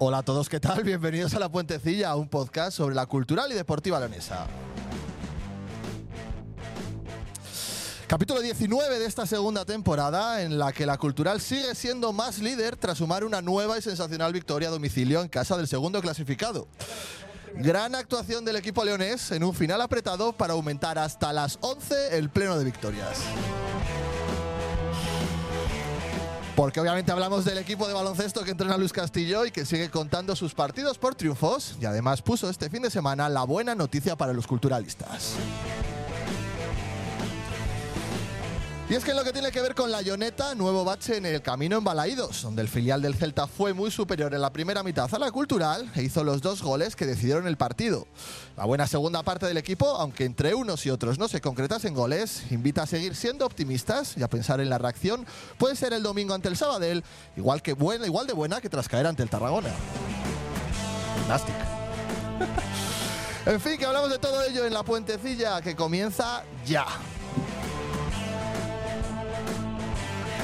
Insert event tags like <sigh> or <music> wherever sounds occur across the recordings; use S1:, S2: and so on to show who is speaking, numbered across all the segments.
S1: Hola a todos, ¿qué tal? Bienvenidos a La Puentecilla, un podcast sobre la cultural y deportiva leonesa. Capítulo 19 de esta segunda temporada, en la que la cultural sigue siendo más líder tras sumar una nueva y sensacional victoria a domicilio en casa del segundo clasificado. Gran actuación del equipo leonés en un final apretado para aumentar hasta las 11 el pleno de victorias. Porque obviamente hablamos del equipo de baloncesto que entrena Luis Castillo y que sigue contando sus partidos por triunfos y además puso este fin de semana la buena noticia para los culturalistas. Y es que en lo que tiene que ver con la Ioneta, nuevo bache en el camino en Balaídos, donde el filial del Celta fue muy superior en la primera mitad a la cultural e hizo los dos goles que decidieron el partido. La buena segunda parte del equipo, aunque entre unos y otros no se concretasen goles, invita a seguir siendo optimistas y a pensar en la reacción. Puede ser el domingo ante el Sabadell, igual, que buena, igual de buena que tras caer ante el Tarragona. Gimnástica. <laughs> En fin, que hablamos de todo ello en la puentecilla que comienza ya.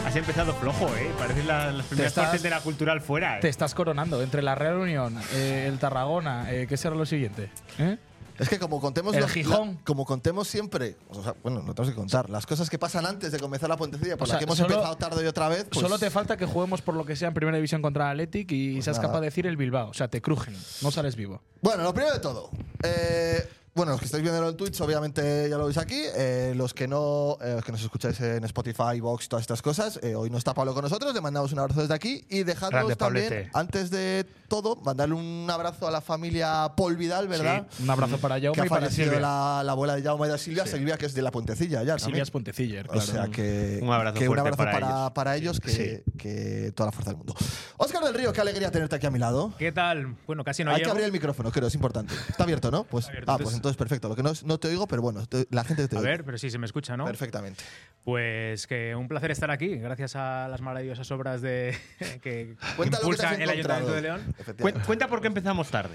S2: Has empezado flojo, ¿eh? Parecen la- las primeras
S3: estás-
S2: partes de la cultural fuera, ¿eh?
S3: Te estás coronando entre la Real Unión, eh, el Tarragona, eh, ¿qué será lo siguiente? ¿Eh?
S1: Es que como contemos
S3: El
S1: los-
S3: Gijón.
S1: la- como contemos siempre, o sea, bueno, no tenemos que contar las cosas que pasan antes de comenzar la puentecilla, por
S3: O
S1: la
S3: sea,
S1: que hemos
S3: solo-
S1: empezado tarde y otra vez. pues-
S3: Solo te falta que juguemos por lo que sea en primera división contra Athletic y
S4: Pues
S3: seas
S1: nada.
S3: capaz de decir el Bilbao. O sea, te crujen, no sales vivo.
S1: Bueno, lo primero de todo. eh, bueno, los que estáis viendo en Twitch, obviamente ya lo veis aquí. eh, los que no, eh, los que nos escucháis en Spotify, Vox, todas estas cosas, eh, hoy no está Pablo con nosotros. Le mandamos un abrazo desde aquí y dejadnos
S2: Grande,
S1: también,
S2: Pablete.
S1: antes de todo, mandarle un abrazo a la familia Paul Vidal, ¿verdad?
S3: Un
S4: Mm,
S3: abrazo para
S1: Que
S3: Jaume
S1: ha
S3: y para
S1: fallecido
S3: Silvia.
S1: la, la abuela de Jaume y de Silvia, Silvia que es de la Puentecilla ya.
S3: Silvia
S1: también.
S3: es Ponteciller,
S1: O
S3: claro.
S1: sea que
S2: Un abrazo
S1: que un
S2: fuerte
S1: abrazo para,
S2: para
S1: para ellos,
S2: ellos.
S1: que, que toda la fuerza del mundo. Óscar del Río, qué alegría tenerte aquí a mi lado.
S4: ¿Qué tal? Bueno, casi no
S1: Hay que
S4: llego.
S1: abrir el micrófono, creo, es importante. Está abierto, ¿no? Pues,
S4: abierto,
S1: ah, pues
S4: entonces-
S1: entonces perfecto. Lo que no, es- no te oigo, pero bueno, te- la gente te
S4: A
S1: oye.
S4: ver, pero sí se me escucha, ¿no?
S1: Perfectamente.
S4: Pues que un placer estar aquí, gracias a las maravillosas obras de <laughs> que
S1: Cuenta lo que te has
S4: impulsa el Ayuntamiento
S1: encontrado.
S4: de León.
S1: Efectivamente.
S2: Cuen- Cuenta por qué empezamos tarde.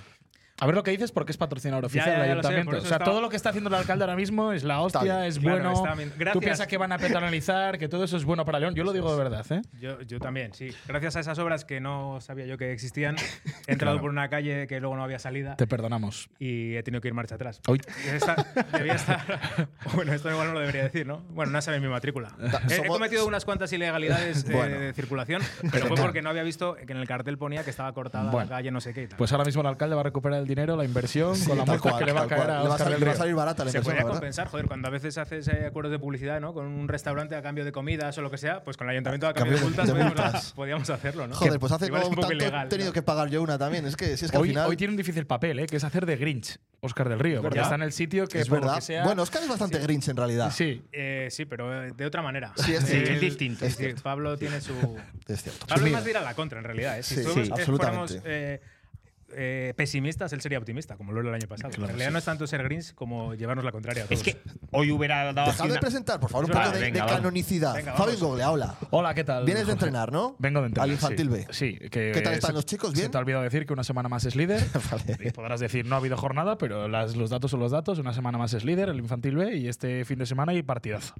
S3: A ver lo que dices porque es patrocinador oficial
S4: ya,
S3: del
S4: ya lo sé, por
S3: ayuntamiento.
S4: eso
S3: o sea,
S4: estaba-
S3: todo lo que está haciendo el alcalde ahora mismo es la hostia,
S1: bien.
S3: es
S4: Claro,
S3: bueno.
S4: está bien.
S3: Tú
S4: Gracias.
S3: piensas que van a petanalizar, que todo eso es bueno para León. Yo lo digo de verdad, ¿eh?
S4: Yo, yo también, sí. Gracias a esas obras que no sabía yo que existían, he entrado por una calle que luego no había salida
S3: Te perdonamos.
S4: y he tenido que ir marcha atrás.
S3: Uy.
S4: Esta- debía estar. <laughs> Bueno, esto igual no lo debería decir, ¿no? Bueno, no sabe mi matrícula. He, he
S1: somos-
S4: cometido unas cuantas ilegalidades eh,
S1: Bueno. <laughs>
S4: de circulación, pero fue porque no había visto que en el cartel ponía que estaba cortada
S3: Bueno.
S4: la calle, no sé qué y tal.
S3: Pues ahora mismo el alcalde va a recuperar el dinero, la inversión,
S1: Sí,
S3: con la
S1: tal
S3: multa
S1: cual,
S3: que le va a
S1: tal
S3: caer
S1: cual.
S3: a
S1: Le va a
S3: Óscar
S1: salir-
S3: del
S1: le va a
S3: Río.
S1: salir barata la
S4: Se
S1: inversión,
S4: podría
S1: la verdad.
S4: compensar, joder, cuando a veces haces eh, acuerdos de publicidad, ¿no? Con un restaurante a cambio de comidas o lo que sea, pues con el ayuntamiento a cambio de
S1: Cambio de-
S4: multas,
S1: de
S4: podíamos,
S1: multas.
S4: podíamos hacerlo, ¿no?
S1: Joder, pues hace
S4: Igual es
S1: como
S4: un poco
S1: tanto
S4: ilegal.
S1: he tenido
S4: ¿no?
S1: que pagar yo una también. Es que si es que
S3: hoy,
S1: al final.
S3: hoy tiene un difícil papel, ¿eh? que es hacer de Grinch Oscar del Río, porque
S4: verdad.
S3: está en el sitio que,
S1: es
S3: por lo
S1: verdad.
S3: que sea-
S1: Bueno, Oscar es bastante grinch en realidad.
S3: sí.
S4: Eh, sí, pero eh, de otra manera.
S1: Sí, es
S4: Eh,
S1: cierto.
S2: Es distinto.
S4: sí, Pablo tiene su.
S1: Es cierto.
S4: Pablo es más de ir a la contra, en realidad. ¿eh? Si
S1: Sí,
S4: fuéramos-
S1: sí,
S4: eh, fuéramos,
S1: absolutamente.
S4: eh, eh, pesimistas, él sería optimista, como lo era el año pasado. en realidad no es tanto ser greens como llevarnos la contraria. a todos.
S5: Es que hoy hubiera dado. así
S1: Dejadme
S5: una-
S1: presentar, por favor, un
S5: Vale,
S1: poco de, de
S5: venga, vamos.
S1: canonicidad.
S4: Venga,
S1: Fabián
S4: vamos.
S1: Gogle, habla.
S3: Hola, ¿qué tal?
S1: Vienes de
S3: Jorge?
S1: entrenar, ¿no?
S3: Vengo de entrenar.
S1: Al infantil
S3: sí.
S1: B.
S3: Sí. que,
S1: ¿Qué tal
S3: eh,
S1: están
S3: se-
S1: los chicos?
S3: Se
S1: ¿Bien?
S3: te ha olvidado decir que una semana más es líder.
S1: <laughs> Vale.
S3: Y podrás decir, no ha habido jornada, pero las- los datos son los datos. Una semana más es líder, el infantil B, y este fin de semana hay partidazo.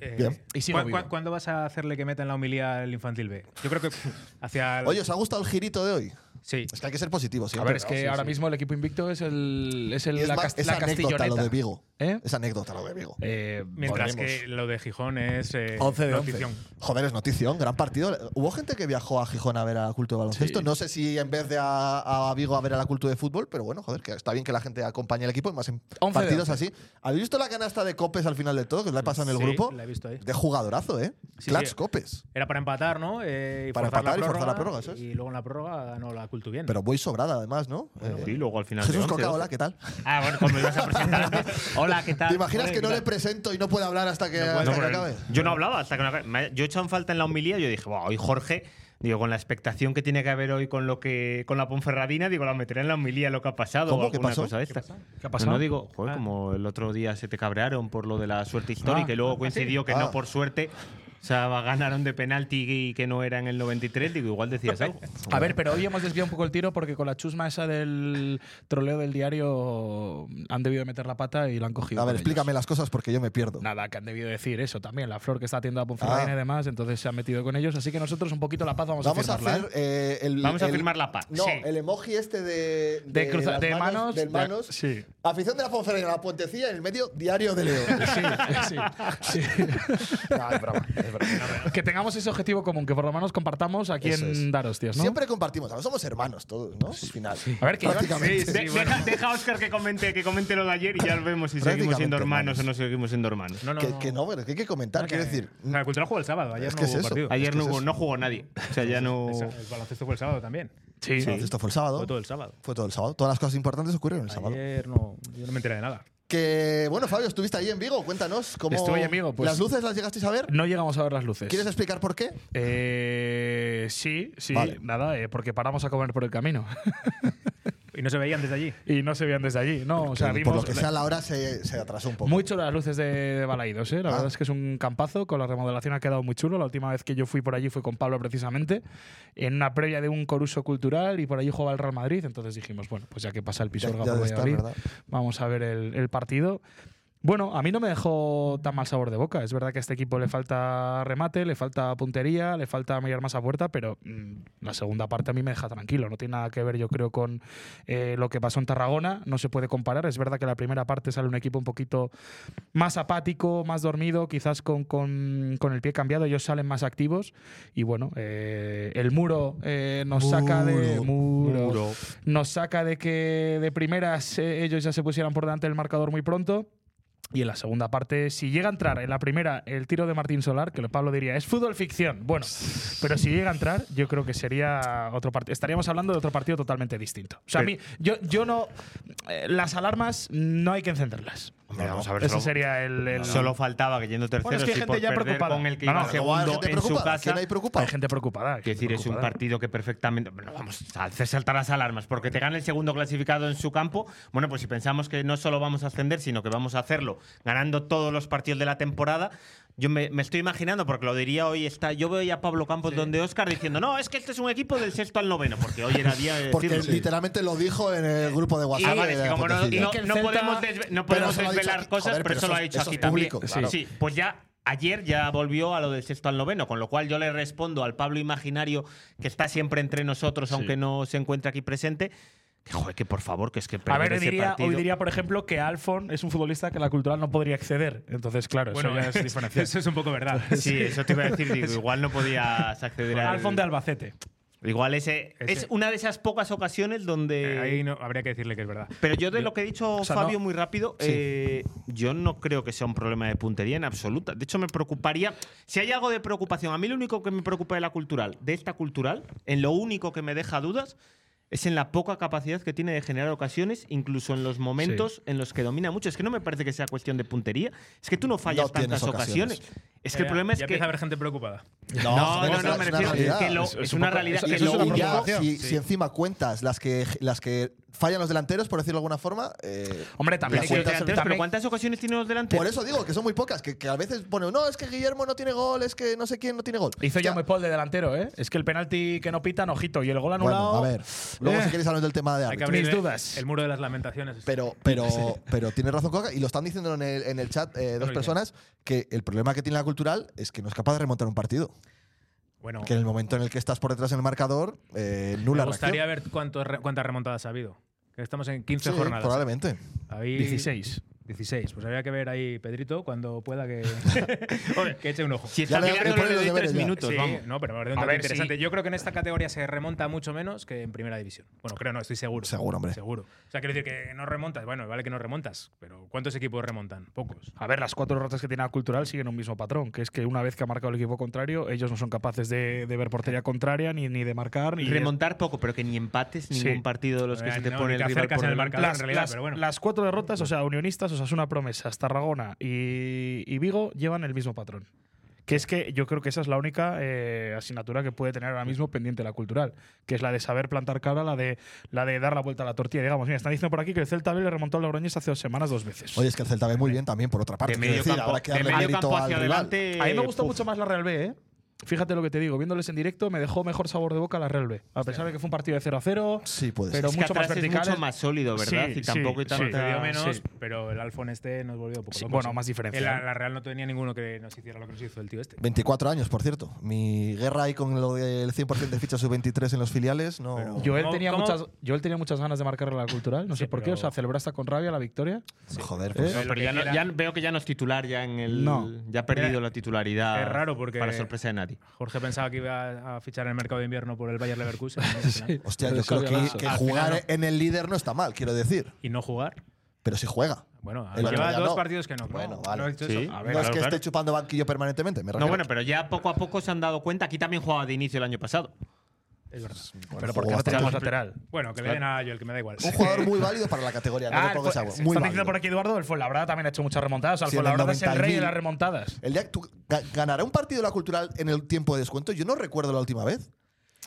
S4: Eh,
S1: Bien.
S3: Y sigo
S4: ¿cu-
S3: vivo.
S4: cu- ¿Cuándo vas a hacerle que meta en la homilía al infantil B? Yo creo que
S1: <laughs>
S4: hacia. el-
S1: Oye, ¿os ha gustado el girito de hoy?
S4: sí.
S1: Es que hay que ser positivo, sí.
S3: A ver, es que ahora mismo el equipo invicto es el, es el la, cas- la
S1: anécdota lo
S3: castilloneta.
S1: de Vigo.
S3: ¿Eh?
S1: Es anécdota lo de Vigo.
S3: Eh,
S4: Mientras
S1: volvemos.
S4: que lo de Gijón es. eh,
S1: 11 de 11.
S4: notición.
S1: Joder, es notición, gran partido. Hubo gente que viajó a Gijón a ver a la cultura de baloncesto.
S3: Sí.
S1: No sé si en vez de a, a Vigo a ver a la cultura de fútbol, pero bueno, joder, que está bien que la gente acompañe al equipo y más en
S3: 11 de
S1: partidos
S3: 11.
S1: así. ¿Habéis visto la canasta de Copes al final de todo? Que os la he pasado en el
S4: Sí,
S1: grupo.
S4: la he visto ahí.
S1: De jugadorazo, ¿eh?
S4: Sí,
S1: Clutch
S4: sí.
S1: Copes.
S4: Era para empatar, ¿no? Eh,
S1: Para empatar y forzar la prórroga, eso es.
S4: Y luego en la prórroga ganó la cultu bien.
S1: Pero voy sobrada además, ¿no? Eh,
S5: Sí, luego al final. de
S1: Jesús
S5: 11,
S1: Coca, hola,
S5: 12.
S1: ¿qué tal?
S5: Ah, bueno, como ibas a presentar
S1: <laughs>
S5: antes. Hola, ¿qué tal?
S1: ¿Te imaginas
S5: Hola,
S1: que
S5: ¿qué
S1: no le
S5: tal?
S1: presento y no puede hablar hasta que, hasta
S5: No,
S1: que
S5: pero
S1: acabe?
S5: Yo no hablaba hasta que no acabe. Me- Yo he echado en falta en la homilía. Yo dije, "Buah, hoy Jorge, digo, con la expectación que tiene que haber hoy con lo que con la Ponferradina, digo, la meteré en la homilía lo que ha pasado.
S1: ¿Cómo?
S5: o
S1: ¿Qué
S5: alguna
S1: pasó?
S5: cosa de esta.
S3: ¿Qué ha pasado?
S5: No, no, digo, joder,
S4: Ah.
S5: como el otro día se te cabrearon por lo de la suerte histórica y luego coincidió que
S1: Ah.
S5: no por suerte. O sea, ganaron de penalti y que no era en el 93, digo, igual decías algo.
S3: <laughs> A ver, pero hoy hemos desviado un poco el tiro porque con la chusma esa del troleo del diario mm, han debido meter la pata y la han cogido.
S1: A ver,
S3: con ellos.
S1: explícame las cosas porque yo me pierdo.
S3: Nada, que han debido decir eso también. La flor que está atiendo a Ponferradina
S1: Ah.
S3: y demás, entonces se han metido con ellos. Así que nosotros un poquito la paz vamos,
S1: Vamos a
S3: a firmarla.
S1: hacer
S3: ¿eh?
S1: eh, el.
S5: Vamos a
S1: el-
S5: firmar la paz,
S1: No,
S5: sí.
S1: el emoji este de.
S3: De cruza-
S1: las
S3: de manos,
S1: De
S3: de-
S1: manos.
S3: sí.
S1: Afición de la Ponferradina, la puentecilla, en el medio, diario de
S3: <laughs>
S1: Leo.
S3: ¿eh? Sí, sí, sí. que tengamos ese objetivo común, que por lo menos compartamos a quién
S1: Eso es.
S3: dar hostias, ¿no?
S1: Siempre compartimos, ahora somos hermanos todos, ¿no? Al final.
S3: A ver, que yo-
S1: prácticamente.
S5: De- deja, deja a Oscar que comente, que comente lo de ayer y ya vemos si seguimos
S1: Prácticamente,
S5: siendo
S1: hermanos.
S5: hermanos o no seguimos siendo hermanos.
S4: no, no,
S1: que,
S4: no. Eh,
S1: que no, pero que hay que comentar. Quiero decir,
S4: La cultural jugó el sábado, ayer
S1: Es que
S4: no
S1: es
S4: hubo
S1: eso.
S4: partido.
S5: Ayer
S1: que
S5: no,
S1: es
S5: hubo-
S1: eso.
S5: no jugó nadie. O sea, ya no.
S4: Esa- El baloncesto fue el sábado también.
S3: Sí.
S1: no, esto fue el sábado.
S4: Fue todo el sábado.
S1: Fue todo el sábado. Todas las cosas importantes ocurrieron el sábado.
S4: Ayer no, yo no me enteré de nada.
S1: Que, bueno, Fabio, estuviste ahí en Vigo. Cuéntanos cómo.
S3: Estuve en Vigo, pues-
S1: ¿Las luces las llegasteis a ver?
S3: No llegamos a ver las luces.
S1: ¿Quieres explicar por qué?
S3: Eh, sí, sí,
S1: Vale.
S3: nada, eh, porque paramos a comer por el camino <laughs>
S4: Y no se veían desde allí.
S3: y no se veían desde allí. No, o sea,
S1: Porque por
S3: vimos
S1: lo que sea, la hora se, se atrasó un poco.
S3: mucho las luces de, de Balaidos, eh. La
S1: Ah.
S3: verdad es que es un campazo, con la remodelación ha quedado muy chulo. La última vez que yo fui por allí fue con Pablo precisamente, en una previa de un coruso cultural y por allí jugaba el Real Madrid, entonces dijimos, bueno, pues ya que pasa el Pisuerga
S1: Ya- ya
S3: por
S1: de estar,
S3: Valladolid,
S1: ¿verdad?
S3: vamos a ver el, el partido. Bueno, a mí no me dejó tan mal sabor de boca. Es verdad que a este equipo le falta remate, le falta puntería, le falta mirar más a puerta, pero mm, la segunda parte a mí me deja tranquilo. No tiene nada que ver, yo creo, con eh, lo que pasó en Tarragona. No se puede comparar. Es verdad que la primera parte sale un equipo un poquito más apático, más dormido, quizás con, con- con el pie cambiado. Ellos salen más activos y bueno, eh, el muro eh, nos saca de muro
S5: Muro.
S3: nos saca de que de primeras eh, ellos ya se pusieran por delante del marcador muy pronto. Y en la segunda parte, si llega a entrar en la primera el tiro de Martín Solar, que lo Pablo diría, es fútbol ficción. Bueno, pero si llega a entrar, yo creo que sería otro partido. Estaríamos hablando de otro partido totalmente distinto. O sea, a mí, yo, yo no. eh, las alarmas no hay que encenderlas.
S5: Hombre, vamos a ver,
S3: Ese
S5: solo-
S3: sería el. el-
S5: Solo faltaba que yendo tercero
S3: Bueno, es que hay
S5: si
S3: gente
S5: por
S3: ya
S5: perder
S3: preocupada.
S5: con el que
S3: No,
S5: iba
S3: no,
S1: Igual,
S5: segundo
S1: gente
S5: en su
S1: preocupada.
S5: casa.
S1: ¿Quién hay preocupado?
S3: Hay gente preocupada. hay
S5: Es
S3: gente
S5: decir, es un
S3: preocupada.
S5: partido que perfectamente. Bueno, vamos, hacer saltar las alarmas, porque te gana el segundo clasificado en su campo. Bueno, pues si pensamos que no solo vamos a ascender, sino que vamos a hacerlo ganando todos los partidos de la temporada. Yo me, me estoy imaginando, porque lo diría hoy, está. Yo veo ya a Pablo Campos donde Oscar diciendo, no, es que este es un equipo del sexto al noveno, porque hoy era día de decirlo.
S1: Porque literalmente lo dijo en el grupo de
S5: Y-
S1: WhatsApp.
S5: Ah, vale,
S1: Pues, de
S5: es que
S1: la
S5: como no,
S1: puentecilla.
S5: no-
S3: Y que el
S5: no
S3: Celta-
S5: podemos, desve-
S1: Pero
S5: no podemos
S1: eso lo ha dicho
S5: desvelar
S1: aquí.
S5: cosas,
S1: Joder,
S5: pero
S1: pero
S5: eso lo ha
S1: eso-
S5: dicho
S1: eso
S5: aquí
S1: es público,
S5: también.
S1: claro.
S5: Sí, pues ya ayer ya volvió a lo del sexto al noveno, con lo cual yo le respondo al Pablo imaginario que está siempre entre nosotros, aunque no se encuentra aquí presente. Que, joder, que por favor, que es que
S3: A
S5: perder
S3: ver,
S5: ese
S3: diría,
S5: partido-
S3: hoy diría, por ejemplo, que Alfon es un futbolista que la cultural no podría acceder. Entonces, claro, eso ya es <laughs>
S4: <laughs>
S3: diferencial.
S4: eso es un poco <laughs> verdad.
S5: Sí, eso te iba a decir,
S3: <laughs>
S5: digo, igual no podías acceder al
S3: Alfon de Albacete.
S5: Igual ese, es
S4: Ese.
S5: una de esas pocas ocasiones donde
S4: Eh,
S3: Eh,
S4: Ahí no, habría que decirle que es verdad.
S5: Pero yo de lo que he dicho
S3: sea,
S5: Fabio
S3: no-
S5: muy rápido, eh, yo no creo que sea un problema de puntería en absoluta. De hecho, me preocuparía. Si hay algo de preocupación, a mí lo único que me preocupa de la cultural, de esta cultural, en lo único que me deja dudas, es en la poca capacidad que tiene de generar ocasiones, incluso en los momentos en los que domina mucho. Es que no me parece que sea cuestión de puntería. Es que tú no fallas
S1: No tienes
S5: tantas ocasiones. Es que el
S4: Ya,
S5: problema
S4: Eh,
S5: es
S4: ya
S5: que.
S4: empieza a haber gente preocupada.
S5: No,
S1: es
S5: no, no,
S1: una- es
S5: me
S1: una
S5: refiero.
S1: realidad.
S5: que lo-
S1: Es-
S5: es, una realidad.
S1: Y
S5: que
S1: luego
S5: lo-
S1: ya,
S5: ya-
S1: si, si encima cuentas las que, las que fallan los delanteros, por decirlo de alguna forma. eh,
S3: Hombre, también
S1: las
S5: Pero que los
S1: cuentas-
S5: delanteros, pero ¿cuántas ocasiones tienen los delanteros?
S1: Por eso digo que son muy pocas, que, que a veces pone, no, es que Guillermo no tiene gol, es que no sé quién no tiene gol.
S3: Hizo
S1: Ya,
S3: ya muy Paul de delantero, ¿eh? Es que el penalti que no pitan, ojito, y el gol
S1: bueno,
S3: anulado.
S1: a ver. Luego,
S3: Eh.
S1: si queréis hablar del tema de
S4: Hay que
S1: árbitro.
S4: abrir
S3: Mis
S4: el-
S3: dudas.
S4: el muro de las lamentaciones.
S1: Pero, pero, pero tiene razón Coca, y lo están diciendo en el, en el chat eh, dos
S4: Claro,
S1: personas, que el problema que tiene la cultural es que no es capaz de remontar un partido.
S4: bueno,
S1: Que en el momento en el que estás por detrás en el marcador, eh, nula
S4: me gustaría
S1: reacción.
S4: ver cuántos re- cuántas remontadas ha habido. Que estamos en 15
S1: Sí,
S4: jornadas.
S1: probablemente.
S4: Habéis-
S3: 16.
S4: 16. Pues habría que ver ahí, Pedrito, cuando pueda que, que eche un ojo.
S5: Si
S1: Ya
S5: está
S1: le- le
S5: mirando,
S1: ponen
S5: le
S1: los
S5: doy
S1: deberes
S5: tres
S1: ya.
S5: minutos.
S4: Sí,
S5: vamos.
S4: no, pero me parece un
S5: A
S4: dato
S5: ver
S4: interesante.
S5: si-
S4: Yo creo que en esta categoría se remonta mucho menos que en primera división. Bueno, creo no, estoy seguro.
S1: Seguro, hombre.
S4: Seguro. O sea, quiero decir que no remontas. Bueno, vale que no remontas, pero ¿cuántos equipos remontan? Pocos.
S3: A ver, las cuatro rotas que tiene la cultural siguen un mismo patrón, que es que una vez que ha marcado el equipo contrario, ellos no son capaces de, de ver portería contraria ni, ni de marcar. Ni
S5: Remontar poco, pero que ni empates
S3: Sí.
S5: ningún partido de los que
S4: Eh,
S5: se te
S4: no,
S5: pone
S4: ni
S5: el
S4: te
S5: rival
S4: acercas
S5: por
S4: en el
S5: delante.
S4: marcador. en realidad, pero bueno.
S3: las cuatro derrotas, o sea, Unionistas, o sea, una promesa, Tarragona y, y Vigo llevan el mismo patrón. Que es que yo creo que esa es la única eh, asignatura que puede tener ahora mismo pendiente la cultural, que es la de saber plantar cara, la de, la de dar la vuelta a la tortilla. Digamos, mira, están diciendo por aquí que el Celta B le remontó al Logroñés hace dos semanas dos veces.
S1: Oye, es que el Celta ve muy bien también, por otra parte.
S5: De
S1: quiero
S5: medio
S1: decir,
S5: campo,
S1: habrá que
S5: de
S1: darle
S5: medio
S1: mérito
S5: campo
S1: al
S5: hacia
S1: rival.
S5: adelante.
S3: A mí me gustó
S5: puf.
S3: mucho más la Real B, ¿eh? Fíjate lo que te digo, viéndoles en directo me dejó mejor sabor de boca la Real B. A pesar de que fue un partido de 0 a 0,
S1: Sí, puede
S3: pero
S5: Es que
S3: mucho más
S5: atrás es
S3: vertical.
S5: mucho más sólido, ¿verdad?
S3: Sí,
S5: y tampoco hay
S3: sí, sí.
S5: tanta-
S4: Te dio menos,
S3: sí.
S4: pero el Alfon este nos volvió poco
S3: Sí,
S4: locos,
S3: bueno,
S4: ¿eh?
S3: más diferencia,
S4: Eh, La,
S3: ¿eh?
S4: la Real no tenía ninguno que nos hiciera lo que nos hizo el tío este.
S1: 24 años, por cierto. Mi guerra ahí con lo del 100% de fichas sub-23 en los filiales, no.
S4: Pero-
S3: Joel
S4: ¿Cómo-
S3: tenía,
S4: cómo?
S3: muchas, Joel tenía muchas ganas de marcarle a la cultural, no
S4: Sí,
S3: sé por qué.
S4: pero-
S3: O sea, celebró hasta con rabia la victoria.
S1: Joder, pues.
S4: Lo
S5: No, pero
S4: que
S5: ya, no-
S4: quiera.
S5: ya veo que ya no es titular ya en el.
S3: No.
S5: Ya ha perdido
S4: Mira,
S5: la titularidad.
S4: es raro porque-
S5: Para sorpresa de nadie.
S4: Jorge pensaba que iba a fichar en el mercado de invierno por el Bayer Leverkusen. ¿no?
S1: Hostia, yo creo
S3: Pero Xavi
S1: que,
S3: Alonso.
S1: que
S4: Al
S1: jugar
S4: final
S1: en el líder no está mal, quiero decir.
S4: Y no jugar.
S1: Pero si juega.
S4: Bueno,
S1: El otro
S4: lleva
S1: día
S4: dos
S1: no.
S4: partidos que no.
S1: Bueno,
S4: no,
S1: vale.
S4: no he dicho
S5: Sí.
S4: eso.
S5: A
S1: no es que
S3: claro,
S1: esté chupando banquillo permanentemente, me
S5: No,
S1: refiero.
S5: bueno, pero ya poco a poco se han dado cuenta. Aquí también jugaba de inicio el año pasado.
S4: Es verdad.
S3: Pero porque
S1: jugó
S3: no teníamos
S1: bastante.
S3: lateral.
S4: Bueno, que le den a Joel, que me da igual.
S1: Un jugador muy válido para la categoría, no
S3: Ah,
S1: te
S3: el
S1: pongas
S4: pues,
S3: Fue-
S1: agua.
S3: están
S1: Muy válido.
S3: diciendo por aquí Eduardo, el Fuenlabrada también ha hecho muchas remontadas. O sea, el
S1: Sí, en el
S3: Fuenlabrada es el rey de
S1: 90.000.
S3: las remontadas.
S1: El día que tú ga- ganará un partido la cultural en el tiempo de descuento, yo no recuerdo la última vez.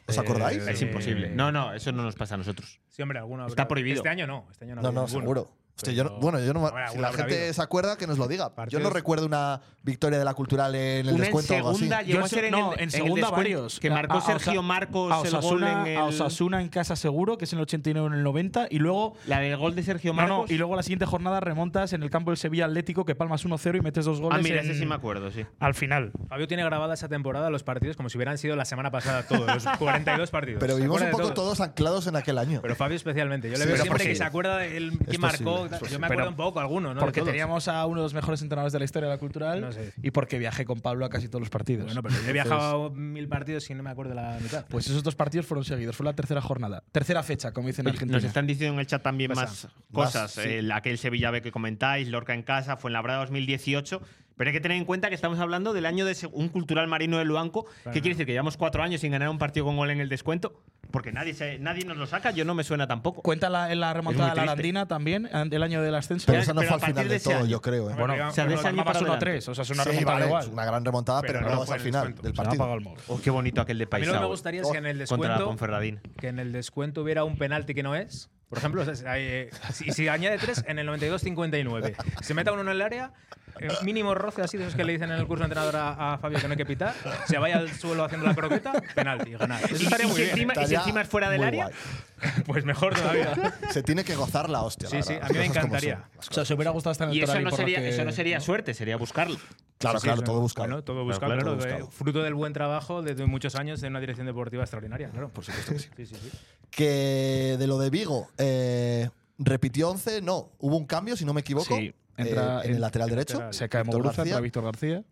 S1: ¿Os acordáis?
S5: Es imposible. No, no, eso no nos pasa a nosotros.
S4: Sí, hombre, alguno
S5: Está
S4: habrá.
S5: prohibido.
S4: Este año no. Este año no,
S1: No,
S4: ha habido
S1: no,
S4: ninguno.
S1: seguro. Hostia, yo no-
S4: Pero
S1: bueno, yo no.
S4: habrá-
S1: si la
S4: habrá
S1: gente
S4: habido.
S1: se acuerda, que nos lo diga. Yo
S4: Partidos-
S1: no recuerdo una victoria de la cultural en el
S5: Una en
S1: descuento o algo así.
S5: segunda llegó
S3: Yo
S5: a
S3: sé-
S5: ser en,
S3: no, en
S5: el, en el
S3: segunda
S5: descuento,
S3: varios.
S5: Que
S3: A-
S5: marcó
S3: a Osa-
S5: Sergio Marcos
S3: A
S5: el
S3: Osasuna,
S5: gol en el,
S3: a Osasuna en casa seguro, que es en el 89 o en el 90. Y luego
S5: La del gol de Sergio
S3: No,
S5: Marcos. Ah,
S3: no, y luego la siguiente jornada remontas en el campo del Sevilla Atlético que palmas 1-0 y metes dos goles.
S5: Ah, mira,
S3: en-
S5: ese sí me acuerdo, sí.
S3: Al final.
S4: Fabio tiene grabada esa temporada los partidos como si hubieran sido la semana pasada todos, los 42 partidos.
S1: Pero
S4: Se
S1: vivimos
S4: acuerda
S1: un
S4: de
S1: poco
S4: todo.
S1: todos anclados en aquel año.
S4: Pero Fabio especialmente. Yo le
S1: Sí,
S4: veo
S1: pero
S4: siempre que
S1: posible.
S4: se acuerda de él
S1: Es
S4: que marcó.
S1: posible, es
S4: Yo
S1: posible.
S4: me acuerdo
S3: Pero-
S4: un poco, alguno, ¿no? De
S3: porque
S4: todos.
S3: teníamos a uno de los mejores entrenadores de la historia de la cultural
S4: No sé.
S3: y porque viajé con Pablo a casi todos los partidos.
S4: Bueno, pero yo he viajado mil partidos y no me acuerdo la mitad.
S3: Pues esos dos partidos fueron seguidos. Fue la tercera jornada. Tercera fecha, como dicen en
S5: Oye,
S3: Argentina.
S5: Nos están diciendo en el chat también más
S4: Pasa.
S5: cosas.
S1: sí.
S5: El- aquel Sevilla B que comentáis, Lorca en casa, Fuenlabrada 2018. Pero hay que tener en cuenta que estamos hablando del año de se- un cultural marino de Luanco. ¿Qué quiere decir? Que llevamos cuatro años sin ganar un partido con gol en el descuento. Porque nadie, se- nadie nos lo saca, yo no me suena tampoco.
S3: Cuenta la, en la
S5: Es muy
S3: remontada de la
S5: triste.
S3: Arandina también, an- el año del ascenso.
S1: Pero
S5: Ya,
S1: esa no
S5: pero
S1: fue
S5: a
S1: al final
S5: partir
S1: de
S5: de ese
S1: todo,
S5: año.
S1: yo creo. ¿eh?
S5: o sea, de ese año
S3: Armabas
S5: para
S3: 1
S5: adelante.
S3: 3, o sea, es una
S1: Sí,
S3: remontada
S1: vale,
S3: igual.
S1: es una gran remontada, pero,
S4: Pero
S1: no
S4: no
S1: vas
S4: fue
S1: al
S4: en
S1: final
S4: descuento.
S1: del
S3: Se me Pues ha apagado
S1: partido.
S3: el móvil.
S5: Oh, qué bonito aquel de
S4: A mí lo que me
S5: Paisao
S4: gustaría es que en el
S5: Oh, contra la
S4: descuento.
S5: Ponferradina.
S4: Que en el descuento hubiera un penalti que no es. Por ejemplo, o sea, eh, si, si añade 3 en el 92-59. Se meta uno en el área, eh, mínimo roce así de esos que le dicen en el curso de entrenador a, a Fabio que no hay que pitar, se vaya al suelo haciendo la croqueta, penalti, ganar.
S5: Y,
S4: Eso
S5: y
S4: estaría muy
S5: si
S4: bien.
S5: encima, y si
S1: Estaría
S5: encima es fuera del
S1: muy
S5: área,
S1: guay.
S4: Pues mejor todavía.
S1: Se tiene que gozar la hostia.
S4: Sí,
S1: la
S4: sí,
S1: verdad,
S4: a mí me
S1: las cosas como
S4: encantaría.
S1: son.
S3: O sea, se hubiera gustado estar en el
S5: y eso
S3: Ferrari
S5: no,
S3: por lo
S5: sería,
S3: que-
S5: eso no sería suerte, sería buscarlo.
S1: Claro, claro, todo buscado.
S4: Bueno, todo buscado,
S5: claro,
S4: claro,
S1: todo
S4: eh,
S1: buscado.
S4: fruto del buen trabajo de de muchos años de una dirección deportiva extraordinaria, claro. Por supuesto que sí. sí, sí.
S1: Que de lo de Vigo, eh, repitió 11, no, hubo un cambio, si no me equivoco,
S3: Sí, entra
S1: eh, en
S3: en-
S1: el lateral derecho.
S4: lateral.
S3: Se cae
S1: Víctor
S3: Muguruza,
S1: García.
S3: entra Víctor García.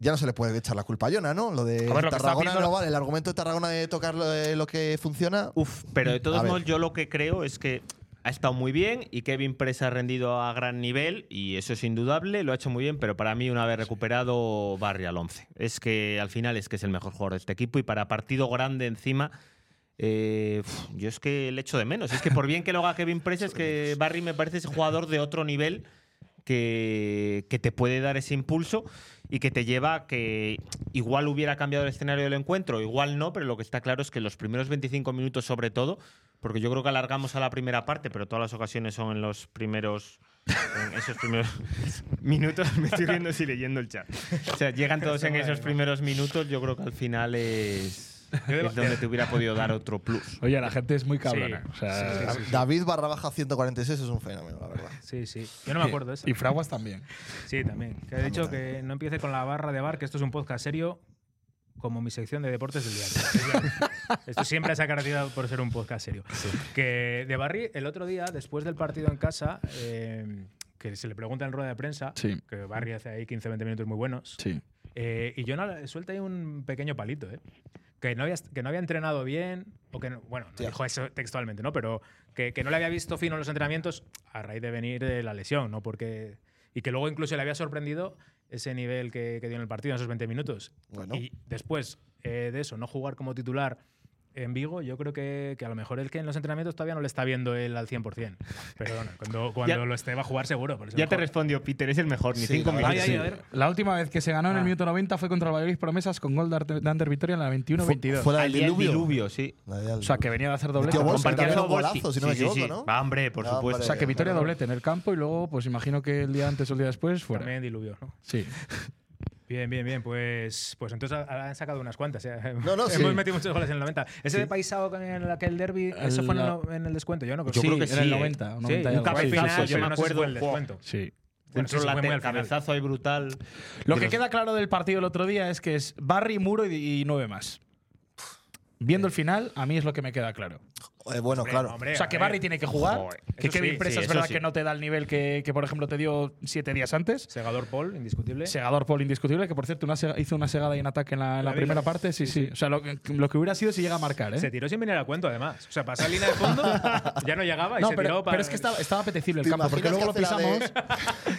S1: Ya no se le puede echar la culpa a Yona, ¿no? Lo de
S3: A ver, lo que está
S1: Tarragona
S3: pidiendo-
S1: no vale, el argumento de Tarragona de tocar lo, de lo que funciona.
S5: Uf, pero de
S1: A
S5: todos
S1: ver.
S5: modos yo lo que creo es que ha estado muy bien y Kevin Presa ha rendido a gran nivel y eso es indudable, lo ha hecho muy bien, pero para mí una vez recuperado Barry al 11. Es que al final es que es el mejor jugador de este equipo y para partido grande encima eh, pf, yo es que le echo de menos. Es que por bien que lo haga Kevin Press,
S1: <laughs>
S5: es que Barry me parece ese jugador de otro nivel que, que te puede dar ese impulso y que te lleva a que igual hubiera cambiado el escenario del encuentro, igual no, pero lo que está claro es que los primeros 25 minutos sobre todo, porque yo creo que alargamos a la primera parte, pero todas las ocasiones son en los primeros en
S4: <laughs>
S5: esos primeros minutos me estoy riendo y leyendo el chat. O sea, llegan todos en esos primeros minutos, yo creo que al final es, es donde te hubiera podido dar otro plus.
S3: Oye, la gente es muy cabrona. o sea,
S1: David barra baja 146 es un fenómeno, la verdad.
S4: Sí, sí. Yo no me acuerdo de eso.
S3: Y Fraguas también.
S4: Sí, también. Que he dicho que no empiece con la barra de bar, que esto es un podcast serio, como mi sección de deportes del diario. esto siempre se ha caracterizado por ser un podcast serio. Que de Barry, el otro día, después del partido en casa, eh, que se le pregunta en rueda de prensa,
S3: Sí.
S4: que Barry hace ahí 15-20 minutos muy buenos,
S3: Sí.
S4: eh, y yo no, suelta ahí un pequeño palito, ¿eh? Que no, había, que no había entrenado bien, o que no- bueno, no dijo eso textualmente, ¿no? Pero que, que no le había visto fino en los entrenamientos a raíz de venir de la lesión, ¿no? Porque, y que luego incluso le había sorprendido ese nivel que, que dio en el partido en esos 20 minutos.
S1: Bueno.
S4: Y después eh, de eso, no jugar como titular en Vigo, yo creo que, que a lo mejor el que en los entrenamientos todavía no le está viendo él al 100%. Pero bueno, cuando, cuando
S5: Ya-
S4: lo esté va a jugar seguro. por eso
S5: Ya te
S4: pues mejor.
S5: respondió Peter, es el mejor, ni
S1: Sí,
S5: cinco
S1: la
S5: minutos.
S1: verdad
S4: Ay, ay, a ver.
S3: La última vez que se ganó en
S5: Ah.
S3: el minuto 90 fue contra el Valladolid Promesas con gol de Arte- de Ander Victoria en la 21-22.
S1: Fue la
S5: Al
S1: del
S5: día del
S1: diluvio.
S5: diluvio, sí.
S1: La idea del-
S3: O sea, que venía de hacer doblete.
S1: Metió Bolsa,
S3: Con Parque
S1: también.
S3: Alonso.
S5: Partidazo
S1: un golazo, si no me
S5: Sí, sí,
S1: equivoco,
S5: sí.
S1: ¿no?
S5: Va, hombre, por
S1: Ah,
S5: supuesto.
S3: O sea, que
S1: Vale,
S3: Victoria
S1: vale.
S3: doblete en el campo y luego, pues imagino que el día antes o el día después fuera.
S4: También diluvio, ¿no?
S3: Sí.
S4: Bien, bien, bien. Pues, pues entonces ha- han sacado unas cuantas. ¿eh? <laughs>
S1: No, no,
S4: Hemos
S1: sí.
S4: metido muchos goles en el 90. Ese de Paisao con el- aquel derby, eso fue en el,
S3: La-
S4: no- en el descuento. Yo no
S5: Yo creo que
S3: en el
S5: sí, ¿eh?
S3: 90. o
S4: Sí,
S3: 90 y
S5: un
S3: algo.
S4: Fue al
S5: cabezazo,
S4: final,
S5: yo
S4: pero
S5: me
S4: no sé si
S5: acuerdo,
S4: fue el
S5: wow.
S4: descuento.
S3: Sí.
S4: Bueno,
S5: Un
S4: sí, sí, fue muy
S5: solate,
S4: al final.
S5: cabezazo ahí brutal.
S3: Lo
S5: De
S3: que
S5: los-
S3: queda claro del partido el otro día es que es Barry, Muro y, y nueve más. Viendo el final, a mí es lo que me queda claro.
S1: Eh, bueno, claro.
S4: Hombre,
S3: o sea, que
S4: a ver.
S3: Barry tiene que jugar,
S5: Joder.
S3: que
S5: Eso
S3: Kevin
S5: sí,
S3: Presa
S5: sí,
S3: es
S5: eso
S3: verdad
S5: sí.
S3: que no te da el nivel que, que, por ejemplo, te dio siete días antes.
S4: Segador Paul, indiscutible.
S3: Segador Paul indiscutible, que por cierto una sega- hizo una segada y un ataque en la, en la
S4: La vi,
S3: primera
S4: la vi.
S3: parte. Sí, sí. O sea, lo que, lo que hubiera sido si llega a marcar, ¿eh?
S4: Se tiró sin venir a cuento, además. O sea, pasó a línea de
S3: <laughs>
S4: fondo, ya no llegaba y
S3: No,
S4: se
S3: pero,
S4: tiró para.
S3: pero es que estaba, estaba apetecible el
S1: ¿Te
S3: campo, porque
S1: imaginas
S3: luego lo
S1: que hace la
S3: pisamos.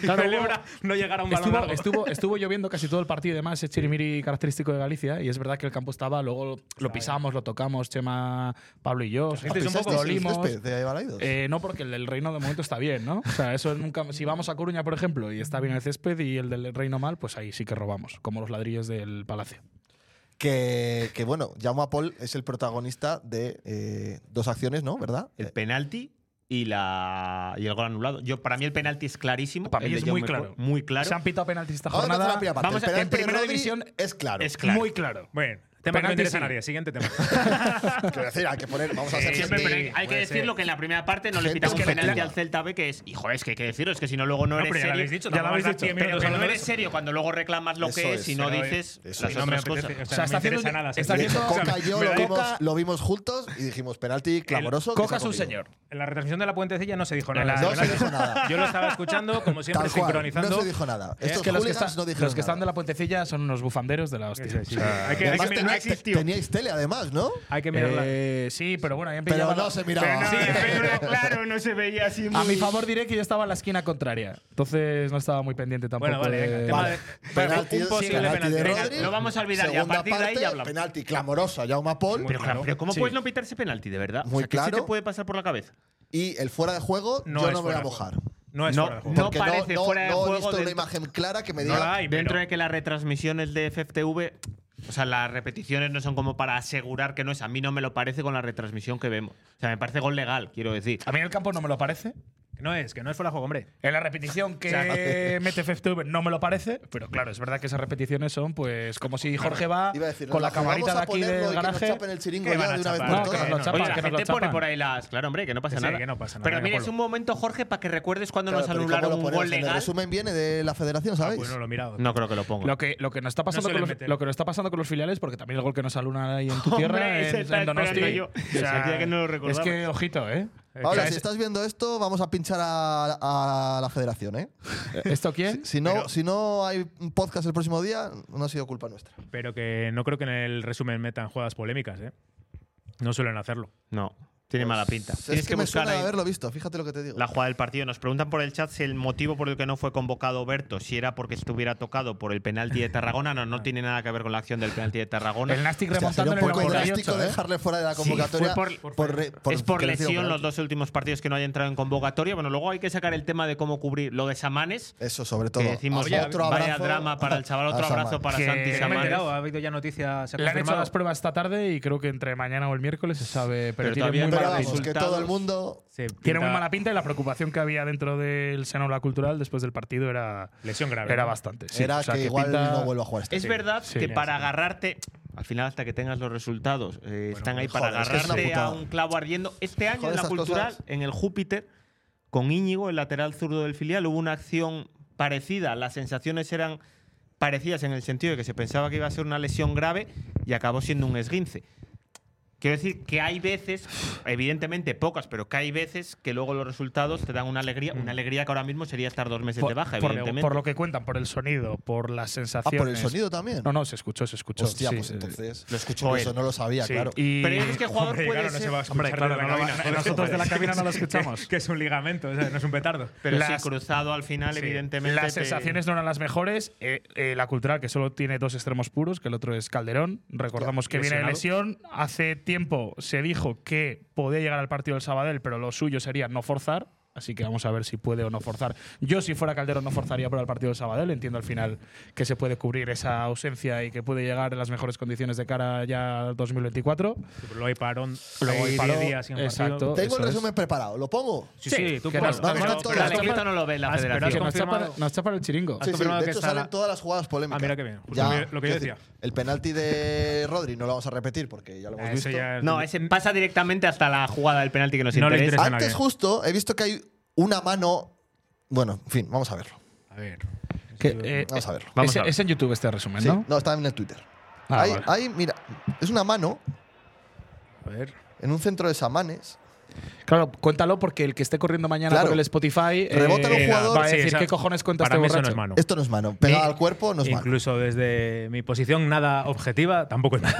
S1: de-
S3: Claro, luego-
S4: Celebra no llegar a un balón
S3: Estuvo,
S4: largo. <laughs>
S3: estuvo, estuvo lloviendo casi todo el partido y demás, es chirimiri característico de Galicia. Y es verdad que el campo estaba, luego lo- lo pisamos, lo tocamos, Chema, Pablo y yo. o sea,
S4: gente es un poco- este,
S3: lo
S1: ¿Pisasteis el
S3: olimos.
S1: césped de Balaidos?
S3: Eh, no, porque el del reino de momento está bien, ¿no? O sea, eso nunca. Si vamos a Coruña, por ejemplo, y está bien el césped y el del reino mal, pues ahí sí que robamos, como los ladrillos del palacio.
S1: que, que, bueno, Jaume Paul es el protagonista de eh, dos acciones, ¿no? ¿Verdad?
S5: El
S1: Eh,
S5: penalti y, la, y el gol anulado. Yo, para mí el penalti es clarísimo.
S3: Para mí
S5: el
S3: es
S5: de
S3: muy
S5: Jaume
S3: claro.
S5: Pol- Muy claro.
S3: Se han pitado penaltis esta
S1: Ahora
S3: jornada.
S1: te la primera parte.
S3: Vamos
S1: El
S3: a, en
S1: penalti de
S3: primera
S1: Rodri
S3: división.
S1: es claro.
S5: Es claro.
S3: Muy claro.
S4: Bueno, tema que
S3: Penalti
S4: no interesa a
S3: sí.
S4: nadie. Siguiente
S3: <laughs>
S4: tema.
S1: <laughs> Quiero decir, hay que poner. Vamos a ser
S5: Siempre,
S1: gente-
S5: pero hay, hay que
S4: puede
S5: decirlo
S4: ser.
S5: que en la primera parte no le
S1: Gente
S5: pitan un
S1: que le
S5: penalti
S1: clava.
S5: al Celta B que es, hijo, es que hay que decirlo, es que si no luego no eres
S4: pero ya lo
S5: serio.
S4: habéis dicho, Ya lo habéis tampoco dicho. vas a dar
S5: Pero
S4: diez
S5: que no
S4: minutos
S5: eres serio cuando luego reclamas lo
S1: Eso
S5: que es
S1: es.
S5: y no
S4: Pero,
S5: dices
S1: eso
S5: las
S1: es.
S4: no me
S5: otras
S4: apetece.
S5: cosas.
S4: O sea,
S3: sea,
S4: no
S3: está
S4: me
S3: haciendo
S4: interesa
S3: un-
S4: nada. ser
S3: está
S1: Eh,
S4: serio.
S3: haciendo-
S4: O sea,
S1: Coca y yo
S4: me
S1: lo
S4: da-
S1: vimos,
S3: Coca-
S1: lo vimos juntos y dijimos penalti clamoroso. que
S3: Coca
S1: se ha
S3: es un
S1: comido.
S3: señor.
S4: En la retransmisión de la puentecilla no se dijo nada.
S1: No se dijo nada.
S4: <laughs> Yo lo estaba escuchando, como siempre,
S1: Tal cual,
S4: sincronizando.
S1: no se dijo nada. Estos
S3: Es que los que,
S1: hooligans
S3: están-
S1: no dijeron
S3: los que están de
S1: nada.
S3: la puentecilla son unos bufanderos de la hostia.
S4: Eso es, sí.
S3: O sea,
S4: Ah. Hay que- hay que
S1: Además, este-
S4: mirar-
S1: teníais-
S4: no existió.
S1: Teníais tele, además, ¿no?
S4: Hay que mirarla.
S3: Eh, sí, pero bueno, ahí han
S1: Pero
S3: pillado la-
S1: no se miraba.
S5: Sí, pero claro, no se veía así muy…
S3: A mi favor diré que yo estaba en la esquina contraria. Entonces no estaba muy pendiente tampoco.
S4: Bueno, vale,
S3: de-
S4: venga, tema
S1: Vale.
S4: de-
S1: Penalti,
S4: un posible
S1: penalti de
S4: penalti.
S1: Rodri.
S5: Lo vamos a olvidar ya, a
S1: Segunda
S5: partir de ahí
S1: parte,
S5: ya hablamos.
S1: Penalti clamoroso a Jaume Paul.
S5: Pero, claro, pero ¿cómo
S3: Sí.
S5: puedes no pitar ese penalti, de verdad?
S1: Muy
S5: o sea, ¿qué se
S1: claro.
S5: te puede pasar por la cabeza?
S1: Y el fuera de juego,
S4: No
S1: yo
S4: es
S1: no me voy
S4: fuera
S1: a
S4: de juego.
S1: mojar.
S4: No es
S5: No,
S4: fuera de juego.
S5: no
S1: Porque
S5: parece fuera de
S1: no he
S5: juego
S1: visto una
S5: dentro-
S1: imagen clara que me
S4: No
S1: diga.
S4: la hay,
S5: Dentro
S4: pero-
S5: de que las retransmisiones de FFTV, o sea, las repeticiones no son como para asegurar que no es. A mí no me lo parece con la retransmisión que vemos. O sea, me parece gol legal, quiero decir.
S3: A mí en el campo no me lo Eh, parece.
S4: Que No es, que no es fuera de juego, hombre.
S3: En la repetición que <laughs> mete FFTV no me lo parece. Pero claro, es verdad que esas repeticiones son pues como si Jorge va
S1: Iba a decir,
S3: con la
S1: nos vamos
S3: camarita
S1: a
S3: de aquí
S1: ponerlo
S3: del
S1: y que nos
S3: garaje.
S1: chapen el chiringo ya
S4: Que van a
S1: de una vez
S4: chapar.
S1: por
S3: No, que
S1: todas.
S3: nos lo chapan,
S5: Oye, la
S3: que nos
S5: gente
S3: lo
S5: pone
S3: chapan.
S5: por ahí las. Claro, hombre, que no pasa
S4: Que sí,
S5: nada.
S4: que no pasa nada,
S5: Pero
S4: de
S5: mira, es
S4: acuerdo.
S5: un momento, Jorge, para que recuerdes cuando
S1: Claro,
S5: nos
S1: pero ¿y
S5: anularon
S1: cómo lo
S5: un
S1: ponemos?
S5: gol
S1: En el
S5: legal.
S1: resumen viene de la federación,
S4: Ah,
S1: ¿sabéis?
S4: pues no lo he mirado.
S5: No creo que lo ponga.
S3: Lo que, lo que nos está pasando
S4: No
S3: con
S4: suelen
S3: los,
S4: meter.
S3: lo que nos está pasando con los filiales, porque también el gol que nos aluna ahí en tu
S5: Hombre,
S3: tierra,
S5: ese
S3: en,
S5: estaba
S3: en Donosti.
S5: esperando yo. Sentía que no lo
S3: es
S5: recordaba.
S3: que, ojito, ¿eh?
S1: Ahora,
S3: O sea,
S1: si
S3: es-
S1: estás viendo esto, vamos a pinchar a, a la federación, ¿eh?
S3: ¿Esto quién?
S1: Si no, si no hay un podcast el próximo día, no ha sido culpa nuestra.
S4: Pero que no creo que en el resumen metan jugadas polémicas, ¿eh? No suelen hacerlo.
S5: No. Tiene mala pinta. Tienes
S1: Pues Es que,
S5: que,
S1: me
S5: buscar
S1: suena de
S5: ahí
S1: haberlo visto, fíjate lo que te digo.
S5: la jugada del partido. Nos preguntan por el chat si el motivo por el que no fue convocado Berto, si era porque estuviera tocado por el penalti de Tarragona. No, no tiene nada que ver con la acción del penalti de Tarragona.
S3: El Nastic
S1: Hostia, sería
S3: remontando
S1: un
S3: en el
S1: poco
S3: 98,
S1: drástico
S3: ¿eh?
S1: dejarle fuera de la
S5: Sí, fue
S1: convocatoria.
S5: por-
S1: re-
S5: es por
S1: que le hicieron
S5: lesión los
S1: penalti.
S5: dos últimos partidos que no haya entrado en convocatoria. Bueno, luego hay que sacar el tema de cómo cubrir lo de Samanes.
S1: Eso, sobre todo.
S5: Que decimos,
S4: Oye,
S5: vaya drama para el chaval,
S1: a
S5: otro
S1: Samar.
S5: abrazo para
S3: Que
S5: Santi
S3: me he
S4: Me he
S5: Samanes.
S4: enterado, ha habido ya noticias. Se ha
S3: Le han hecho
S4: confirmado.
S3: las pruebas esta tarde y creo que entre mañana o el miércoles se sabe, pero,
S5: Pero
S3: tiene,
S5: todavía
S3: muy
S5: no
S1: Pero
S3: mala,
S5: hay
S3: pinta.
S1: vamos, que todo el mundo.
S4: Sí,
S3: Tiene muy
S4: pinta-
S3: mala pinta y la preocupación que había dentro del Senado de la Cultural después del partido era,
S4: Lesión grave.
S3: era
S4: ¿no?
S3: bastante. sí.
S1: era
S3: O sea,
S1: que,
S3: que
S1: igual
S3: pinta-
S1: no vuelvo a jugar este
S5: Es
S1: tío.
S5: verdad
S3: Sí,
S5: que
S3: sí,
S5: para
S3: sí.
S5: agarrarte, al final hasta que tengas los resultados, eh, están ahí para
S1: joder, es que es una
S5: agarrarte a
S1: putada.
S5: un clavo ardiendo. Este año
S1: Joder,
S5: en la
S1: esas
S5: cultural,
S1: cosas.
S5: en el Júpiter, con Íñigo, el lateral zurdo del filial, hubo una acción parecida. Las sensaciones eran parecidas en el sentido de que se pensaba que iba a ser una lesión grave y acabó siendo un esguince. Quiero decir que hay veces, evidentemente pocas, pero que hay veces que luego los resultados te dan una alegría, una alegría que ahora mismo sería estar dos meses de baja, evidentemente.
S3: por lo que cuentan, por el sonido, por las
S1: Ah,
S3: sensaciones.
S1: por el sonido también.
S3: No, no, se escuchó, se escuchó.
S1: Hostia,
S3: sí.
S1: pues entonces.
S5: Lo escuchó
S1: Eso
S5: él.
S1: no lo sabía,
S3: Sí,
S1: claro.
S3: y-
S5: Pero es que el jugador
S4: Hombre,
S5: puede
S4: claro, no
S5: ser-
S4: se va a escuchar
S3: Hombre, claro,
S4: de la
S3: no lo va-
S4: cabina, joder.
S3: nosotros de la cabina no
S4: <laughs>
S3: lo
S4: Que-
S3: escuchamos.
S4: Que es un ligamento, o sea, no es un petardo.
S5: Pero
S3: Las-
S5: sí, cruzado al final,
S3: Sí.
S5: evidentemente.
S3: Las
S5: te-
S3: sensaciones no eran las mejores. Eh, eh, la cultural, que solo tiene dos extremos puros, que el otro es Calderón. Recordamos que viene de lesión. Hace tiempo se dijo que podía llegar al partido del Sabadell, pero lo suyo sería no forzar. Así que vamos a ver si puede o no forzar. Yo, si fuera Calderón, no forzaría para el partido del Sabadell. Entiendo al final que se puede cubrir esa ausencia y que puede llegar en las mejores condiciones de cara ya al 2024.
S4: Luego hay parón.
S3: Luego hay
S4: hay
S3: parón,
S4: 10 días sin partido.
S1: Tengo
S3: exacto.
S1: el
S3: eso es.
S1: resumen preparado, ¿lo pongo.
S4: Sí, sí, tú
S3: que
S4: pon-
S3: nos-
S4: pon-
S1: vamos a
S4: pon-
S1: todo.
S4: pon-
S5: Claro, esto no lo ve la
S4: Has- pero has
S3: Que
S5: federación.
S3: nos tapa,
S4: confirmado-
S3: nos tapa el chiringo.
S4: Has
S1: Sí, sí,
S4: confirmado
S1: de
S4: que
S1: hecho
S4: está
S1: salen
S4: la-
S1: todas las jugadas polémicas.
S4: Ah, mira qué bien. Justo
S1: Ya,
S4: lo que- lo que yo
S1: quiero
S4: decía.
S1: decir, El penalti de Rodri no lo vamos a repetir porque ya lo hemos
S4: Ah, Eso
S1: visto.
S4: ya-
S5: No, ese pasa directamente hasta la jugada del penalti que nos
S4: No le
S5: interesa.
S4: interesa. a
S1: Antes
S4: nadie.
S1: justo he visto que hay una mano. Bueno, en fin, vamos a verlo.
S4: A ver.
S3: Que, eh,
S1: Vamos a verlo.
S5: Vamos
S3: es,
S5: a ver.
S3: es en YouTube este resumen,
S1: Sí,
S3: ¿no?
S1: no, está en el Twitter.
S3: Ah,
S1: Ahí,
S3: vale.
S1: ahí, mira, es una mano
S4: A ver.
S1: en un centro de Samanes.
S3: Claro, cuéntalo porque el que esté corriendo mañana
S1: Claro.
S3: por el Spotify eh,
S1: Rebota
S4: Eh,
S1: el jugador.
S3: va a
S4: Sí,
S3: decir
S4: esa-
S3: qué cojones cuenta
S4: para
S3: este
S4: mí eso no
S3: borracho?".
S4: es mano.
S1: Esto no es mano. Pegado
S4: Ni-
S1: al cuerpo no es mano.
S4: Incluso desde mi posición nada objetiva, tampoco es mano.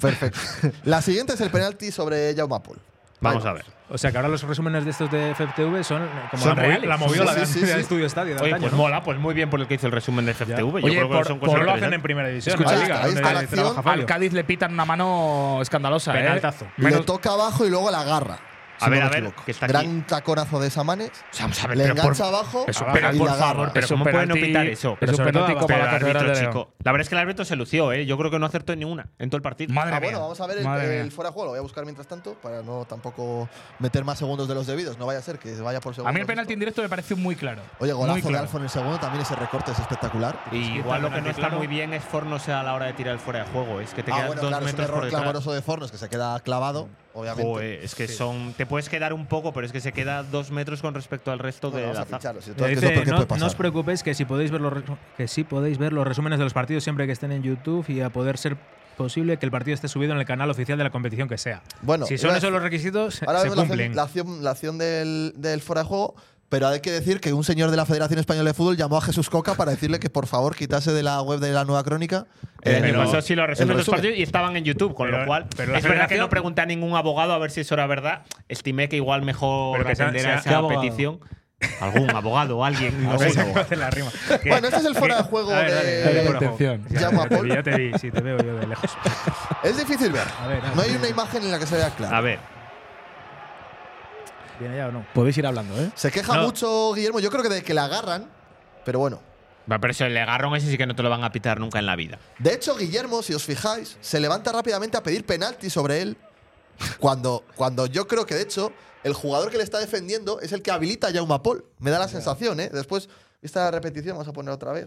S1: Perfecto. La siguiente es el penalti sobre Jaume Paul.
S5: Vamos a ver.
S4: <laughs> O sea que ahora los resúmenes de estos de FTV son como
S5: Son
S4: la, movi-
S5: reales.
S4: la moviola
S1: Sí,
S4: de-
S1: sí,
S4: de,
S1: sí, sí.
S4: Estudio Estadio. de
S5: Oye,
S4: antaño,
S5: pues
S4: ¿no?
S5: mola, pues muy bien por el que hizo el resumen del FTV. Yo
S3: Oye,
S5: creo que
S3: por-
S5: son
S3: por
S5: cosas
S4: Pero lo hacen en
S5: interesantes.
S4: primera división.
S3: Escucha,
S4: en la
S1: esta-
S4: liga, donde
S1: esta la
S4: trabaja
S1: acción-
S4: Fabio.
S3: Al Cádiz le pitan una mano escandalosa. ¿eh?
S4: Penaltazo.
S1: Le
S3: Menos-
S1: toca abajo y luego la agarra. si
S5: A ver,
S1: no me
S5: a ver,
S1: equivoco.
S5: que está
S1: Gran taconazo de Samanes.
S5: Vamos a ver,
S1: le
S5: pero por-
S1: engancha abajo
S3: es un
S1: y
S3: penalti,
S1: la
S3: por
S1: agarra.
S3: favor,
S5: Pero
S3: Es un
S5: ¿cómo pueden
S3: penalti-
S5: pitar eso?
S3: es
S4: sobre todo
S3: un penalti
S4: abajo.
S3: como
S5: Pero
S3: la
S5: el
S3: Catedral
S5: árbitro,
S3: de León.
S5: chico. La verdad es que el árbitro se lució, ¿eh? Yo creo que no acertó en ninguna en todo el partido.
S3: Madre
S1: Ah,
S3: mía.
S1: bueno, vamos a ver el,
S3: Madre
S1: el
S3: mía.
S1: fuera de juego. Lo voy a buscar mientras tanto para no tampoco meter más segundos de los debidos. No vaya a ser que vaya por segundos.
S3: A mí el penalti en
S1: esto.
S3: directo me parece muy claro.
S1: Oye,
S3: Muy
S1: golazo de
S3: claro.
S1: Alfon en el segundo. También ese recorte es espectacular.
S5: Y Ah, igual lo que no
S4: penalti,
S5: está
S4: claro.
S5: muy bien es Fornos a la hora de tirar el fuera de juego. Es que te
S1: Ah,
S5: quedan
S1: bueno,
S5: dos
S1: claro, es un
S5: metros por
S1: error
S5: detrás.
S1: clamoroso de Fornos que se queda clavado, obviamente.
S5: Joder, es que son. Te puedes quedar un poco, pero es que se queda dos metros con respecto al resto
S1: Bueno,
S5: de
S1: vamos
S5: la
S1: a
S5: zaga.
S1: ficharlo, si todo
S4: Le
S1: es que
S4: dice,
S1: es lo peor que
S4: no,
S1: puede
S4: no os
S1: pasar.
S4: preocupéis que si podéis ver los resu- que sí podéis ver los resúmenes de los partidos siempre que estén en YouTube y a poder ser posible que el partido esté subido en el canal oficial de la competición que sea.
S1: Bueno,
S4: si
S1: iba
S4: son
S1: a
S4: esos
S1: decir-
S4: los requisitos,
S1: Ahora
S4: se
S1: vemos la acción,
S4: cumplen.
S1: la acción- la acción del, del fuera de juego, pero hay que decir que un señor de la Federación Española de Fútbol llamó a Jesús Coca para decirle que por favor quitase de la web de la nueva crónica.
S5: El
S1: eh,
S5: año
S1: el-
S5: pasado sí lo resumen
S1: el
S5: los
S1: resumen.
S5: partidos y estaban en YouTube, con lo
S4: Pero-
S5: cual
S4: pero la
S5: es verdad que
S4: federación-
S5: no pregunté a ningún abogado a ver si eso era verdad. Estimé que igual mejor
S4: Pero que sea-
S5: atender
S4: sea-
S5: a
S4: ¿qué
S5: esa
S4: abogado?
S5: petición. Algún abogado, alguien. no
S4: A ver
S5: sé.
S4: si hace la rima.
S1: <laughs>
S4: Que-
S1: Bueno, este es el fuera de
S4: que-
S1: juego
S4: a ver,
S1: de-
S4: dale,
S1: Era
S4: dale,
S3: la
S4: fuera de juego.
S3: intención.
S1: Llamo a
S4: ya te vi,
S1: Paul.
S4: ya te vi, sí, te veo yo de lejos.
S1: Es difícil ver.
S4: A ver, a
S1: no
S4: ver.
S1: hay una imagen en la que se vea claro.
S5: A ver,
S4: ¿Viene ya o no?
S3: Podéis ir hablando, ¿eh?
S1: Se queja
S4: No.
S1: mucho Guillermo, yo creo que de que la agarran, pero bueno.
S5: va, pero eso, el agarrón ese sí que no te lo van a pitar nunca en la vida.
S1: De hecho, Guillermo, si os fijáis, se levanta rápidamente a pedir penalti sobre él. Cuando, cuando yo creo que, de hecho, el jugador que le está defendiendo es el que habilita a Jaume Paul. Me da la sensación, ¿eh? Después, esta repetición, vamos a poner otra vez.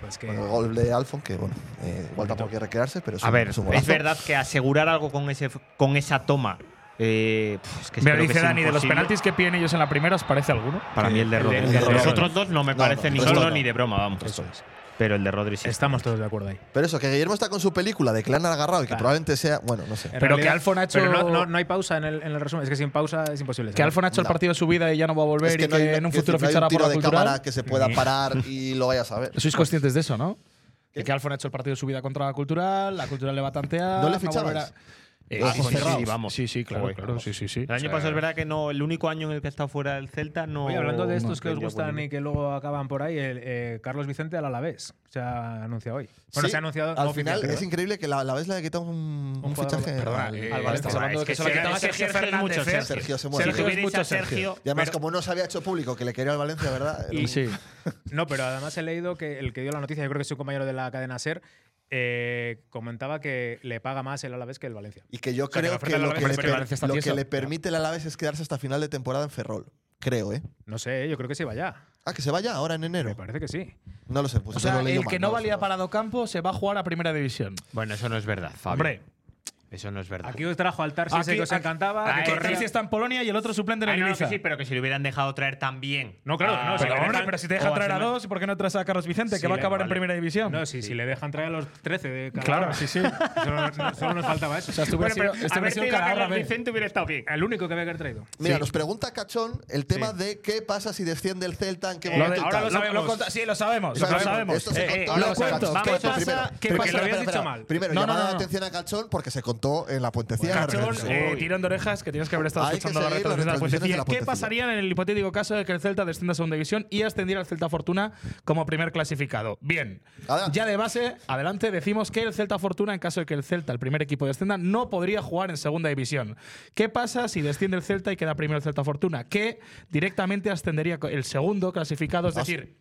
S4: Pues que
S1: Bueno, el gol de Alfon, que bueno, eh, igual tampoco hay que recrearse, pero es
S5: A
S1: un-
S5: ver,
S1: es, un
S5: es
S1: golazo.
S5: verdad que asegurar algo con, ese, con esa toma. eh, pf, es que
S3: Me
S5: espero que
S3: dice
S5: sea
S3: Dani, de los
S5: imposible.
S3: penaltis que piden ellos en la primera, ¿os parece alguno?
S5: Para mí el de
S4: El de-
S5: Rodri.
S4: el
S5: El
S4: de
S5: de Los
S4: Rodri.
S5: otros dos no me
S1: No, no,
S5: parece ni
S1: esto
S5: solo
S1: no.
S5: ni de broma, vamos.
S1: Eso es.
S5: Pero el de Rodri sí.
S4: estamos todos de acuerdo ahí.
S1: Pero eso, que Guillermo está con su película de que le han agarrado y que
S4: Claro.
S1: probablemente sea. Bueno, no sé.
S4: En
S3: Pero que Alfon ha
S4: Pero
S3: hecho-
S4: no, no- no hay pausa en el, en el resumen. Es que sin pausa es imposible.
S3: Que
S4: ¿sabes?
S3: Alfon ha hecho el
S1: No.
S3: partido de su vida y ya no va a volver
S1: Es
S3: y que
S1: hay-
S3: en un
S1: quiero
S3: futuro
S1: decir, no hay
S3: fichará
S1: un tiro
S3: por la
S1: de
S3: cultural.
S1: cámara que se pueda parar y lo vayas a ver.
S3: ¿Sois conscientes de eso, no? De que Alfon ha hecho el partido de su vida contra la cultural, la cultural le va a tantear.
S1: ¿No le
S3: volverá-
S1: fichabais?
S3: Eh,
S1: Ojos
S3: sí, sí, sí,
S1: cerrados.
S3: sí, vamos. Sí, sí, claro,
S5: Joder,
S3: claro. Sí, sí, sí.
S5: El año
S3: Sí.
S5: pasado es verdad que no, el único año en el que ha estado fuera el Celta no.
S4: Oye, hablando de estos que os
S5: rindió
S4: gustan
S5: buen
S4: y que luego acaban por ahí, el, eh, Carlos Vicente al Alavés se ha anunciado hoy. Bueno,
S1: Sí,
S4: se ha anunciado
S1: Al
S4: no
S1: final
S4: oficial,
S1: es increíble que la, la vez le ha quitado un, un
S4: jugador-
S1: fichaje.
S4: perdona,
S1: Vale.
S4: eh,
S5: nivel.
S4: al Valencia.
S6: Estás hablando de que
S5: Es
S6: se lo ha quitado a Sergio Fernández,
S5: mucho,
S6: ¿eh?
S1: Sergio se muere.
S3: Sergio
S5: Sergio,
S3: es
S5: hubiera ido a
S3: mucho
S5: Sergio.
S3: Sergio.
S1: Y además,
S4: Pero-
S1: como no se había hecho público que le quería al Valencia,
S4: <laughs>
S1: ¿verdad?
S4: Y-
S3: Sí.
S4: No, pero además he leído que el que dio la noticia, yo creo que es su compañero de la cadena SER, eh, comentaba que le paga más el Alavés que el Valencia.
S1: Y que yo
S4: sea, que
S1: creo
S4: la oferta
S1: que,
S4: del
S1: lo,
S4: Alavés-
S1: que, le,
S4: pero el
S1: per-
S6: Valencia está
S1: lo que
S6: tieso.
S1: le permite el Alavés es quedarse hasta final de temporada en Ferrol. Creo, ¿eh?
S4: No sé, yo creo que se vaya.
S1: Ah, que se vaya ahora en
S4: Me
S1: enero.
S4: parece que sí.
S1: No lo sé. Pues
S3: O
S1: yo
S3: sea,
S1: lo he leído
S3: el
S1: mal,
S3: que no
S1: lo sé.
S3: valía para Docampo se va a jugar a Primera División.
S5: Bueno, eso no es verdad, Fabio.
S3: Hombre,
S5: Eso no es verdad.
S4: Aquí os trajo al Tarsis ese
S3: Aquí-
S4: que os
S3: aquí-
S4: encantaba.
S5: Ah,
S4: que
S5: eh,
S3: que
S4: corría.
S3: Tarsi está en Polonia y el otro suplente en
S5: Ah,
S3: el
S5: no, no, que
S3: Ibiza.
S5: sí, pero que si lo hubieran dejado traer también.
S4: No, claro que no,
S5: Ah,
S4: si
S3: Pero,
S4: le
S3: hombre,
S4: dejan- Oh,
S3: pero si te deja
S5: o
S3: traer a
S5: hacerme-
S3: dos, ¿por qué no traes a Carlos Vicente, que
S4: Sí,
S3: va a
S4: le-
S3: acabar en
S4: vale.
S3: Primera División?
S4: No, si, si le dejan traer a los 13 de cada
S3: Claro,
S4: hora.
S3: sí, sí.
S4: <laughs> Solo, no- solo nos faltaba eso.
S6: O sea, esto hubiera
S5: Bueno, pero
S3: este
S6: sido, esto hubiera
S5: haber
S6: sido
S5: traído a
S6: Calahorra
S5: Carlos
S6: B.
S5: Vicente hubiera estado bien.
S4: el único que había que haber traído.
S1: Mira, nos pregunta Cachón el tema
S4: Sí.
S1: de qué pasa si desciende el Celta, en qué
S4: Eh,
S1: momento. y
S4: ahora
S1: tal.
S4: lo sabemos.
S3: conta- sí, lo
S1: Lo
S3: sabemos. Lo
S1: sabemos.
S3: sabemos.
S1: Esto se
S3: Eh,
S1: contó-
S3: eh,
S1: lo
S3: lo cuento.
S1: contamos.
S3: ¿Qué
S1: Espera,
S3: pasa?
S1: espera,
S3: ¿Qué
S1: espera,
S4: Porque
S3: pasa?
S4: lo habías
S1: espera,
S4: dicho
S1: espera.
S4: mal.
S1: Primero,
S3: No, no,
S1: llamada
S3: no,
S1: de
S3: no.
S1: atención a Cachón porque se contó en la puentecilla. de la
S3: Cachón,
S1: retransmisión.
S3: eh, tirón de orejas que tienes que haber estado
S1: Hay que
S3: escuchando la
S1: seguir las
S3: retransmisión de la
S1: retransmisiones de la
S3: Pontecilla. ¿Qué
S1: Pontecilla?
S3: pasaría en el hipotético caso de que el Celta descienda a segunda división y ascendiera al Celta Fortuna como primer clasificado? Bien.
S1: Adelante.
S3: Ya de base, adelante, decimos que el Celta Fortuna, en caso de que el Celta, el primer equipo descienda, no podría jugar en segunda división. ¿Qué pasa si desciende el Celta y queda primero el Celta Fortuna? Que directamente ascendería el segundo clasificado, es decir,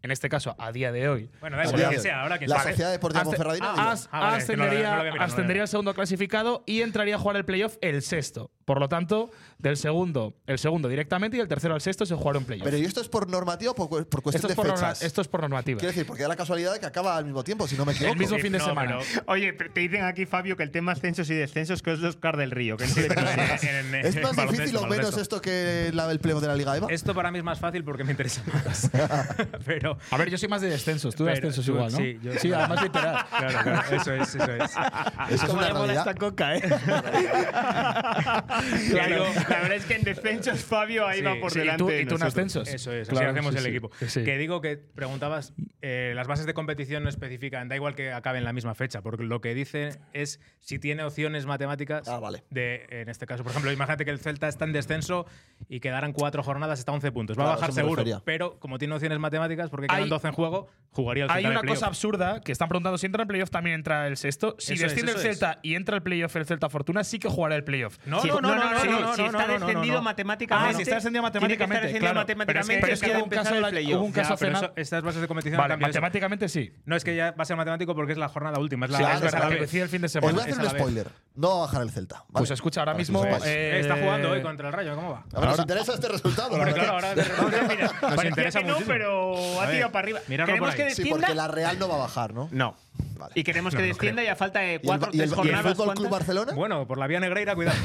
S3: en este caso, a día de hoy,
S4: Bueno, da
S1: A
S4: igual,
S1: día
S4: lo que
S1: de-
S4: sea, ahora que
S1: La
S4: vale.
S1: Sociedad Deportiva
S3: Asce-
S1: Monferradina.
S3: a-
S1: digo.
S3: as-
S4: Ah, vale, es que no lo había-
S3: ascendería
S4: no lo había mirado, no lo había
S3: ascendería
S4: mirado.
S3: al segundo clasificado y entraría a jugar el playoff el sexto. Por lo tanto, del segundo, el segundo directamente y el tercero al sexto se jugaron playoff.
S1: Pero ¿y esto es por normativa o por, cu- por
S3: esto,
S1: cuestión
S3: es
S1: de
S3: por norma-
S1: fechas?
S3: esto es por normativa.
S1: Quiero decir, porque da la casualidad de que acaba al mismo tiempo, si no me equivoco.
S3: El mismo fin de
S4: No,
S3: semana.
S4: pero-
S5: Oye, pero te dicen aquí, Fabio, que el tema ascensos y descensos que es de Oscar del Río. Que no sé.
S4: <laughs> En- en-
S1: ¿Es
S4: en
S1: más difícil
S4: baloncesto,
S1: o menos
S4: baloncesto.
S1: esto que la, el playoff de la Liga EVA?
S4: Esto para mí es más fácil porque me interesa
S1: <laughs>
S4: más. <laughs> Pero.
S3: A ver, yo soy más de descensos. Tú de
S4: pero-
S3: ascensos
S4: tú-
S3: igual, ¿no?
S4: Sí, yo-
S3: además literal.
S4: <laughs> Claro, claro, eso es, eso es.
S1: Eso es
S5: ¿Cómo
S1: una
S5: le mola
S1: realidad.
S5: esta
S1: <laughs>
S5: coca, eh?
S3: <laughs>
S5: Claro, la verdad es que en descensos Fabio ahí
S4: Sí,
S5: va por
S4: sí, y
S5: delante.
S3: y tú,
S5: de
S3: y tú en
S5: nosotros.
S3: ascensos.
S4: Eso es,
S3: Claro,
S4: así hacemos
S3: sí,
S4: el
S3: sí,
S4: equipo.
S3: que sí.
S4: Que digo que preguntabas, eh, las bases de competición no especifican, da igual que acaben la misma fecha, porque lo que dice es si tiene opciones matemáticas.
S1: Ah, vale.
S4: de, en este caso, por ejemplo, imagínate que el Celta está en descenso y quedaran cuatro jornadas, está a 11 puntos. Va
S1: Claro,
S4: a bajar
S1: eso me
S4: seguro,
S1: refería.
S4: pero como tiene opciones matemáticas, porque quedan
S3: Hay-
S4: 12 en juego, jugaría el Celta
S3: Hay
S4: en el
S3: una
S4: playoff.
S3: cosa absurda que están preguntando si entra el playoff también entra el sexto. Si
S4: Eso es,
S3: desciende el
S4: eso es.
S3: Celta y entra el playoff el Celta Fortuna, sí que jugará el playoff.
S4: No,
S5: Sí,
S4: no, no, no, no,
S5: sí,
S4: no,
S5: sí,
S4: no,
S5: si
S4: no,
S5: está
S4: no, no,
S5: descendido
S4: no.
S5: matemáticamente.
S3: Ah, si está descendido
S5: Tiene que estar
S3: matemáticamente,
S5: descendido
S3: claro.
S5: matemáticamente.
S3: Pero es que- pero es que hubo un caso la- hubo un
S4: Ya,
S3: caso
S4: pero
S3: hace
S4: eso-
S3: na-
S4: estas bases de competición
S3: Vale,
S4: han cambiado eso.
S3: matemáticamente sí.
S4: No, es que ya va a ser matemático porque es la jornada última. Es la,
S1: Claro,
S4: es la
S1: es verdad
S4: que-
S3: Lo que decía el fin de
S1: Os voy
S3: semana.
S1: a hacer
S4: esa
S1: un
S4: la vez.
S1: spoiler. No va a bajar el Celta. vale.
S3: Pues escucha, ahora
S1: Para que
S3: mismo.
S1: lo sepáis.
S3: eh,
S4: Está jugando hoy contra el Rayo, ¿cómo va?
S1: A ver, nos interesa este resultado.
S4: Porque
S1: ¿verdad?
S4: claro, ahora de repente, mira, nos
S5: Parecía
S4: interesa
S5: que no,
S4: muchísimo.
S5: pero
S4: A
S5: ha
S4: ver,
S5: tirado para arriba.
S4: miradlo
S5: Queremos
S4: por
S5: que
S4: ahí.
S1: Sí, porque
S5: descienda.
S1: la Real no va a bajar, ¿no?
S5: No.
S1: Vale.
S5: Y queremos que descienda y a falta de
S1: ¿Y el,
S5: cuatro,
S1: y el-
S5: tres
S1: y el
S5: jornadas.
S1: Fútbol Club
S5: ¿cuántas?
S1: Barcelona?
S4: Bueno, por la vía Negreira, cuidado.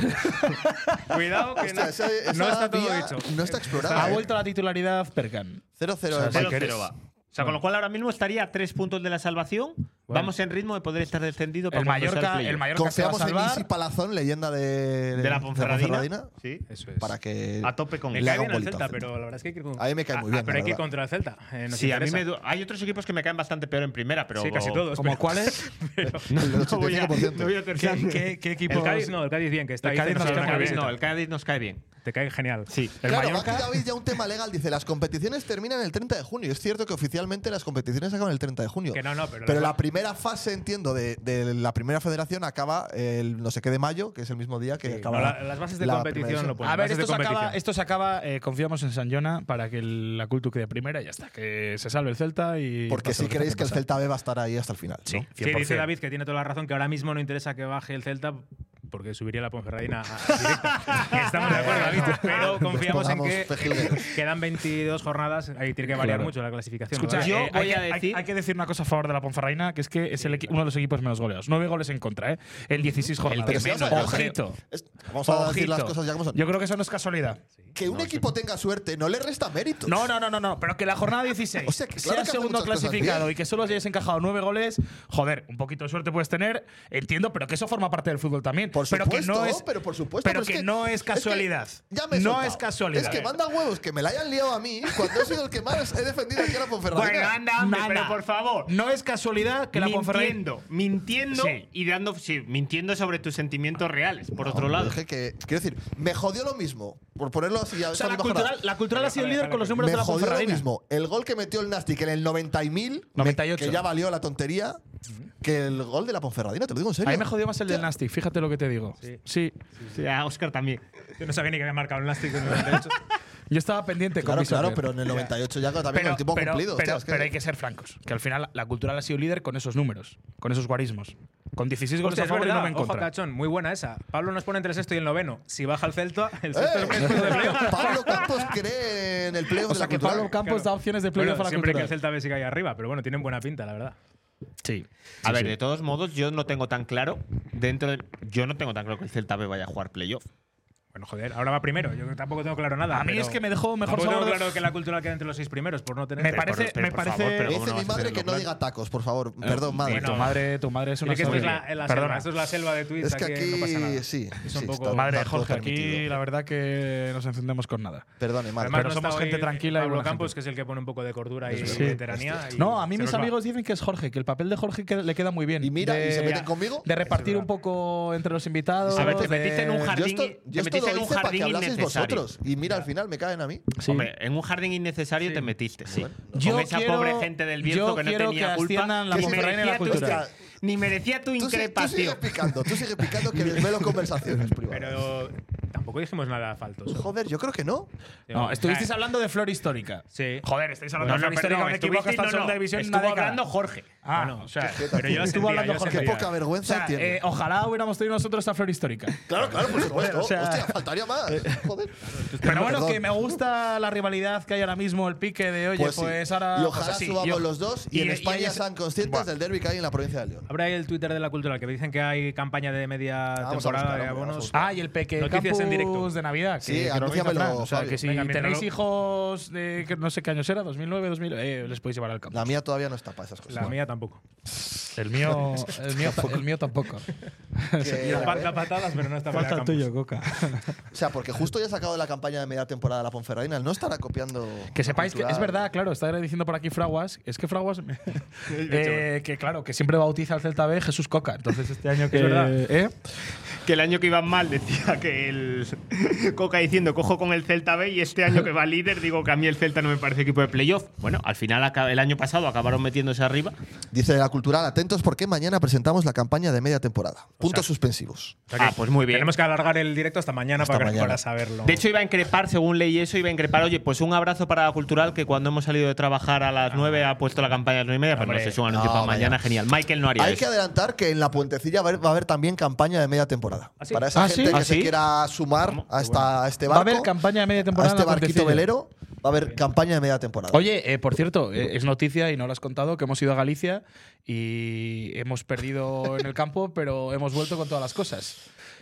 S4: cuidado, que
S1: Hostia,
S4: no,
S1: esa- esa
S4: no está todo
S1: vía
S4: dicho.
S1: No está
S3: ha
S4: Ah,
S1: explorada. ¿eh?
S3: vuelto a la titularidad Perkan.
S1: 0-0 de
S5: Cero,
S1: Valkyries.
S5: cero va. O sea, con lo cual ahora mismo estaría a tres puntos de la salvación. Vamos en ritmo de poder estar descendido para
S3: El
S5: cuando sea
S3: Mallorca,
S5: playoff.
S3: el Mallorca se va a
S1: Confiamos en
S3: salvar.
S1: Isi Palazón, leyenda de,
S5: de la Ponferradina.
S1: Ponferradina,
S5: Sí.
S4: Eso es.
S1: para que
S5: A tope con
S4: me
S5: él.
S1: le
S4: cae
S1: haga un
S4: bien el
S1: bolito
S4: Celta,
S1: al Celta.
S4: pero la verdad es que hay que ir con-
S1: A mí me cae
S4: Ah,
S1: muy bien,
S4: ah, Pero
S1: la
S4: hay que ir
S1: verdad.
S4: contra el Celta. eh, nos
S5: Sí, a mí
S4: interesa.
S5: me du- hay otros equipos que me caen bastante peor en primera, pero
S4: Sí, casi todos.
S3: ¿Como
S1: <laughs>
S4: pero-
S3: cuáles?
S1: El
S5: No <laughs> voy a,
S1: 85%.
S5: no voy a terciar.
S3: ¿Qué, qué, qué equipo?
S4: El Cádiz, no, el Cádiz bien, que está
S3: El
S4: ahí.
S3: Cádiz
S4: te
S3: nos
S4: saca
S3: cae
S4: una
S3: muy bien,
S4: camiseta.
S5: No, el Cádiz nos cae bien.
S4: Te cae genial.
S5: Sí.
S4: El
S1: claro,
S4: Mallorca.
S1: aquí David ya un tema legal dice, las competiciones terminan el 30 de junio. Es cierto que oficialmente las competiciones acaban el 30 de junio.
S4: Que no, no, pero
S1: Pero
S4: las-
S1: la primera fase, entiendo, de, de la primera federación acaba el no sé qué de mayo, que es el mismo día que
S4: Sí,
S1: acaba
S4: no, la- las bases de
S1: la
S4: competición
S1: primera
S4: no
S1: división.
S4: pueden.
S3: a ver,
S4: bases de
S3: esto se acaba,
S4: competición.
S3: esto se acaba eh, confiamos en San Jona para que el- la Cultu quede primera y ya está. Que se salve el Celta y.
S1: Porque
S3: pasa
S1: sí
S3: lo
S1: creéis que el
S3: tenga
S1: Celta B va a estar ahí hasta el final. ¿no?
S3: pasar.
S4: Sí, dice
S3: 100%.
S4: David que tiene toda la razón que ahora mismo no interesa que baje el Celta porque subiría la Ponferradina a- directa. Estamos de acuerdo, David, pero confiamos en que
S1: Nos pongamos
S4: quedan 22 jornadas. Ahí tiene que variar mucho la clasificación.
S3: Escucha,
S4: ¿verdad?
S5: Yo
S3: eh,
S5: voy
S3: hay,
S5: a
S3: que- hay-
S5: decir-
S3: hay que decir una cosa a favor de la Ponferraina, que es que es el equi- uno de los equipos menos goleados. Nueve goles en contra, ¿eh? En 16 jornadas.
S1: Pero si vamos a-
S3: Ojito.
S1: es- Vamos a decir las
S3: Ojito.
S1: cosas ya como son.
S3: Yo creo que eso no es casualidad.
S1: Que un equipo tenga suerte no le resta mérito.
S3: No, no, no, no, no. Pero que la jornada 16
S1: O sea, que claro que
S3: sea
S1: hace
S3: segundo
S1: muchas cosas
S3: clasificado
S1: bien.
S3: y que solo hayáis encajado nueve goles, joder, un poquito de suerte puedes tener, entiendo, pero que eso forma parte del fútbol también.
S1: Por
S3: pero
S1: supuesto,
S3: que no es,
S1: pero por supuesto.
S3: pero
S1: es
S3: que no es casualidad.
S1: ya me he
S3: No
S1: soltado.
S3: es casualidad.
S1: Es que manda huevos que me la hayan liado a mí cuando he sido el que más he defendido aquí a la Ponferradina.
S5: Bueno, anda, hombre,
S3: Nada.
S5: pero por favor.
S3: No es casualidad que la Ponferradina.
S5: mintiendo, mintiendo
S3: Sí.
S5: y dando, sí, mintiendo sobre tus sentimientos reales, por otro lado.
S1: Dije que, quiero decir, me jodió lo mismo. Por ponerlo así, ya
S3: O sea, la
S1: bajo la-
S3: cultural, la cultural ha sido líder con los números
S1: Me
S3: de la
S1: jodió lo
S3: Ponferradina.
S1: mismo. El gol que metió el Nastic en el 90.000, me-
S3: 98.
S1: que ya valió la tontería, que el gol de la Ponferradina, te lo digo en
S3: A
S1: serio.
S3: mí me jodió más el del
S1: Hostia.
S3: Nasty, fíjate lo que te digo. Sí.
S5: Sí, a Oscar también.
S4: Yo no sabía ni que había marcado el Nastic
S3: <laughs>
S4: en el 98.
S3: Yo estaba pendiente con
S1: Claro,
S3: mi
S1: claro,
S3: soccer.
S1: pero en el 98 ya también con el tiempo
S3: pero-
S1: cumplido.
S3: pero-
S1: hostia, es que-
S3: pero hay que ser francos. Que al final la cultural ha sido líder con esos números, con esos guarismos. Con 16 goles
S4: Hostia,
S3: a
S4: es
S3: favor y
S4: verdad.
S3: no me en
S4: Ojo,
S3: contra.
S4: cachón, muy buena esa. Pablo nos pone entre el sexto y el noveno. Si baja el Celta, el sexto es el
S3: <laughs>
S4: puesto de
S1: Eh,
S4: playoff.
S1: Pablo Campos cree en el playoff
S3: O sea
S1: de
S3: que
S1: la cultural.
S3: Pablo Campos
S4: Claro.
S3: da opciones de playoff
S4: Bueno,
S3: a la
S4: siempre que
S3: cultural.
S4: el Celta ve si cae arriba, pero bueno, tienen buena pinta, la verdad.
S3: Sí.
S5: A ver, de todos modos, yo no tengo tan claro dentro del- yo no tengo tan claro que el Celta B vaya a jugar playoff.
S4: Bueno, joder, ahora va primero. Yo tampoco tengo claro nada.
S3: A mí
S4: pero
S3: es que me dejó mejor
S4: tampoco tengo
S3: sabor de-
S4: claro que la cultura queda entre los seis primeros por no tener.
S3: Me
S4: Pero por-
S3: parece,
S5: pero
S3: me
S5: por
S3: parece.
S5: favor, pero ¿cómo
S1: Dice
S5: no
S1: mi
S5: vas a
S1: madre
S5: hacerlo,
S1: que no
S5: claro?
S1: diga tacos, por favor. Perdón, madre.
S3: tu madre, tu madre es una
S4: Mira que esto es la,
S3: soberbia.
S4: en la selva,
S3: Perdona.
S4: esto es la selva de Twitch.
S1: Es que
S4: no pasa nada.
S1: aquí sí.
S4: Es un
S1: sí,
S4: poco-
S1: está-
S3: Madre de
S1: está todo
S3: Jorge, aquí
S1: permitido.
S3: la verdad que nos encendemos con nada.
S1: Perdone, madre.
S4: Además,
S3: Pero
S4: no
S3: somos
S4: está
S3: gente
S4: hoy
S3: tranquila y
S4: Pablo
S3: buena
S4: Campos,
S3: gente.
S4: que es el que pone un poco de cordura y
S3: Sí.
S4: veteranía. y
S3: No, a mí
S4: se
S3: mis
S4: nos va.
S3: amigos dicen que es Jorge, que el papel de Jorge que le queda muy bien.
S1: Y mira,
S3: de,
S1: y se meten conmigo.
S3: de repartir un poco entre los invitados.
S5: A ver, te
S3: de-
S5: metiste en un jardín.
S1: Yo esto,
S5: Te
S1: yo esto
S5: metiste en
S1: lo
S5: un
S1: hice para
S5: jardín
S1: que hablaseis
S5: innecesario.
S1: vosotros. Y mira, al final me caen a mí.
S3: Sí.
S5: Hombre, en un jardín innecesario te metiste. Con
S3: Yo
S5: esa
S3: quiero-
S5: pobre gente del
S3: yo
S5: Bierzo que no
S3: quiero
S5: tenía
S3: que
S5: culpa.
S3: asciendan la
S5: ni
S1: Ponferradina y la
S5: merecía tu-
S1: Cultural.
S5: Ni merecía tu
S1: Tú, si- tú sigues
S5: increpación.
S1: picando, tú sigues picando que desvelo conversaciones privadas.
S4: Pero tampoco dijimos nada falto.
S1: Joder, yo creo que no.
S3: No, estuvisteis hablando de flora histórica.
S4: eh. Sí.
S3: Joder, estáis hablando
S5: No,
S3: de
S5: no,
S3: flora histórica.
S5: perdón,
S3: me equivoco
S5: estuviste-
S3: hasta
S5: no,
S3: la segunda
S5: no,
S3: división.
S5: estuvo
S3: una década.
S5: hablando Jorge.
S3: Ah,
S4: Bueno,
S3: o sea,
S4: Pero yo
S3: estuvo
S4: sentía,
S3: hablando
S4: yo
S3: Jorge.
S1: Qué
S4: sentía.
S1: poca
S3: O
S1: vergüenza
S3: sea,
S1: tiene.
S3: eh, ojalá hubiéramos tenido nosotros a flora histórica.
S1: <laughs> claro, claro, por supuesto.
S3: o sea-
S1: Hostia, faltaría más. Joder.
S3: Pero bueno,
S1: Perdón.
S3: que me gusta la rivalidad que hay ahora mismo, el pique de oye, pues,
S1: sí.
S3: ahora.
S1: Y ojalá
S3: pues así,
S1: subamos
S3: yo-
S1: los dos y,
S3: y-
S1: en
S3: y-
S1: España
S3: y-
S1: sean conscientes
S3: Buah.
S1: del derby que hay en la provincia de León.
S4: Habrá ahí el Twitter de la cultura que dicen que hay campaña de media
S1: Ah, Vamos a
S4: temporada
S1: buscar,
S4: de
S1: hombre, vamos a
S4: abonos.
S1: buscar.
S3: Ah, y el peque
S4: Noticias
S3: campus
S4: en directo.
S3: de Navidad.
S1: Sí,
S3: que- que organiza
S1: anúnciamelo,
S3: Fran. O sea,
S1: Fabio.
S3: que si
S4: Venga, mientras
S3: tenéis
S4: lo-
S3: hijos de que no sé qué años era, 2009, 2000, eh, les podéis llevar al campo.
S1: La mía todavía no está para esas cosas.
S4: La mía tampoco.
S1: <laughs>
S3: El mío, el mío, ta- el mío tampoco.
S1: Que-
S4: Falta patadas, pero no
S3: <laughs>
S4: está para
S3: Falta el tuyo, Coca.
S1: o sea, porque justo ya he sacado de la campaña de media temporada de la Ponferradina. No estará copiando.
S3: Que
S1: la
S3: sepáis que
S1: cultura.
S3: es verdad, claro, está diciendo por aquí Fraguas. Es que Fraguas.
S4: <laughs>
S3: me- eh, que claro, que siempre bautiza al Celta B Jesús Coca. Entonces este año que.
S4: Es verdad.
S3: ¿eh?
S5: Que el año que iban mal decía que el <laughs> Coca diciendo cojo con el Celta B y este año que va líder digo que a mí el Celta no me parece equipo de playoff. Bueno, al final aca- el año pasado acabaron metiéndose arriba.
S1: Dice la cultural, atentos porque mañana presentamos la campaña de media temporada. Puntos suspensivos.
S5: Ah, pues muy bien.
S4: Tenemos que alargar el directo hasta mañana,
S1: Hasta
S4: para, que-
S1: mañana.
S4: para saberlo.
S5: De hecho, iba a increpar, según leí eso, iba a increpar, oye, pues un abrazo para la cultural que cuando hemos salido de trabajar a las 9 ha puesto la campaña a las 9 y media, pero no
S4: Hombre.
S5: sé, es un anuncio
S1: No,
S5: para
S1: vaya.
S5: mañana, genial. Michael no haría
S1: Hay que
S5: eso.
S1: adelantar que en la puentecilla va a haber, va a haber también campaña de media temporada.
S4: ¿Ah, sí?
S1: Para esa
S3: ¿Ah,
S1: gente
S3: sí?
S1: que
S5: ¿Ah,
S1: se
S5: sí?
S1: quiera sumar a, esta, a este
S3: Va a
S1: barco.
S3: haber campaña de media temporada.
S1: A
S3: en
S1: este
S3: la
S1: barquito
S3: Pontecilla.
S1: velero va a haber campaña de media temporada.
S3: Oye, eh, por cierto, eh, es noticia y no lo has contado que hemos ido a Galicia y hemos perdido en el campo, pero hemos vuelto con todas las cosas.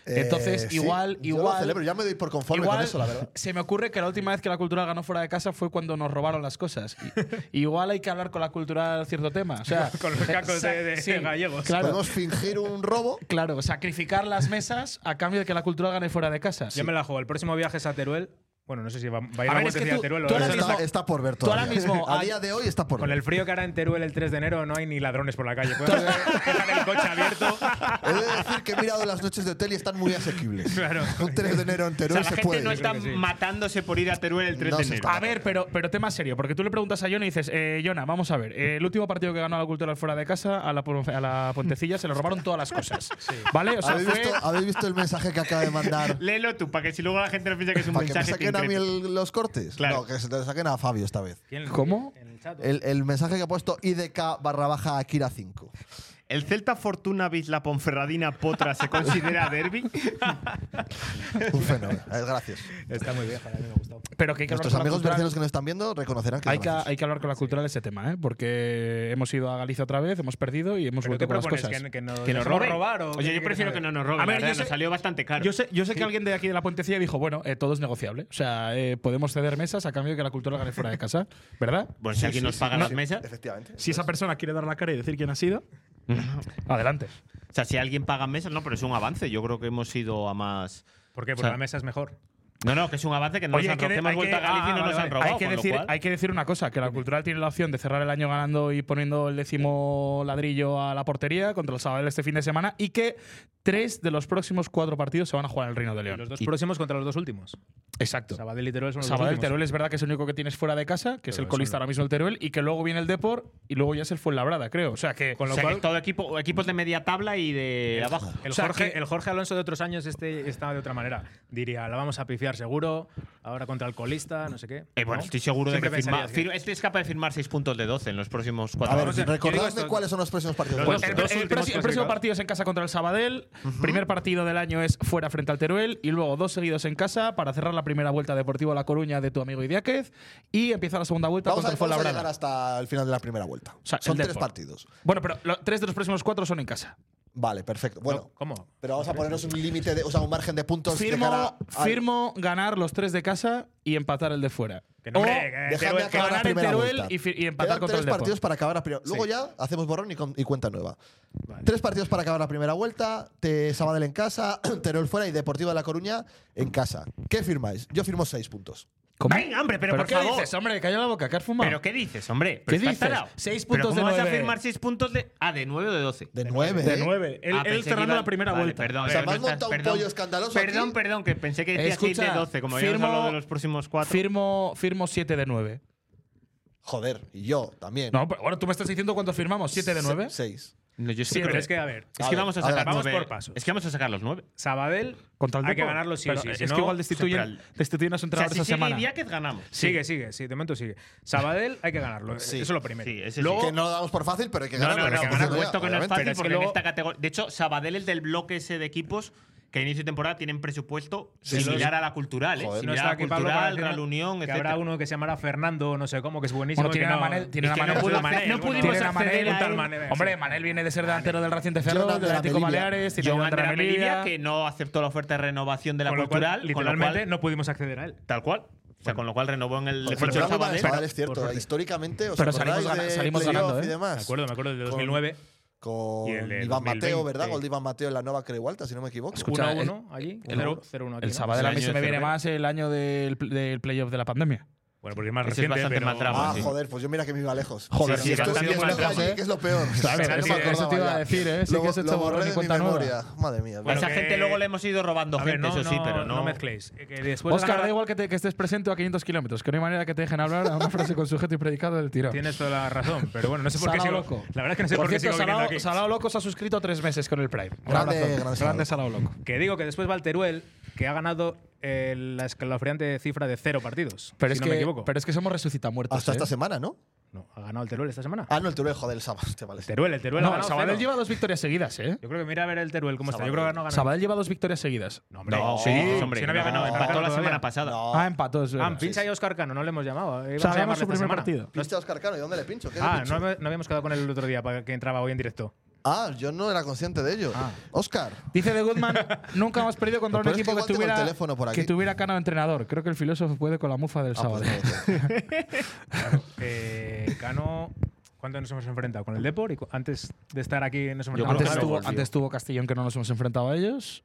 S1: Eh,
S3: Entonces,
S1: sí,
S3: igual,
S1: yo lo
S3: igual.
S1: celebro, ya me doy por conforme
S3: igual
S1: con eso, la verdad.
S3: se me ocurre que la última vez que la cultural ganó fuera de casa fue cuando nos robaron las cosas. Y-
S4: <laughs>
S3: igual hay que hablar con la cultural cierto tema. O sea,
S4: Con los cacos de- de gallegos. Pues
S3: Claro,
S1: Podemos fingir un robo.
S3: claro, sacrificar las mesas a cambio de que la cultural gane fuera de casa.
S4: Yo me la juego. El próximo viaje es a Teruel. Bueno, no sé si va, va a ir
S3: A
S4: a,
S3: ver,
S4: la
S3: es que
S4: Vuelta
S3: tú-
S4: a Teruel. o
S3: tú ahora
S4: eso.
S3: mismo-
S1: Está, está por ver
S3: tú ahora
S1: todavía.
S3: mismo,
S1: a
S3: al-
S1: día de hoy está por
S4: Con
S1: ver.
S4: el frío que hará en Teruel el 3 de enero no hay ni ladrones por la calle. Puedes dejar el coche
S5: <laughs>
S4: abierto.
S1: He de decir que he mirado las noches de hotel y están muy asequibles.
S4: Claro.
S1: Un 3 de enero en
S5: O sea,
S1: Teruel
S5: la
S1: se
S5: gente
S1: puede.
S5: no está
S4: creo que sí.
S5: matándose por ir a Teruel el 3
S1: No
S5: de
S1: se
S5: enero.
S1: está.
S3: A ver, pero, pero tema serio, porque tú le preguntas a Jonah y dices, eh, Jonah, vamos a ver, eh, el último partido que ganó la Cultural fuera de casa, a la, Pon- a la Pontecilla se le robaron todas las cosas. ¿Vale? O sea,
S1: ¿Habéis
S3: fue.
S1: visto, habéis visto el mensaje que acaba de mandar?
S5: Léelo tú, para que si luego la gente no piensa que es <laughs> un
S1: ¿Para que me
S5: mensaje que
S1: saquen a mí
S5: increpa.
S1: el- los cortes?
S5: Claro.
S1: No, que se te saquen a Fabio esta vez.
S4: ¿Quién-
S3: ¿Cómo?
S4: En el chat.
S1: El, el mensaje que ha puesto IDK barra baja Akira 5.
S5: ¿El Celta Fortuna bis la Ponferradina Potra se
S1: <laughs>
S5: considera derby?
S1: Un fenómeno. Eh, Gracias.
S4: Está muy bien, a mí me ha gustado.
S3: Pero que hay que hablar
S1: Nuestros
S3: con la
S1: amigos
S3: Cultural-
S1: vecinos que nos están viendo reconocerán que.
S3: hay que,
S1: gracias.
S3: hay que hablar con la cultural de ese tema, ¿eh? porque hemos ido a Galicia otra vez, hemos perdido y hemos
S4: ¿Pero
S3: vuelto
S4: qué
S3: con las
S4: propones?
S3: cosas.
S4: ¿Que- que nos
S3: ¿Que nos
S4: dejemos
S3: roben?
S4: robar o qué
S5: Oye, yo
S4: quieres
S5: prefiero
S4: saber?
S5: que no nos roben.
S3: A ver,
S5: la
S3: yo
S5: verdad,
S3: sé-
S5: nos salió bastante caro.
S3: Yo sé, yo sé que alguien de aquí de la Puentecilla dijo, bueno, eh, todo es negociable. O sea, eh, podemos ceder mesas a cambio de que la cultural gane fuera de casa, ¿verdad?
S5: Bueno, si alguien nos paga las mesas.
S1: Efectivamente.
S3: Si esa persona quiere dar la cara y decir quién ha sido, Adelante.
S5: O sea, si alguien paga en mesa, no, pero es un avance. Yo creo que hemos ido a más.
S4: ¿Por qué? Porque
S5: O sea,
S4: la mesa es mejor.
S5: No, no, que es un avance que no
S3: Oye,
S5: nos
S3: hay
S5: han
S3: que de-
S5: robado. Que hemos
S3: hay
S5: vuelto
S3: que-
S5: a Galicia y no
S4: ah,
S5: nos
S4: vale,
S5: han
S4: vale.
S5: robado.
S3: Hay que,
S5: con lo
S3: decir,
S5: cual-
S3: hay que decir una cosa, que la cultural tiene la opción de cerrar el año ganando y poniendo el décimo ladrillo a la portería contra el Sabadell este fin de semana y que tres de los próximos cuatro partidos se van a jugar en el Reino de
S4: Los
S3: León.
S4: dos próximos contra los dos últimos.
S3: Exacto.
S4: Sabadell y Teruel son los dos
S3: Sabadell,
S4: últimos.
S3: Teruel es verdad que es el único que tienes fuera de casa, que es el colista ahora mismo el Teruel, y que luego viene el Depor y luego ya es el Fuenlabrada, creo. O sea que.
S4: Con lo
S5: O sea, que
S4: cual,
S5: todo equipo, equipos de media tabla y de abajo.
S4: El,
S3: O sea,
S4: Jorge,
S3: que-
S4: el Jorge Alonso de otros años este está de otra manera. Diría, la vamos a pifiar seguro, ahora contra el colista, no sé qué.
S5: Eh, bueno,
S4: ¿No?
S5: estoy seguro de
S4: Siempre
S5: que firma,
S4: pensarías que-
S5: fir- este es capaz de firmar 6 puntos de 12 en los próximos
S1: A
S5: 4
S1: ver,
S5: años.
S4: yo digo
S1: recordadme
S4: esto-
S1: cuáles son los próximos partidos.
S4: Los
S3: Pues
S1: vuestros.
S4: dos- dos
S3: el, el
S4: últimos
S3: próximo- el próximo
S4: clasificados.
S3: partido es en casa contra el Sabadell. Primer partido del año es fuera frente al Teruel. Y luego dos seguidos en casa para cerrar la primera vuelta Deportivo La Coruña de tu amigo Idiáquez. Y empieza la segunda vuelta
S1: Vamos a,
S3: contra el
S1: vamos a llegar
S3: Fuenlabrada.
S1: hasta el final de la primera vuelta.
S3: sea, el
S1: son tres
S3: Depor.
S1: partidos.
S3: Bueno, pero lo- tres de los próximos cuatro son en casa.
S1: Vale, perfecto. Bueno,
S4: ¿Cómo?
S1: pero vamos a ponernos un límite, de- o sea, un margen de puntos. de cara
S3: Firmo,
S1: al-
S3: firmo ganar los tres de casa y empatar el de fuera.
S4: Que no,
S3: O-
S4: hombre, que-
S1: Dejadme
S4: Teruel-
S1: acabar la
S3: ganar en
S1: primera
S3: Teruel
S1: vuelta.
S3: y fi- y empatar
S1: Quedan
S3: contra
S1: tres
S3: el Depor.
S1: partidos para acabar la primera. Luego ya hacemos borrón y, con- y cuenta nueva. Tres partidos para acabar la primera vuelta. Te Sabadell en casa, <clears throat> Teruel fuera y Deportivo de La Coruña en casa. ¿Qué firmáis? Yo firmo seis puntos.
S5: Venga, hombre, pero, por
S3: qué
S5: favor.
S3: dices, hombre? Calla la boca, que has fumado.
S5: ¿Pero qué dices, hombre?
S3: ¿Qué
S5: ¿Pero estás
S3: dices?
S5: tarao?
S3: Seis
S5: ¿Pero
S3: puntos de
S5: ¿Cómo vas a
S3: nueve.
S5: firmar 6 puntos de. Ah, de 9 o de 12?
S1: De nueve.
S3: De
S1: ¿eh?
S3: nueve. Él,
S5: Ah,
S3: él
S5: pensé que
S3: cerrando
S5: iba-
S3: la primera
S5: vale,
S3: vuelta.
S5: Perdón,
S1: O sea,
S5: eh,
S1: me has
S5: estás-
S1: montado un
S5: perdón.
S1: pollo escandaloso
S5: Perdón,
S1: aquí.
S5: perdón, que pensé que decías
S3: Escucha,
S5: 6 de 12, como habíamos
S3: firmo-
S5: hablado de los próximos 4.
S3: Firmo, firmo 7 de 9.
S1: ¿eh? Joder, y yo también.
S3: No, pero ahora tú me estás diciendo cuánto firmamos, 7 de 9.
S1: Se- seis.
S5: No, yo
S4: Sí, pero es que, a ver,
S5: Es
S1: A
S5: que
S1: ver,
S5: vamos a
S1: a ver,
S5: sacar
S4: vamos
S5: nueve.
S4: por pasos.
S5: Es que vamos a sacar los 9.
S4: Sabadell,
S3: Contra el
S4: hay que
S3: Depor.
S4: ganarlo sí o
S3: Pero
S4: sí.
S3: Es
S4: si
S3: que
S4: no-
S3: igual destituyen,
S5: se pral-
S3: destituyen a su
S5: O sea,
S3: entrenador
S5: si
S3: esta
S5: sigue
S3: semana.
S5: Idiáquez, ganamos.
S4: Sigue, sigue, sí, de momento sigue. Sabadell hay que ganarlo,
S1: Sí.
S4: eso es lo primero.
S5: Sí, ese sí.
S4: Luego,
S1: Que no lo damos por fácil, pero hay que
S5: No,
S1: ganar.
S5: no, no,
S1: porque
S5: por
S1: estamos
S5: supuesto que
S1: en
S5: no
S1: la-
S5: es fácil
S1: obviamente.
S4: Pero es que
S5: porque en
S4: luego-
S5: esta categoría. De hecho, Sabadell es del bloque ese de equipos que a inicio de temporada tienen presupuesto similar a la cultural, ¿eh?
S1: Joder,
S4: no
S5: Similar a
S4: está
S5: la
S4: aquí Pablo para
S5: cultural,
S4: decirnos
S5: Real Unión,
S4: que
S5: etc.
S4: habrá uno que se llamará Fernando, no sé cómo, que es buenísimo.
S3: Bueno,
S4: y que
S3: tiene a
S4: no-
S3: Manel, tiene
S4: y
S3: a
S4: que
S3: Manel,
S4: no pudo
S5: no
S4: hacer- no
S5: pudimos
S4: pudimos
S5: hacer
S3: a
S4: acceder
S3: Manel,
S4: a
S3: tal
S4: él.
S3: Manel, Hombre, Manel viene de ser delantero del Racing de
S1: Jonathan
S3: Ferrol,
S1: de
S3: del
S1: la
S3: Atlético
S1: Melilla.
S3: Baleares, tiene a
S5: Joan
S3: Jonathan
S5: de la
S3: de la
S5: Melilla, que
S3: Melilla.
S5: no aceptó la oferta de renovación de la
S4: Con lo cual,
S5: cultural, con lo
S4: literalmente
S5: cual,
S4: no pudimos acceder a él.
S5: tal cual. O sea, con lo cual renovó en el
S1: Joder,
S5: fichó
S1: pero
S5: el
S1: vamos a
S5: Sabadell.
S1: Sabadell es cierto.
S4: suerte.
S1: Históricamente, ¿os
S3: Pero
S1: acordáis
S3: salimos gana-
S1: de
S3: salimos
S1: playoff
S3: ganando,
S1: y
S3: ¿eh?
S1: demás?
S4: Me acuerdo, me acuerdo, del
S1: Con-
S4: 2009.
S1: Con
S4: Y el de
S1: Iván
S4: 2020,
S1: Mateo, ¿verdad?
S4: sí.
S1: Gol de Iván Mateo en la nueva Creualta, si no me equivoco.
S3: Escucha,
S4: 1-1 allí,
S3: el-
S4: 0-1 aquí.
S3: El
S4: ¿no?
S3: Sabadell a mí
S5: Ese
S3: se me
S5: año de
S3: viene
S5: Ferrer.
S3: más el año del, pl- del playoff de la pandemia.
S4: Bueno, porque es más
S5: Ese es
S4: reciente,
S5: bastante
S4: pero-
S5: más drama,
S1: Ah,
S5: sí.
S1: joder, pues yo mira que me iba lejos.
S3: Joder,
S5: Sí, sí,
S1: Y esto- y
S5: bastante
S1: esto
S5: más
S1: es
S5: lejos,
S1: allí,
S3: ¿eh?
S1: que es lo peor.
S3: Claro,
S1: O sea, no
S3: sí,
S1: me
S3: eso te iba
S1: acordaba
S3: a
S1: ya.
S3: decir, ¿eh? Sí
S1: Lo,
S3: que has
S1: lo
S3: hecho borrón
S1: borré
S3: y
S1: de mi
S3: cuenta nueva.
S1: memoria. Madre mía.
S5: A esa
S4: que-
S5: gente luego le hemos ido robando
S4: A ver,
S5: gente,
S4: no,
S5: eso sí,
S4: no-
S5: pero no.
S4: no mezcléis. Eh, que después
S3: Oscar,
S4: ganará-
S3: da igual que, te- que estés presente o a 500 kilómetros, que no hay manera que te dejen hablar a una frase con sujeto y predicado del tirón.
S4: Tienes toda la razón, pero bueno, no sé por qué sigo.
S3: Salao loco.
S4: La verdad es que no sé por,
S3: por
S4: qué
S3: cierto,
S4: sigo viniendo
S3: Salao,
S4: aquí.
S3: Salao loco se ha suscrito tres meses con el Prime. Un
S1: Grande,
S3: abrazo.
S1: grande Salao.
S3: grande Salao loco.
S4: Que digo que después va el Teruel, que ha ganado eh, la escalofriante cifra de cero partidos. si
S3: Pero, es
S4: no
S3: que,
S4: me equivoco.
S3: pero es que somos resucitamuertos.
S1: Hasta
S3: ¿eh?
S1: esta semana, ¿no?
S4: No, ha ganado el Teruel esta semana.
S1: Ah, no, el Teruel, joder, el sábado. Hostia, vale.
S4: El Teruel, el Teruel ha
S3: No,
S4: ganado
S3: Sabadell
S4: cero.
S3: lleva dos victorias seguidas, ¿eh?
S4: Yo creo que mira a ver el Teruel cómo está. Yo creo que no ha ganado.
S3: Sabadell lleva dos victorias seguidas.
S4: No, hombre,
S5: No,
S4: sí,
S5: hombre,
S4: si no había
S5: no,
S4: ganado.
S5: empató la
S4: todavía.
S5: semana pasada.
S1: No.
S3: Ah, empató, es verdad.
S4: Ah, pincha y Oscar Cano, no le hemos llamado. Íbamos
S3: O sea,
S4: a
S3: hagamos
S4: llamarle
S3: su
S4: esta
S3: primer
S4: semana.
S3: partido.
S1: ¿Viste a Oscar este Cano? ¿Y dónde le pincho? ¿Qué le
S4: Ah,
S1: pincho?
S4: no, hab- no habíamos quedado con él el otro día para que entraba hoy en directo.
S1: Ah, yo no era consciente de
S3: Ah.
S1: ello. Ah, Oscar,
S3: <laughs> Dice de Goodman, nunca hemos perdido contra
S1: Lo
S3: un
S1: peor es que
S3: equipo que,
S1: igual tengo el
S3: tuviera,
S1: teléfono por
S3: que
S1: aquí.
S3: tuviera cana de entrenador. Creo que el filósofo puede con la mufa del
S1: Ah, pues
S3: sábado. <laughs>
S4: Eh, Cano, ¿cuánto nos hemos enfrentado? ¿Con el Depor? Y cu- antes de estar aquí nos
S5: Yo creo
S4: enfrentamos
S3: antes,
S5: que no
S4: con
S3: tuvo,
S5: volvió.
S3: antes tuvo Castellón, que no nos hemos enfrentado a ellos.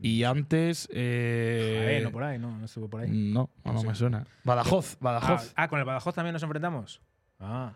S3: Y antes. eh,
S4: Jaén, Ah, no por ahí, no, no estuvo por ahí.
S3: No, no,
S4: sé.
S3: me suena. Badajoz,
S4: Ah,
S3: Badajoz.
S4: ah, con el Badajoz también nos enfrentamos. Ah,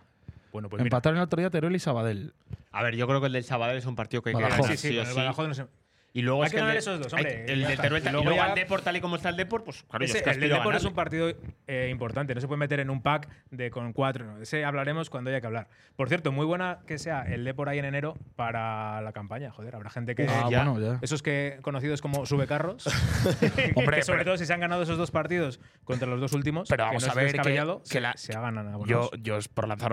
S4: bueno, pues mira.
S3: Empataron el otro día Teruel y Sabadell.
S5: A ver, yo creo que el del Sabadell es un partido que hay que
S3: Badajoz.
S5: ganar
S4: Eh, Sí, sí,
S5: sí o
S4: con el
S5: sí.
S4: Badajoz nos em-, enfrentamos.
S5: Y luego
S4: Hay
S5: es
S4: que
S5: el
S4: ganar
S5: de-
S4: esos dos,
S5: hay-
S4: hombre,
S5: El
S4: ya
S5: del
S4: está.
S5: Teruel
S4: Y luego
S5: y luego
S4: ya-
S5: al Depor, tal y como está el Depor, pues claro,
S4: Ese-
S5: es que
S4: el del
S5: aspiro a
S4: Depor es
S5: ganarle.
S4: un partido eh, importante, no se puede meter en un pack de con cuatro. no. Ese hablaremos cuando haya que hablar. Por cierto, muy buena que sea el Depor ahí en enero para la campaña. Joder, habrá gente que.
S3: Ah, bueno,
S5: ya.
S1: <laughs>
S3: ya.
S4: Esos que conocidos como subecarros. <laughs> que sobre todo si se han ganado esos dos partidos contra los dos últimos.
S3: Pero vamos
S4: que no
S3: a ver que-
S4: es descabellado,
S3: que
S4: se-
S3: la-
S4: se hagan abonados.
S3: Yo, yo es por lanzar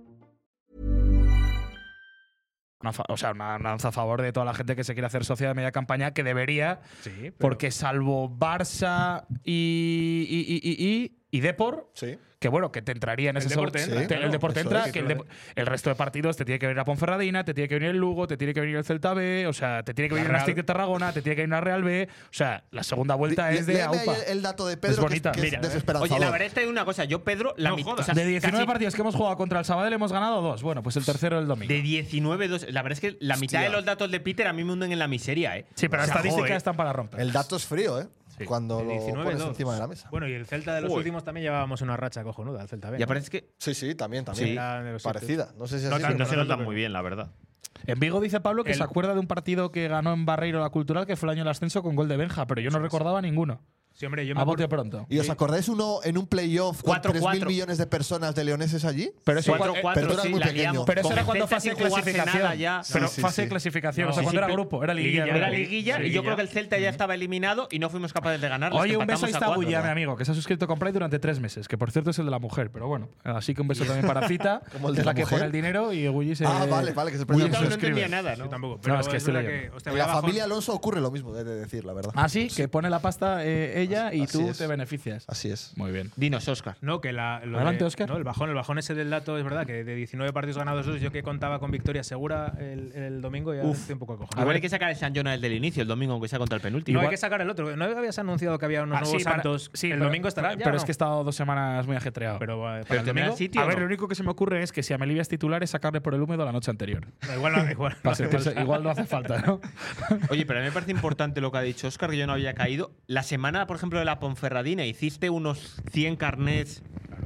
S3: Una fa- o sea, una una lanza a favor de toda la gente que se quiere hacer socia de media campaña, que debería, porque salvo Barça y, y, y- y- y- y Depor, que bueno, que te entraría en
S2: El
S3: ese
S2: Depor te
S3: sorteo.
S2: entra,
S3: Te-
S2: claro,
S3: el Depor te
S2: eso
S3: entra,
S2: es.
S3: que el, Dep- el resto de partidos te tiene que venir la Ponferradina, te tiene que venir el Lugo, te tiene que venir el Celta B, o sea, te tiene que
S1: La
S3: venir el Nastic
S1: Real.
S3: de Tarragona, te tiene que venir la Real B. O sea, la segunda vuelta
S1: Le-
S3: es eh. de
S1: léeme ahí
S3: AUPA.
S1: el- el dato de Pedro, que es- que es desesperanzador.
S5: Oye, la verdad es que hay una cosa. Yo, Pedro, la mitad…
S3: de 19 partidos que hemos jugado contra el Sabadell hemos ganado dos. Bueno, pues el tercero el domingo.
S5: De 19, dos- la verdad es que la mitad
S3: Hostia.
S5: de los datos de Peter a mí me hunden en la miseria, ¿eh?
S3: Sí, pero las
S5: O sea,
S3: estadísticas
S5: joder.
S3: están para romper.
S1: El dato es frío, ¿eh? Cuando lo
S4: 19
S1: pones
S4: dos.
S1: encima de la mesa.
S4: Bueno, y el Celta de los
S1: Uy.
S4: últimos también llevábamos una racha cojonuda, el Celta B.
S1: Ya
S4: ¿no?
S1: parece que- Sí, sí, también, también.
S4: Sí. Era de los
S1: Parecida.
S4: sitios.
S1: No sé si
S4: No
S1: así.
S4: tanto, no tanto, pero-
S5: bien, la verdad.
S3: En Vigo dice Pablo que
S4: El-
S3: se acuerda de un partido que ganó en Barreiro la Cultural, que fue el año del ascenso con gol de Benja, pero yo no recordaba ninguno.
S4: Sí, hombre, yo me
S3: A bote
S4: acuerdo-
S3: pronto.
S1: ¿Y os acordáis uno en un playoff con
S3: 4-4.
S1: 3.000 millones de personas de leoneses allí?
S3: Pero eso,
S1: Cuatro-
S3: cua-
S1: pero tú eras muy pequeño.
S3: Pero eso era cuando fase de clasificación. Pero
S1: Sí, sí,
S3: fase de
S1: sí.
S3: clasificación, o sea, cuando era grupo, era liguilla.
S5: Era liguilla y yo creo que el
S3: Sí.
S5: Celta ya estaba eliminado y no fuimos capaces de ganar.
S3: Oye, un beso a Istabuya, mi
S1: ¿eh?
S3: amigo, que se ha suscrito con Pride durante tres meses, que por cierto es el de la mujer, pero bueno. Así que un beso también para Cita,
S1: <laughs> Como el
S3: que
S1: de
S3: es
S1: la
S3: la que
S1: mujer.
S3: pone el dinero y Gulli se.
S1: Ah, vale, vale, que se prende.
S3: Gulli se suscribe.
S4: Yo tampoco.
S3: No,
S4: Pero
S3: es que
S4: es
S3: estoy
S4: verdad
S3: leyendo.
S4: que, hostia,
S1: En
S4: voy
S1: la
S4: a bajón.
S1: familia Alonso ocurre lo mismo, he de decir, la verdad.
S3: Ah, sí, que pone la pasta eh, ella y tú te beneficias.
S1: Así es.
S3: Muy bien.
S5: Dinos, Oscar.
S4: No, que la, lo
S3: Adelante,
S4: de-
S3: Óscar.
S4: no, el, bajón, el bajón ese del dato es verdad que de 19 partidos ganados, dos, yo que contaba con victoria segura el, el domingo, ya
S5: Uf.
S4: estoy un poco acojonado.
S5: Igual hay que sacar el San Jonas desde el inicio, el domingo, aunque sea contra el penúltimo.
S4: No, hay que sacar el otro. ¿No habías anunciado que había unos
S3: Ah, sí,
S4: nuevos
S3: para-
S4: santos?
S3: sí,
S4: el
S3: pero-
S4: domingo estará ya.
S3: Pero
S4: o
S3: es
S4: no?
S3: que he estado dos semanas muy ajetreado.
S4: Pero, eh,
S3: Pero
S4: para
S3: el
S4: el
S3: domingo-
S4: domingo,
S3: a ver, lo único que se me ocurre es que si a Melivia es titular es sacarle por el húmedo la noche <laughs> anterior.
S4: No, igual no, igual no
S3: Para
S4: hace
S3: sentirse-
S4: falta.
S3: igual no hace falta, <laughs> ¿no?
S5: Oye, pero a mí me parece importante lo que ha dicho Oscar, que yo no había caído. La semana, por ejemplo, de la Ponferradina, hiciste unos 100 carnets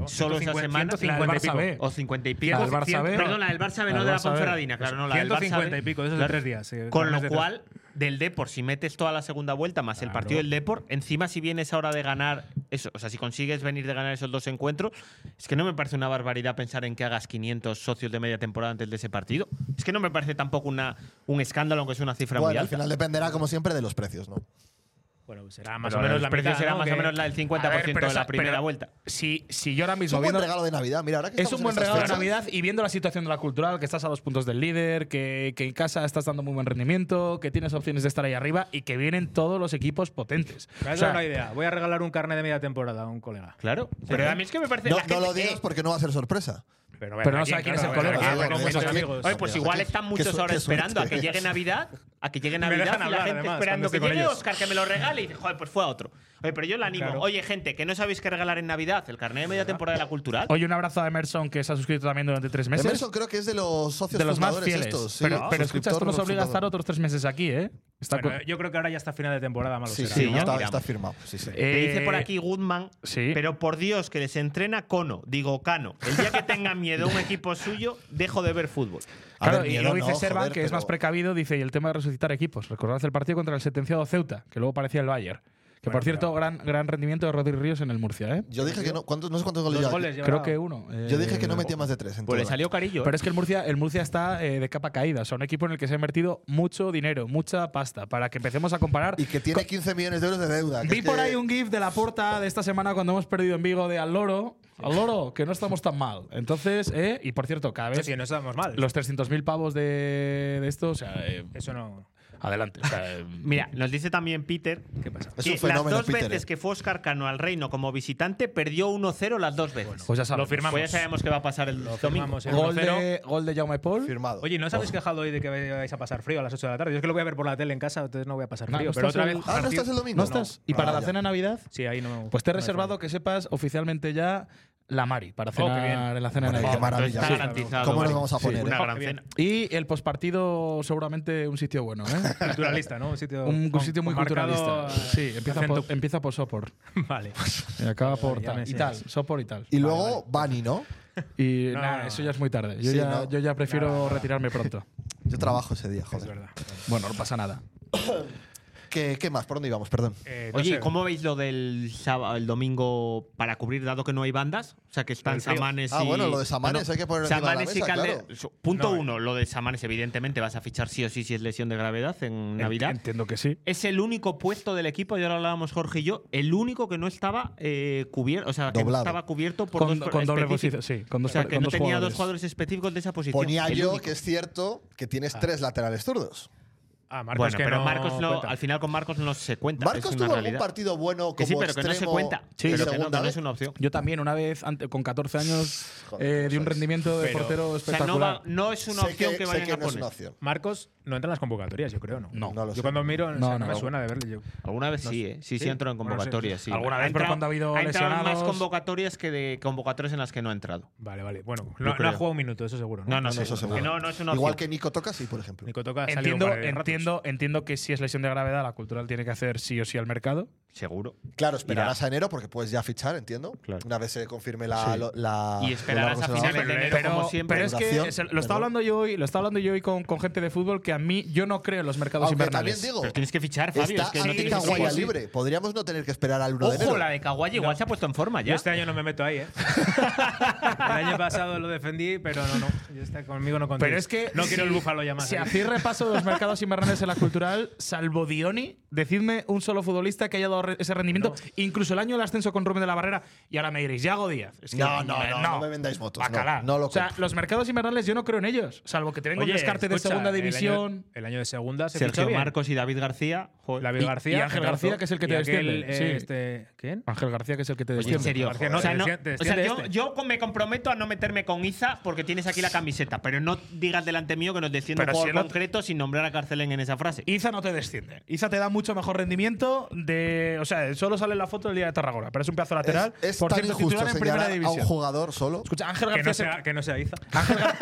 S5: solo esa
S4: 150, 150
S5: semana.
S4: y pico. La del Barça B.
S5: O 50 y
S4: La
S5: pico.
S4: del Barça B.
S5: Perdón, la del Barça B,
S4: La del
S5: no de la
S4: Barça B.
S5: Ponferradina, claro, no, la del Barça
S4: 150
S5: B.
S4: y pico, de esos de
S5: Claro.
S4: tres días, sí,
S5: Con
S4: más
S5: lo
S4: de tres.
S5: cual, del Depor, si metes toda la segunda vuelta más el partido del Depor, encima si vienes ahora de ganar eso, o sea, si consigues venir de ganar esos dos encuentros, es que no me parece una barbaridad pensar en que hagas 500 socios de media temporada antes de ese partido. Es que no me parece tampoco una, un escándalo, aunque es una cifra muy
S1: Bueno, al
S5: alta.
S1: final dependerá, como siempre, de los precios, ¿no?
S4: Bueno, será más o
S5: Pero
S4: menos
S5: los
S4: la
S5: precios
S4: mitad,
S5: será
S4: ¿no?
S5: más o
S4: Que-
S5: menos la del 50%
S3: A ver, pero
S5: de la
S3: esa-
S5: primera
S3: pero
S5: vuelta.
S3: Si, si yo ahora
S1: Es
S3: mismo.
S1: un buen
S3: viendo-
S1: regalo de Navidad. Mira, ahora que
S3: Es
S1: estamos
S3: un
S1: en
S3: buen
S1: estas
S3: regalo de
S1: fechas,
S3: Navidad y viendo la situación de la cultural, que estás a dos puntos del líder, que, que en casa estás dando muy buen rendimiento, que tienes opciones de estar ahí arriba y que vienen todos los equipos potentes.
S4: Me has
S3: O sea,
S4: dado una idea. Voy a regalar un carne de media temporada a un colega.
S5: Claro. Pero a mí es que me parece.
S1: No,
S5: la
S1: no
S5: gente-
S1: lo digas
S5: eh,
S1: porque no va a ser sorpresa.
S4: Pero,
S3: Pero no sabe quién es el colega.
S1: Ah,
S5: eh,
S1: bueno,
S5: con
S1: eso
S5: muchos
S1: sí.
S5: amigos. Oye, pues
S1: Mira,
S5: igual
S1: qué-
S5: están
S1: qué
S5: muchos
S1: su-
S5: ahora
S1: qué suerte.
S5: esperando a que llegue Navidad. A que llegue
S4: me dejan
S5: Navidad y la
S4: hablar,
S5: gente
S4: además, cuando
S5: esperando
S4: estoy
S5: que
S4: con
S5: llegue
S4: ellos.
S5: Oscar, que me lo regale. Y dice, joder, pues fue a otro. Oye, pero yo le animo.
S4: Claro.
S5: Oye, gente, que no sabéis qué regalar en Navidad. El carnet de media temporada de la cultural.
S3: Oye, un abrazo a Emerson, que se ha suscrito también durante tres meses.
S1: Emerson creo que es de los socios
S3: de los más
S1: fundadores
S3: fieles.
S1: estos. sí. Ah,
S3: pero pero escucha, esto
S1: Suscriptor
S3: nos obliga a estar
S1: fundador.
S3: otros tres meses aquí, ¿eh? Está
S4: Bueno,
S3: co-
S4: yo creo que ahora ya está final de temporada, malo
S1: Sí,
S4: será.
S1: sí,
S5: Sí, ya
S1: está,
S5: miramos.
S1: está firmado. Sí, sí.
S5: Te dice por
S3: Eh,
S5: aquí Goodman,
S3: Sí.
S5: pero por Dios que les entrena Cono, digo Cano. El día que tenga miedo un equipo suyo, dejo de ver fútbol.
S1: A
S3: Claro,
S1: ver,
S3: y
S1: miedo
S3: luego dice
S1: no,
S3: Servan,
S1: joder,
S3: que es
S1: pero-
S3: más precavido, dice, y el tema de resucitar equipos. Recordad el partido contra el sentenciado Ceuta, que luego parecía el Bayern. Que por cierto, gran, gran rendimiento de Rodríguez Ríos en el Murcia, ¿eh?
S1: Yo dije que no. ¿cuántos, no sé cuántos goles
S4: Dos
S1: lleva.
S4: goles lleva.
S3: Creo que uno.
S1: Yo dije que no
S3: eh,
S1: metía más de tres. en
S5: Pues le
S1: todo.
S5: salió carillo. ¿eh?
S3: Pero es que el Murcia, el Murcia está eh, de capa caída. O sea, un equipo en el que se ha invertido mucho dinero, mucha pasta, para que empecemos a comparar.
S1: Y que tiene 15 millones de euros de deuda. que
S3: Vi
S1: es
S3: por
S1: que-
S3: ahí un GIF de la porta de esta semana cuando hemos perdido en Vigo de al loro. Al loro, que no estamos tan mal. Entonces, ¿eh? Y por cierto, cada
S4: Oye,
S3: vez
S4: si no estamos mal.
S3: los 300.000 pavos de, de esto, o sea, eh,
S4: Eso no.
S3: adelante.
S4: <laughs>
S3: O sea, eh,
S5: Mira, nos dice también Peter
S4: ¿Qué pasa?
S1: Es
S5: que
S1: un fenómeno,
S5: las dos
S1: Peter,
S5: veces
S1: eh.
S5: que fue Oscar Cano al reino como visitante, perdió 1-0 las dos veces.
S3: pues ya
S4: Lo
S3: sabemos.
S4: firmamos.
S5: Pues ya sabemos qué va a pasar el domingo.
S4: firmamos, eh.
S3: Gol
S4: 1-0.
S3: de, gol de Jaume Paul.
S1: Firmado.
S4: Oye, ¿no os habéis quejado hoy de que vais a pasar frío a las 8 de la tarde? Yo es que lo voy a ver por la tele en casa, entonces no voy a pasar
S3: No,
S4: frío.
S3: no
S4: pero
S3: estás
S4: otra
S3: el-
S4: vez.
S3: Ah,
S1: ¿no
S4: partido-
S1: estás el domingo?
S3: ¿No estás? ¿Y
S1: Ah,
S3: para la
S1: ya.
S3: cena de Navidad?
S4: Sí, ahí no me
S3: Pues te he
S4: no me
S3: reservado
S4: frío.
S3: que sepas oficialmente ya la Mari para
S4: Oh, qué
S3: cenar
S4: bien.
S3: en la cena
S1: Bueno,
S3: de Navidad.
S1: qué maravilla.
S5: Está
S1: sí.
S5: garantizado,
S1: ¿Cómo nos
S5: vale.
S1: vamos a
S5: Sí,
S1: poner?
S5: Una
S1: eh?
S5: gran
S4: Qué bien.
S5: cena.
S3: Y el pospartido, seguramente un sitio bueno,
S4: <laughs>
S3: ¿eh?
S4: Culturalista, ¿no? Un sitio,
S3: Un
S4: con-
S3: sitio muy
S4: con marcado,
S3: culturalista. Sí,
S4: eh,
S3: empieza
S4: acento.
S3: por, empieza por Sopor
S4: Vale.
S3: y acaba por
S4: ya me
S3: tal. Y
S4: sé.
S3: tal, Sopor y tal.
S5: Ah,
S1: Y luego Bani, ¿no?
S3: Y
S2: No,
S3: nada,
S2: no,
S3: eso ya es muy tarde. Yo,
S1: Sí,
S3: ya,
S1: ¿no?
S3: yo ya prefiero
S1: Nada, nada.
S3: retirarme pronto.
S1: Yo trabajo ese día, joder.
S3: Bueno, no pasa nada.
S1: ¿Qué, qué más? ¿Por dónde íbamos? Perdón.
S5: Oye, ¿cómo veis lo del sábado, el domingo para cubrir, dado que no hay bandas? O sea, que están
S1: El frío.
S5: Samanes
S1: Ah,
S5: y.
S1: bueno, lo de Samanes hay que poner encima de la
S5: Samanes y
S1: mesa,
S5: Calde-
S1: claro.
S5: su- Punto
S1: No, eh.
S5: uno, lo de Samanes, evidentemente, vas a fichar sí o sí si es lesión de gravedad en Navidad.
S3: Entiendo que sí.
S5: Es el único puesto del equipo, ya lo hablábamos Jorge y yo, el único que no estaba eh, cubierto, o sea, que no
S1: Doblado.
S5: estaba cubierto por
S3: Con,
S5: dos
S3: con doble
S5: específicos.
S3: posición, sí. Con dos,
S5: o sea, que
S3: con
S5: no
S3: dos
S5: tenía
S3: jugadores.
S5: dos jugadores específicos de esa posición.
S1: Ponía
S5: el
S1: yo
S5: único. Ah.
S1: que es cierto que tienes tres laterales zurdos.
S4: Ah, Marcos
S5: bueno,
S4: que
S5: pero
S4: no
S5: Marcos no,
S4: cuenta.
S5: al final con Marcos no se cuenta. es
S1: Marcos
S5: una
S1: tuvo algún
S5: realidad.
S1: partido bueno como
S5: Que sí, pero que no se
S1: extremo en
S5: cuenta. pero que no,
S1: segunda
S5: que no
S1: B.
S5: es una opción.
S3: Yo también, una vez, ante- con 14 años,
S1: Joder,
S3: eh, di un
S1: ¿sabes?
S3: rendimiento de
S4: Pero-
S3: portero
S4: o sea,
S3: espectacular.
S5: no es una
S1: Sé
S5: opción que,
S1: sé
S5: vayan a
S1: no es
S5: poner.
S1: una opción.
S4: Marcos no entra en las convocatorias, yo creo, ¿no?
S3: No.
S1: No lo
S4: Yo
S1: sé.
S4: cuando miro, no,
S3: No,
S4: sé, no
S3: no.
S4: me suena de verle. Yo.
S5: Alguna vez
S4: No
S5: sí,
S4: sé.
S5: ¿eh? Sí, sí,
S4: Sí.
S5: entró en
S4: Bueno, sí.
S5: convocatorias. sí.
S3: Alguna
S5: Ha
S3: vez, pero
S5: entrado-
S3: cuando ha habido
S5: ha entrado en más
S3: lesionados-
S5: convocatorias que de convocatorias en las que no ha entrado.
S4: Vale, vale. Bueno,
S5: Yo
S4: no, no
S5: creo.
S4: ha jugado un minuto, eso seguro.
S5: No, no,
S1: no,
S5: sé.
S1: eso seguro.
S5: Que no, no es una
S1: Igual
S5: opción.
S1: que Nico Tocasi, por ejemplo.
S4: Nico toca
S3: Entiendo, entiendo, entiendo que si es lesión de gravedad, la cultural tiene que hacer sí o sí al mercado.
S5: Seguro.
S1: Claro, esperarás a enero porque puedes ya fichar, entiendo.
S5: Claro.
S1: Una vez se confirme la.
S5: Sí.
S1: lo- la-
S5: Y esperarás
S1: lo largo
S5: a
S1: que se va.
S5: finales de enero,
S3: Pero,
S5: como siempre.
S3: pero es
S1: Duración,
S3: que se- lo
S1: perdón.
S3: estaba hablando yo hoy, lo estaba hablando yo hoy con, con gente de fútbol que a mí yo no creo en los mercados
S1: Aunque
S3: invernales.
S1: también digo,
S5: Pero tienes que fichar, Fabio.
S1: está
S5: Es que no
S1: Andy
S5: tienes que
S1: Caguaya
S5: fichar.
S1: libre. Podríamos no tener que esperar al 1 de enero.
S5: Ojo, la de Kawhi igual se ha puesto en forma
S4: Yo
S5: ya.
S4: este año no me meto ahí,
S3: <laughs>
S4: ¿eh? el año pasado lo defendí, pero no, no. Yo este- conmigo no contéis.
S3: Pero es que
S4: No quiero
S3: si-
S4: el búfalo ya más. ¿eh?
S3: Si
S4: ahí.
S3: hacéis repaso de los mercados invernales en la cultural, salvo Dioni, decidme un solo futbolista que haya dado re- ese rendimiento, incluso el año del ascenso con Rubén de la Barrera, y ahora me diréis, Yago Díaz. Es que,
S1: No, no,
S3: hombre,
S1: no, no me vendáis motos, no,
S3: Bacalá.
S1: no lo
S3: o sea,
S1: compro.
S3: los mercados invernales yo no creo en ellos, salvo que te venga
S4: Oye,
S3: un descarte de
S4: escucha, eh,
S3: segunda
S4: el año-
S3: división.
S4: El año, de segunda se
S5: Sergio
S4: fichó bien.
S5: Marcos y David García. joder.
S4: David
S3: Y-
S4: García.
S3: y Ángel
S4: Getazo.
S3: García, que es el que te
S4: Y aquel,
S3: desciende,
S4: eh,
S3: sí.
S4: este- ¿Quién?
S3: Ángel García, que es el que te
S5: Oye,
S3: desciende.
S5: en serio.
S4: García, no,
S5: o sea,
S4: te
S5: no-
S4: desciende- te
S5: o sea,
S4: desciende
S5: yo,
S4: este.
S5: yo con- me comprometo a no meterme con Iza porque tienes aquí la camiseta, pero no digas delante mío que nos desciende un
S3: Pero si
S5: jugador
S3: el otro-
S5: concreto sin nombrar a Carcelén en esa frase.
S3: Iza no te desciende. Iza te da mucho mejor rendimiento de. O sea, solo sale en la foto el día de Tarragona, pero es un pedazo lateral.
S1: Es, es
S3: por
S1: tan
S3: cierto,
S1: injusto
S3: titular en primera
S1: señalar a un
S3: división.
S1: jugador solo.
S3: Escucha, Ángel
S4: Que
S3: García,
S4: no,
S3: es el-
S4: sea, que no sea Iza.
S3: Ángel, Gar-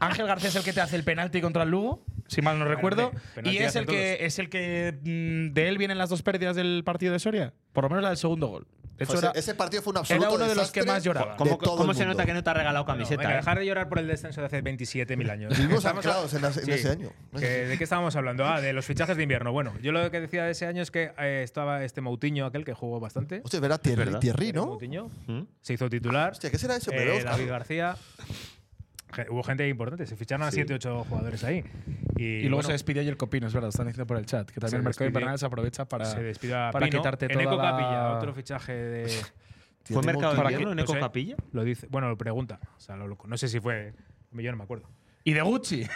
S3: Ángel García es el que te hace el penalti contra el Lugo, si mal no recuerdo.
S4: penalti
S3: y es
S4: hacen
S3: el que es el que mm, de él vienen las dos pérdidas del partido de Soria. Por lo menos la del segundo gol. De hecho,
S1: Pues
S3: era-
S1: ese partido fue un absoluto
S3: era uno de los
S1: desastre
S3: que más lloraba.
S1: de
S5: ¿Cómo,
S1: todo
S5: cómo
S1: el
S5: se
S1: mundo.
S5: nota que no te ha
S4: No,
S5: regalado camiseta?
S4: venga,
S5: eh?
S4: dejar de llorar por el descenso de hace 27.000 años.
S1: Vivimos
S4: Estamos a-
S1: anclados en ese- en ese año.
S4: que- ¿De qué estábamos hablando? Ah, de los fichajes de invierno. Bueno, yo lo que decía de ese año es que eh, estaba este Moutinho, aquel que jugó bastante.
S1: Hostia, verá Thierry,
S5: verdad.
S1: Thierry, ¿no?
S4: Moutinho
S5: ¿Mm?
S4: se hizo titular.
S1: Hostia, ¿qué será eso?
S4: Eh,
S1: Pero,
S4: David García. Ge- Hubo gente importante, se ficharon a 7 8 jugadores ahí. Y,
S3: y luego
S4: bueno,
S3: se despidió ayer Copino, es verdad, lo están diciendo por el chat, que
S4: Se
S3: también el mercado
S4: despidió.
S3: invernal se aprovecha para,
S4: se despidió a
S3: para
S4: Pino.
S3: quitarte
S4: Eneco
S3: toda la…
S4: Capilla, otro fichaje de.
S5: ¿Fue
S1: Tiene
S5: mercado de
S3: ¿Para
S5: invierno
S3: qué?
S5: en
S4: No
S5: Eco
S4: sé.
S5: Capilla?
S4: Lo dice, bueno, lo pregunta. O sea, lo- lo- no sé si fue. Yo no
S1: <laughs>
S4: me acuerdo.
S3: Y
S4: <laughs>
S3: de Gucci.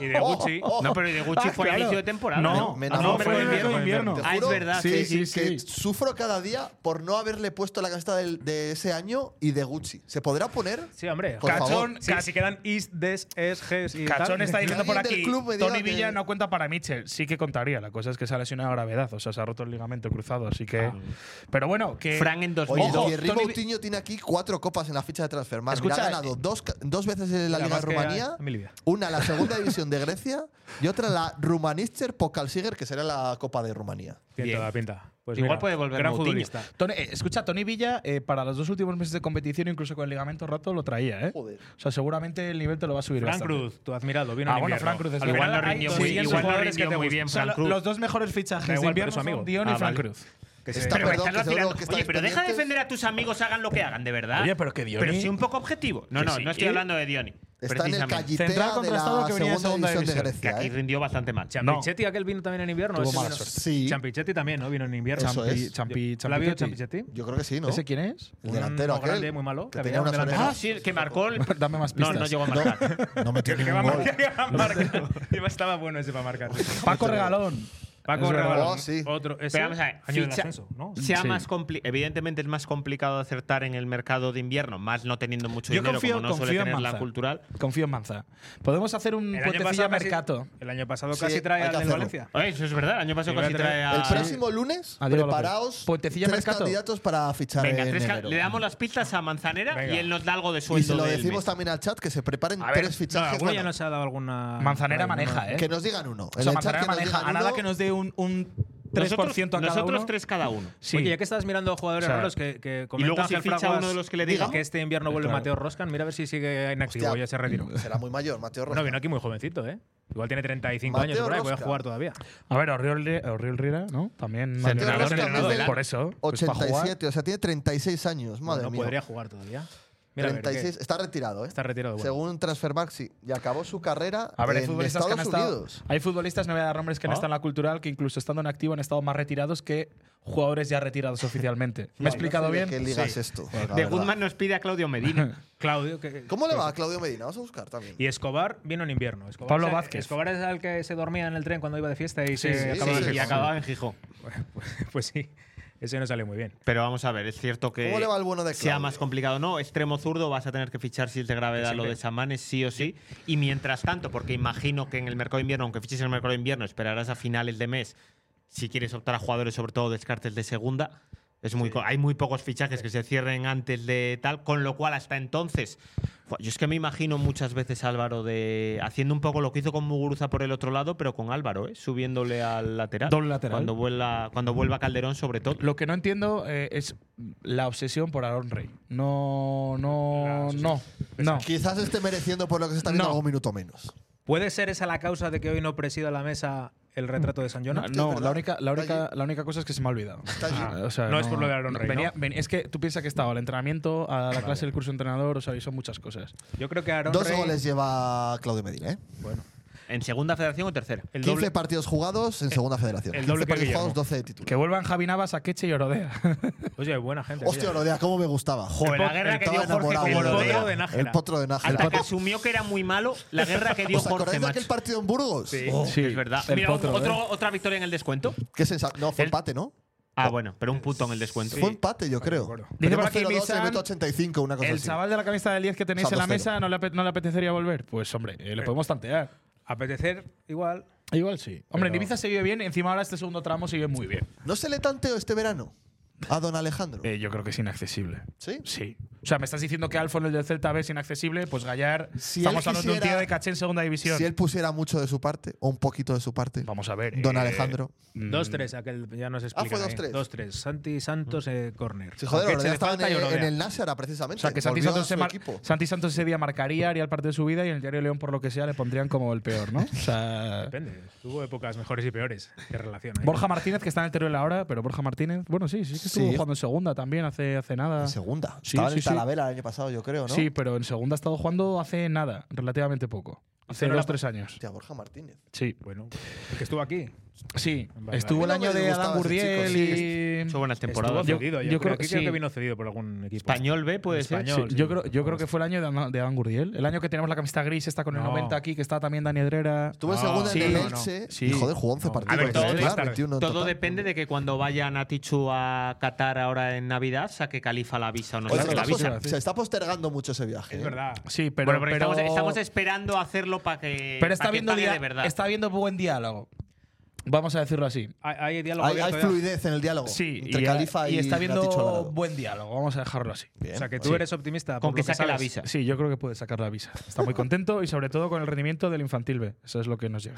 S4: Y de Gucci.
S1: Oh.
S5: No, pero el de Gucci
S3: Ah,
S5: fue a
S3: claro.
S5: inicio de temporada.
S3: No,
S1: Me
S5: Ah,
S1: enamoro.
S5: fue
S1: Fue
S5: en
S1: en
S5: invierno.
S1: el
S3: invierno.
S1: Te
S5: Ah, es
S1: juro
S5: verdad.
S3: Sí,
S1: que,
S3: sí, sí.
S1: que sufro cada día por no haberle puesto la camiseta del- de, ese año y de Gucci. ¿Se podrá poner?
S4: Sí, hombre.
S1: Por
S4: Cachón,
S1: favor.
S4: sí, si quedan is, des, es, ges y
S3: Cachón
S4: tal.
S3: está diciendo por
S1: Alguien del
S3: aquí,
S1: club me diga
S3: Tony
S1: que-
S3: Villa no cuenta para Mitchell. Sí que contaría, la cosa es que se ha lesionado a gravedad, o sea, se ha roto el ligamento cruzado, así que…
S4: Ah.
S3: Pero bueno, que…
S5: Fran en
S1: Oye,
S5: 2002.
S3: Ojo,
S1: Thierry
S3: Tony Vi-
S1: Coutinho tiene aquí cuatro copas en la ficha de Transfermarkt. Mira,
S3: Escucha,
S1: ha ganado dos, ca- dos veces en la
S4: Mira,
S1: Liga de
S4: más que
S1: Rumanía,
S4: a- a mi Libia.
S1: una en la segunda división de Grecia y otra en la Rumanister Pokal Siger, que será la Copa de Rumanía.
S4: Tiene
S5: Bien.
S4: toda la pinta. Pues
S5: Igual
S4: mira,
S5: puede volver
S4: gran
S5: Moutinho.
S4: futbolista.
S3: Tony- eh, escucha, Tony Villa, eh, para los dos últimos meses de competición, incluso con el ligamento roto, lo traía, ¿eh?
S1: Joder.
S3: O sea, seguramente el nivel te lo va a subir
S4: Fran
S3: bastante.
S4: Cruz, tu admirado. Vino
S3: Ah,
S4: en
S3: bueno,
S4: invierno.
S3: Fran Cruz es
S4: Al
S3: que
S4: igual
S3: igual
S4: no
S3: hay
S4: rindió muy,
S3: 200
S4: igual no
S3: jugadores
S4: rindió
S3: que te
S4: muy
S3: gustan.
S4: bien
S3: O sea,
S4: Fran
S3: lo-
S4: Cruz.
S3: Los dos mejores fichajes
S4: Da
S3: de
S4: igual, pero
S3: invierno
S4: es amigo.
S3: son Dion
S5: Ah,
S3: y Fran
S5: vale.
S3: Cruz.
S4: Que se-
S1: Está
S5: Pero
S1: perdón,
S5: estarlo
S1: que seguro
S5: tirando.
S1: que estáis
S5: Oye, pero deja de
S1: pendientes.
S5: defender a tus amigos, hagan lo que hagan, de verdad.
S3: Oye, pero que Dioni-
S5: Pero sí un poco objetivo. No,
S3: Que
S5: no,
S3: sí.
S5: no estoy hablando de Dioni.
S1: Está en el
S5: precisamente.
S1: Callitea
S3: Central
S1: de la
S3: contrastado que
S1: segunda,
S3: venía de segunda
S1: división de
S3: división.
S5: Que aquí
S1: Grecia. ¿eh?
S5: rindió bastante mal.
S4: Champichetti, aquel vino también en invierno.
S3: Tuvo
S4: ese
S3: mala
S4: vino-
S3: suerte.
S1: Sí.
S4: Champichetti también, ¿no? Vino en invierno.
S1: Eso
S4: Champi-
S1: es.
S3: Champi-
S4: ¿Lo ha habido
S3: Champichetti.
S4: Champichetti?
S1: ¿eh? Yo creo que sí, ¿no?
S3: ¿Ese quién es?
S1: El delantero
S4: Un
S1: aquel.
S4: grande muy malo,
S1: Que
S4: que
S1: tenía una
S4: había un
S1: solera.
S4: delantero.
S5: Ah,
S4: <laughs>
S5: sí, el que marcó el.
S3: <laughs> Dame más
S5: No,
S3: pistas.
S5: no llegó a marcar.
S1: <laughs> No metió
S4: Que
S1: ningún
S4: va a
S1: gol.
S4: marcar, que va a marcar. Iba- Estaba bueno ese para marcar.
S3: Paco Regalón.
S4: Paco
S3: Es verdad.
S4: Regalón.
S1: Oh, sí.
S4: Otro. Ese,
S5: Pero vamos a ver,
S4: año del
S5: ficha-
S4: ascenso, ¿no?
S5: sea
S3: Sí.
S5: más compli- evidentemente es más complicado acertar en el mercado de invierno, más no teniendo mucho
S3: Yo
S5: dinero
S3: confío,
S5: como no
S3: confío
S5: suele
S3: en
S5: tener la
S3: Manza.
S5: cultural.
S3: Confío en Manza. Podemos hacer un
S4: El año
S3: puentecillo
S4: pasado casi-
S3: mercato.
S4: El año pasado
S1: Sí,
S4: casi trae
S1: hay que
S4: al del
S1: hacerlo.
S4: Valencia.
S5: Oye, eso es verdad, el año pasado
S4: Voy a
S5: casi
S4: traer-
S5: trae a
S1: El próximo lunes,
S3: Adiós, López.
S1: preparaos
S3: Puentecilla
S1: tres
S3: Mercato.
S1: candidatos para fichar
S5: Venga,
S1: en
S5: tres ca-
S1: enero.
S5: le damos las pistas a Manzanera
S4: Venga.
S5: y él nos da algo de
S1: Y
S5: sueldo.
S1: se lo
S5: del
S1: decimos
S5: mes.
S1: también al chat que se preparen
S5: A ver,
S1: tres
S4: No,
S1: fichajes.
S4: alguno ya
S1: bueno,
S4: nos ha dado alguna.
S3: Manzanera
S4: alguna-
S3: maneja, ¿eh?
S1: Que nos digan uno.
S3: O
S1: En
S3: sea,
S1: el chat
S3: Manzanera
S1: que nos
S3: maneja.
S1: digan
S3: A nada
S1: uno.
S3: que nos dé un, un
S4: Nosotros-
S3: 3% a cada
S5: nosotros
S3: uno.
S5: tres cada uno.
S3: Sí.
S4: Oye, ya que estabas mirando jugadores
S3: O sea,
S4: raros que, que
S3: y
S4: comenta
S3: luego si
S4: Ángel
S3: ficha
S4: Fraguas
S3: uno de los que le diga-
S4: que este invierno vuelve
S3: Claro.
S4: Mateo Roscan, mira a ver si sigue inactivo,
S1: Hostia,
S4: ya se
S3: <laughs>
S4: retiró.
S1: Será muy mayor, Mateo
S4: Bueno,
S1: Rosca.
S4: vino aquí muy jovencito, ¿eh? Igual tiene 35
S1: Pues Mateo
S4: años, por ahí, puede
S1: Rosca.
S4: jugar todavía.
S3: A ver, Oriol Oriol Riera, ¿no? También
S4: Mateo
S3: entrenador,
S4: Rosca,
S3: entrenador,
S4: desde el
S3: por eso. pues para jugar.
S1: 87, o sea, tiene 36 años, madre
S4: no
S1: mía.
S4: podría jugar todavía. Mira, a ver,
S1: 36,
S4: ¿qué?
S1: está retirado, ¿eh?
S4: Está retirado, bueno.
S1: Según Transfermarkt, sí. Y acabó su carrera
S3: A ver, hay
S1: en
S3: futbolistas, que
S1: Estados
S3: han estado,
S1: Unidos.
S3: hay futbolistas, no voy a dar nombres, que
S1: Ah.
S3: no están en la cultural, que incluso estando en activo han estado más retirados que jugadores ya retirados
S1: <laughs>
S3: oficialmente. ¿Me he
S1: no
S3: explicado
S1: sé de
S3: bien?
S1: qué liga es esto, la
S5: De Guzmán nos pide a Claudio Medina.
S4: Claudio, que-
S1: ¿Cómo le va a Claudio Medina? Vamos a buscar también.
S4: Y Escobar vino en invierno. Escobar
S3: Pablo
S4: es-
S3: Vázquez.
S4: Escobar es el que se dormía en el tren cuando iba de fiesta y, se
S5: sí,
S4: acababa,
S5: sí,
S4: y
S5: sí.
S4: acababa en Gijón. Pues sí, ese no salió muy bien.
S5: Pero vamos a ver, es cierto que
S4: ¿Cómo le va al bueno de
S5: sea
S4: Claudio?
S5: más complicado. No, extremo zurdo vas a tener que fichar si es de gravedad lo
S4: Siempre.
S5: de Samanes, sí o sí. Y mientras tanto, porque imagino que en el mercado de invierno, aunque fiches en el mercado de invierno, esperarás a finales de mes si quieres optar a jugadores, sobre todo descartes de segunda. Es muy, co- Hay muy pocos fichajes que se cierren antes de tal, con lo cual hasta entonces. jo, Yo es que me imagino muchas veces a Álvaro de haciendo un poco lo que hizo con Muguruza por el otro lado, pero con Álvaro, ¿eh? subiéndole al lateral.
S3: Doble lateral.
S5: Cuando vuelva, cuando vuelva Calderón, sobre todo.
S3: Lo que no entiendo eh, es la obsesión por Aaron Rey. No, no, no. no.
S1: Quizás esté mereciendo por lo que se está viendo algún minuto menos.
S4: ¿Puede ser esa la causa de que hoy no presida la mesa el retrato de San Jonas?
S3: No, la única, la, única, la única cosa es que se me ha olvidado. Ah, o sea,
S4: No es por lo de Aaron Rey,
S3: venía-
S4: ¿no?
S3: ven- es que tú piensas que estaba al entrenamiento, a la clase del curso entrenador, o sea, y son muchas cosas.
S4: Yo creo que Aaron
S1: Dos
S4: Rey-
S1: goles lleva Claudio Medina, ¿eh?
S5: ¿En segunda federación o tercera?
S1: 15 partidos jugados en Segunda Federación.
S3: el doble
S1: 15 partidos
S3: que
S1: jugados,
S3: Guillermo.
S1: 12 de título.
S3: Que vuelvan Javi Navas, Akeche y Orodea.
S4: Oye, buena gente.
S1: Hostia, Orodea, cómo me gustaba.
S5: Joder, la guerra que dio Jorge con
S1: el
S5: Orodea.
S1: El potro de Nájera.
S5: Hasta que asumió que era muy malo la guerra que dio
S1: ¿Os acordáis
S5: Jorge,
S1: de
S5: macho.
S1: aquel partido en Burgos?
S5: Oh, es verdad.
S3: el
S5: Mira,
S3: potro,
S5: otro-
S3: ¿eh?
S5: otra victoria en el descuento.
S1: Qué sensa- No, fue empate, ¿no?
S5: Ah, bueno, pero un punto en el descuento.
S1: Fue empate, yo creo.
S3: Dice por
S1: Perdimos
S3: aquí
S1: 0-2 en el
S3: Bizan,
S1: minuto 85, una cosa
S3: <laughs> El
S1: así.
S3: chaval de la camisa del 10 que tenéis
S1: O sea,
S3: en la
S1: 2-0.
S3: mesa no le, ape- no le apetecería volver. Pues hombre, eh, le podemos tantear.
S4: Apetecer igual.
S3: Igual sí. Hombre, en
S4: Pero-
S3: Ibiza se vive bien, encima ahora este segundo tramo se vive muy bien.
S1: ¿No se le tanteó este verano a don Alejandro?
S3: Eh, yo creo que es inaccesible.
S1: ¿Sí?
S3: Sí. O sea, me estás diciendo que Alfon, el del Celta B, es inaccesible. Pues Gallar,
S1: Si
S3: estamos
S1: él
S3: hablando de un
S1: quisiera-
S3: tío de caché en segunda división.
S1: Si él pusiera mucho de su parte, o un poquito de su parte.
S3: Vamos a ver.
S1: Don
S3: eh,
S1: Alejandro.
S4: 2-3, aquel ya nos explica.
S1: Ah, fue 2-3.
S4: 2-3. Santi Santos, eh, córner.
S1: Sí, joder,
S4: Akeche
S1: Orodea
S4: de
S1: estaba en,
S4: falta y
S1: el- en
S4: Orodea.
S1: el Nájera, precisamente.
S3: O sea, que Santi
S1: Eh, Volvió a
S3: Santos, se
S1: su
S3: mar-
S1: equipo.
S3: Santi Santos ese día marcaría, haría el partido de su vida y en el diario León, por lo que sea, le pondrían como el peor, ¿no? O
S4: <laughs>
S3: sea,
S4: Depende. Tuvo épocas mejores y peores de relación. ¿eh?
S3: Borja Martínez, que está en el Teruel ahora, pero Borja Martínez, bueno, sí, sí que estuvo
S1: Sí.
S3: jugando en segunda también hace, hace nada.
S1: En segunda.
S3: Sí,
S1: Estaba
S3: sí,
S1: en el
S3: sí.
S1: Talavera el año pasado, yo creo, ¿no?
S3: Sí, pero en segunda ha estado jugando hace nada, relativamente poco. Hace
S4: no era
S3: dos,
S4: pa-
S3: tres años.
S1: Hostia, Borja Martínez.
S3: Sí.
S4: Bueno, el que estuvo aquí.
S3: Sí.
S4: Vale,
S3: Estuvo el
S1: vale.
S3: año
S1: Me
S3: de
S1: gustaba
S3: Adán
S1: ese
S3: Gurriel
S1: chico,
S3: y.
S5: Son buenas temporadas.
S4: Estuvo
S3: Yo-
S4: cedido, yo, creo,
S3: yo creo que
S4: creo
S3: sí.
S4: que vino cedido por algún equipo.
S5: Español B puede ser.
S4: Español,
S3: Sí,
S4: sí.
S3: yo, creo, yo creo que fue el año de Adán, de Adán Gurriel. El año que teníamos la camiseta gris, está con el
S4: No.
S3: 90 aquí, que está también Dani Herrera.
S1: Estuvo en
S4: No,
S1: segunda
S3: sí,
S1: en el
S3: no, no.
S1: Elche.
S3: Sí.
S1: Y joder, jugó 11
S4: No.
S1: partidos.
S5: A ver, todo
S1: en total,
S4: depende-
S1: 21 en
S5: Todo
S1: total.
S5: depende de que cuando vaya Natichu a Qatar ahora en Navidad saque Califa la visa o no
S1: Oye,
S5: saque
S1: se,
S5: la
S1: está
S5: visa.
S1: pos- se está postergando mucho ese viaje.
S4: Es
S1: ¿eh?
S4: verdad.
S3: Ah, Sí, pero.
S5: Bueno, pero
S3: pero-
S5: estamos, estamos esperando hacerlo para que.
S3: pero está
S5: pa' que
S3: habiendo
S5: pague
S3: dia-
S5: de verdad.
S3: está habiendo buen diálogo. Vamos a decirlo así.
S4: Hay, hay diálogo
S1: Hay, hay
S4: abierto ya.
S1: fluidez en el diálogo.
S3: Sí,
S1: entre
S3: y,
S1: Califa y,
S3: y
S1: Nacho
S3: está habiendo
S1: Alvarado.
S3: buen diálogo. Vamos a dejarlo así.
S1: Bien,
S4: O sea, que tú
S1: bueno.
S4: eres optimista.
S5: Con
S4: por
S5: que
S4: lo
S5: saque la
S4: sabes.
S5: visa.
S3: Sí, yo creo que puede sacar la visa. Está muy contento y sobre todo con el rendimiento del infantil B. Eso es lo que <laughs> nos lleva.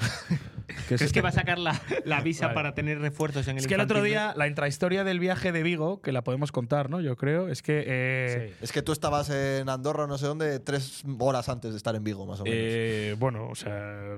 S3: Que es-
S5: ¿Crees que va a sacar la, la visa para tener refuerzos en el
S3: Es que el otro
S5: infantil B?
S3: día, la intrahistoria del viaje de Vigo, que la podemos contar, ¿no? Yo creo, es que. eh,
S1: Es que tú estabas en Andorra, no sé dónde, tres horas antes de estar en Vigo, más o menos.
S3: eh, bueno, o sea.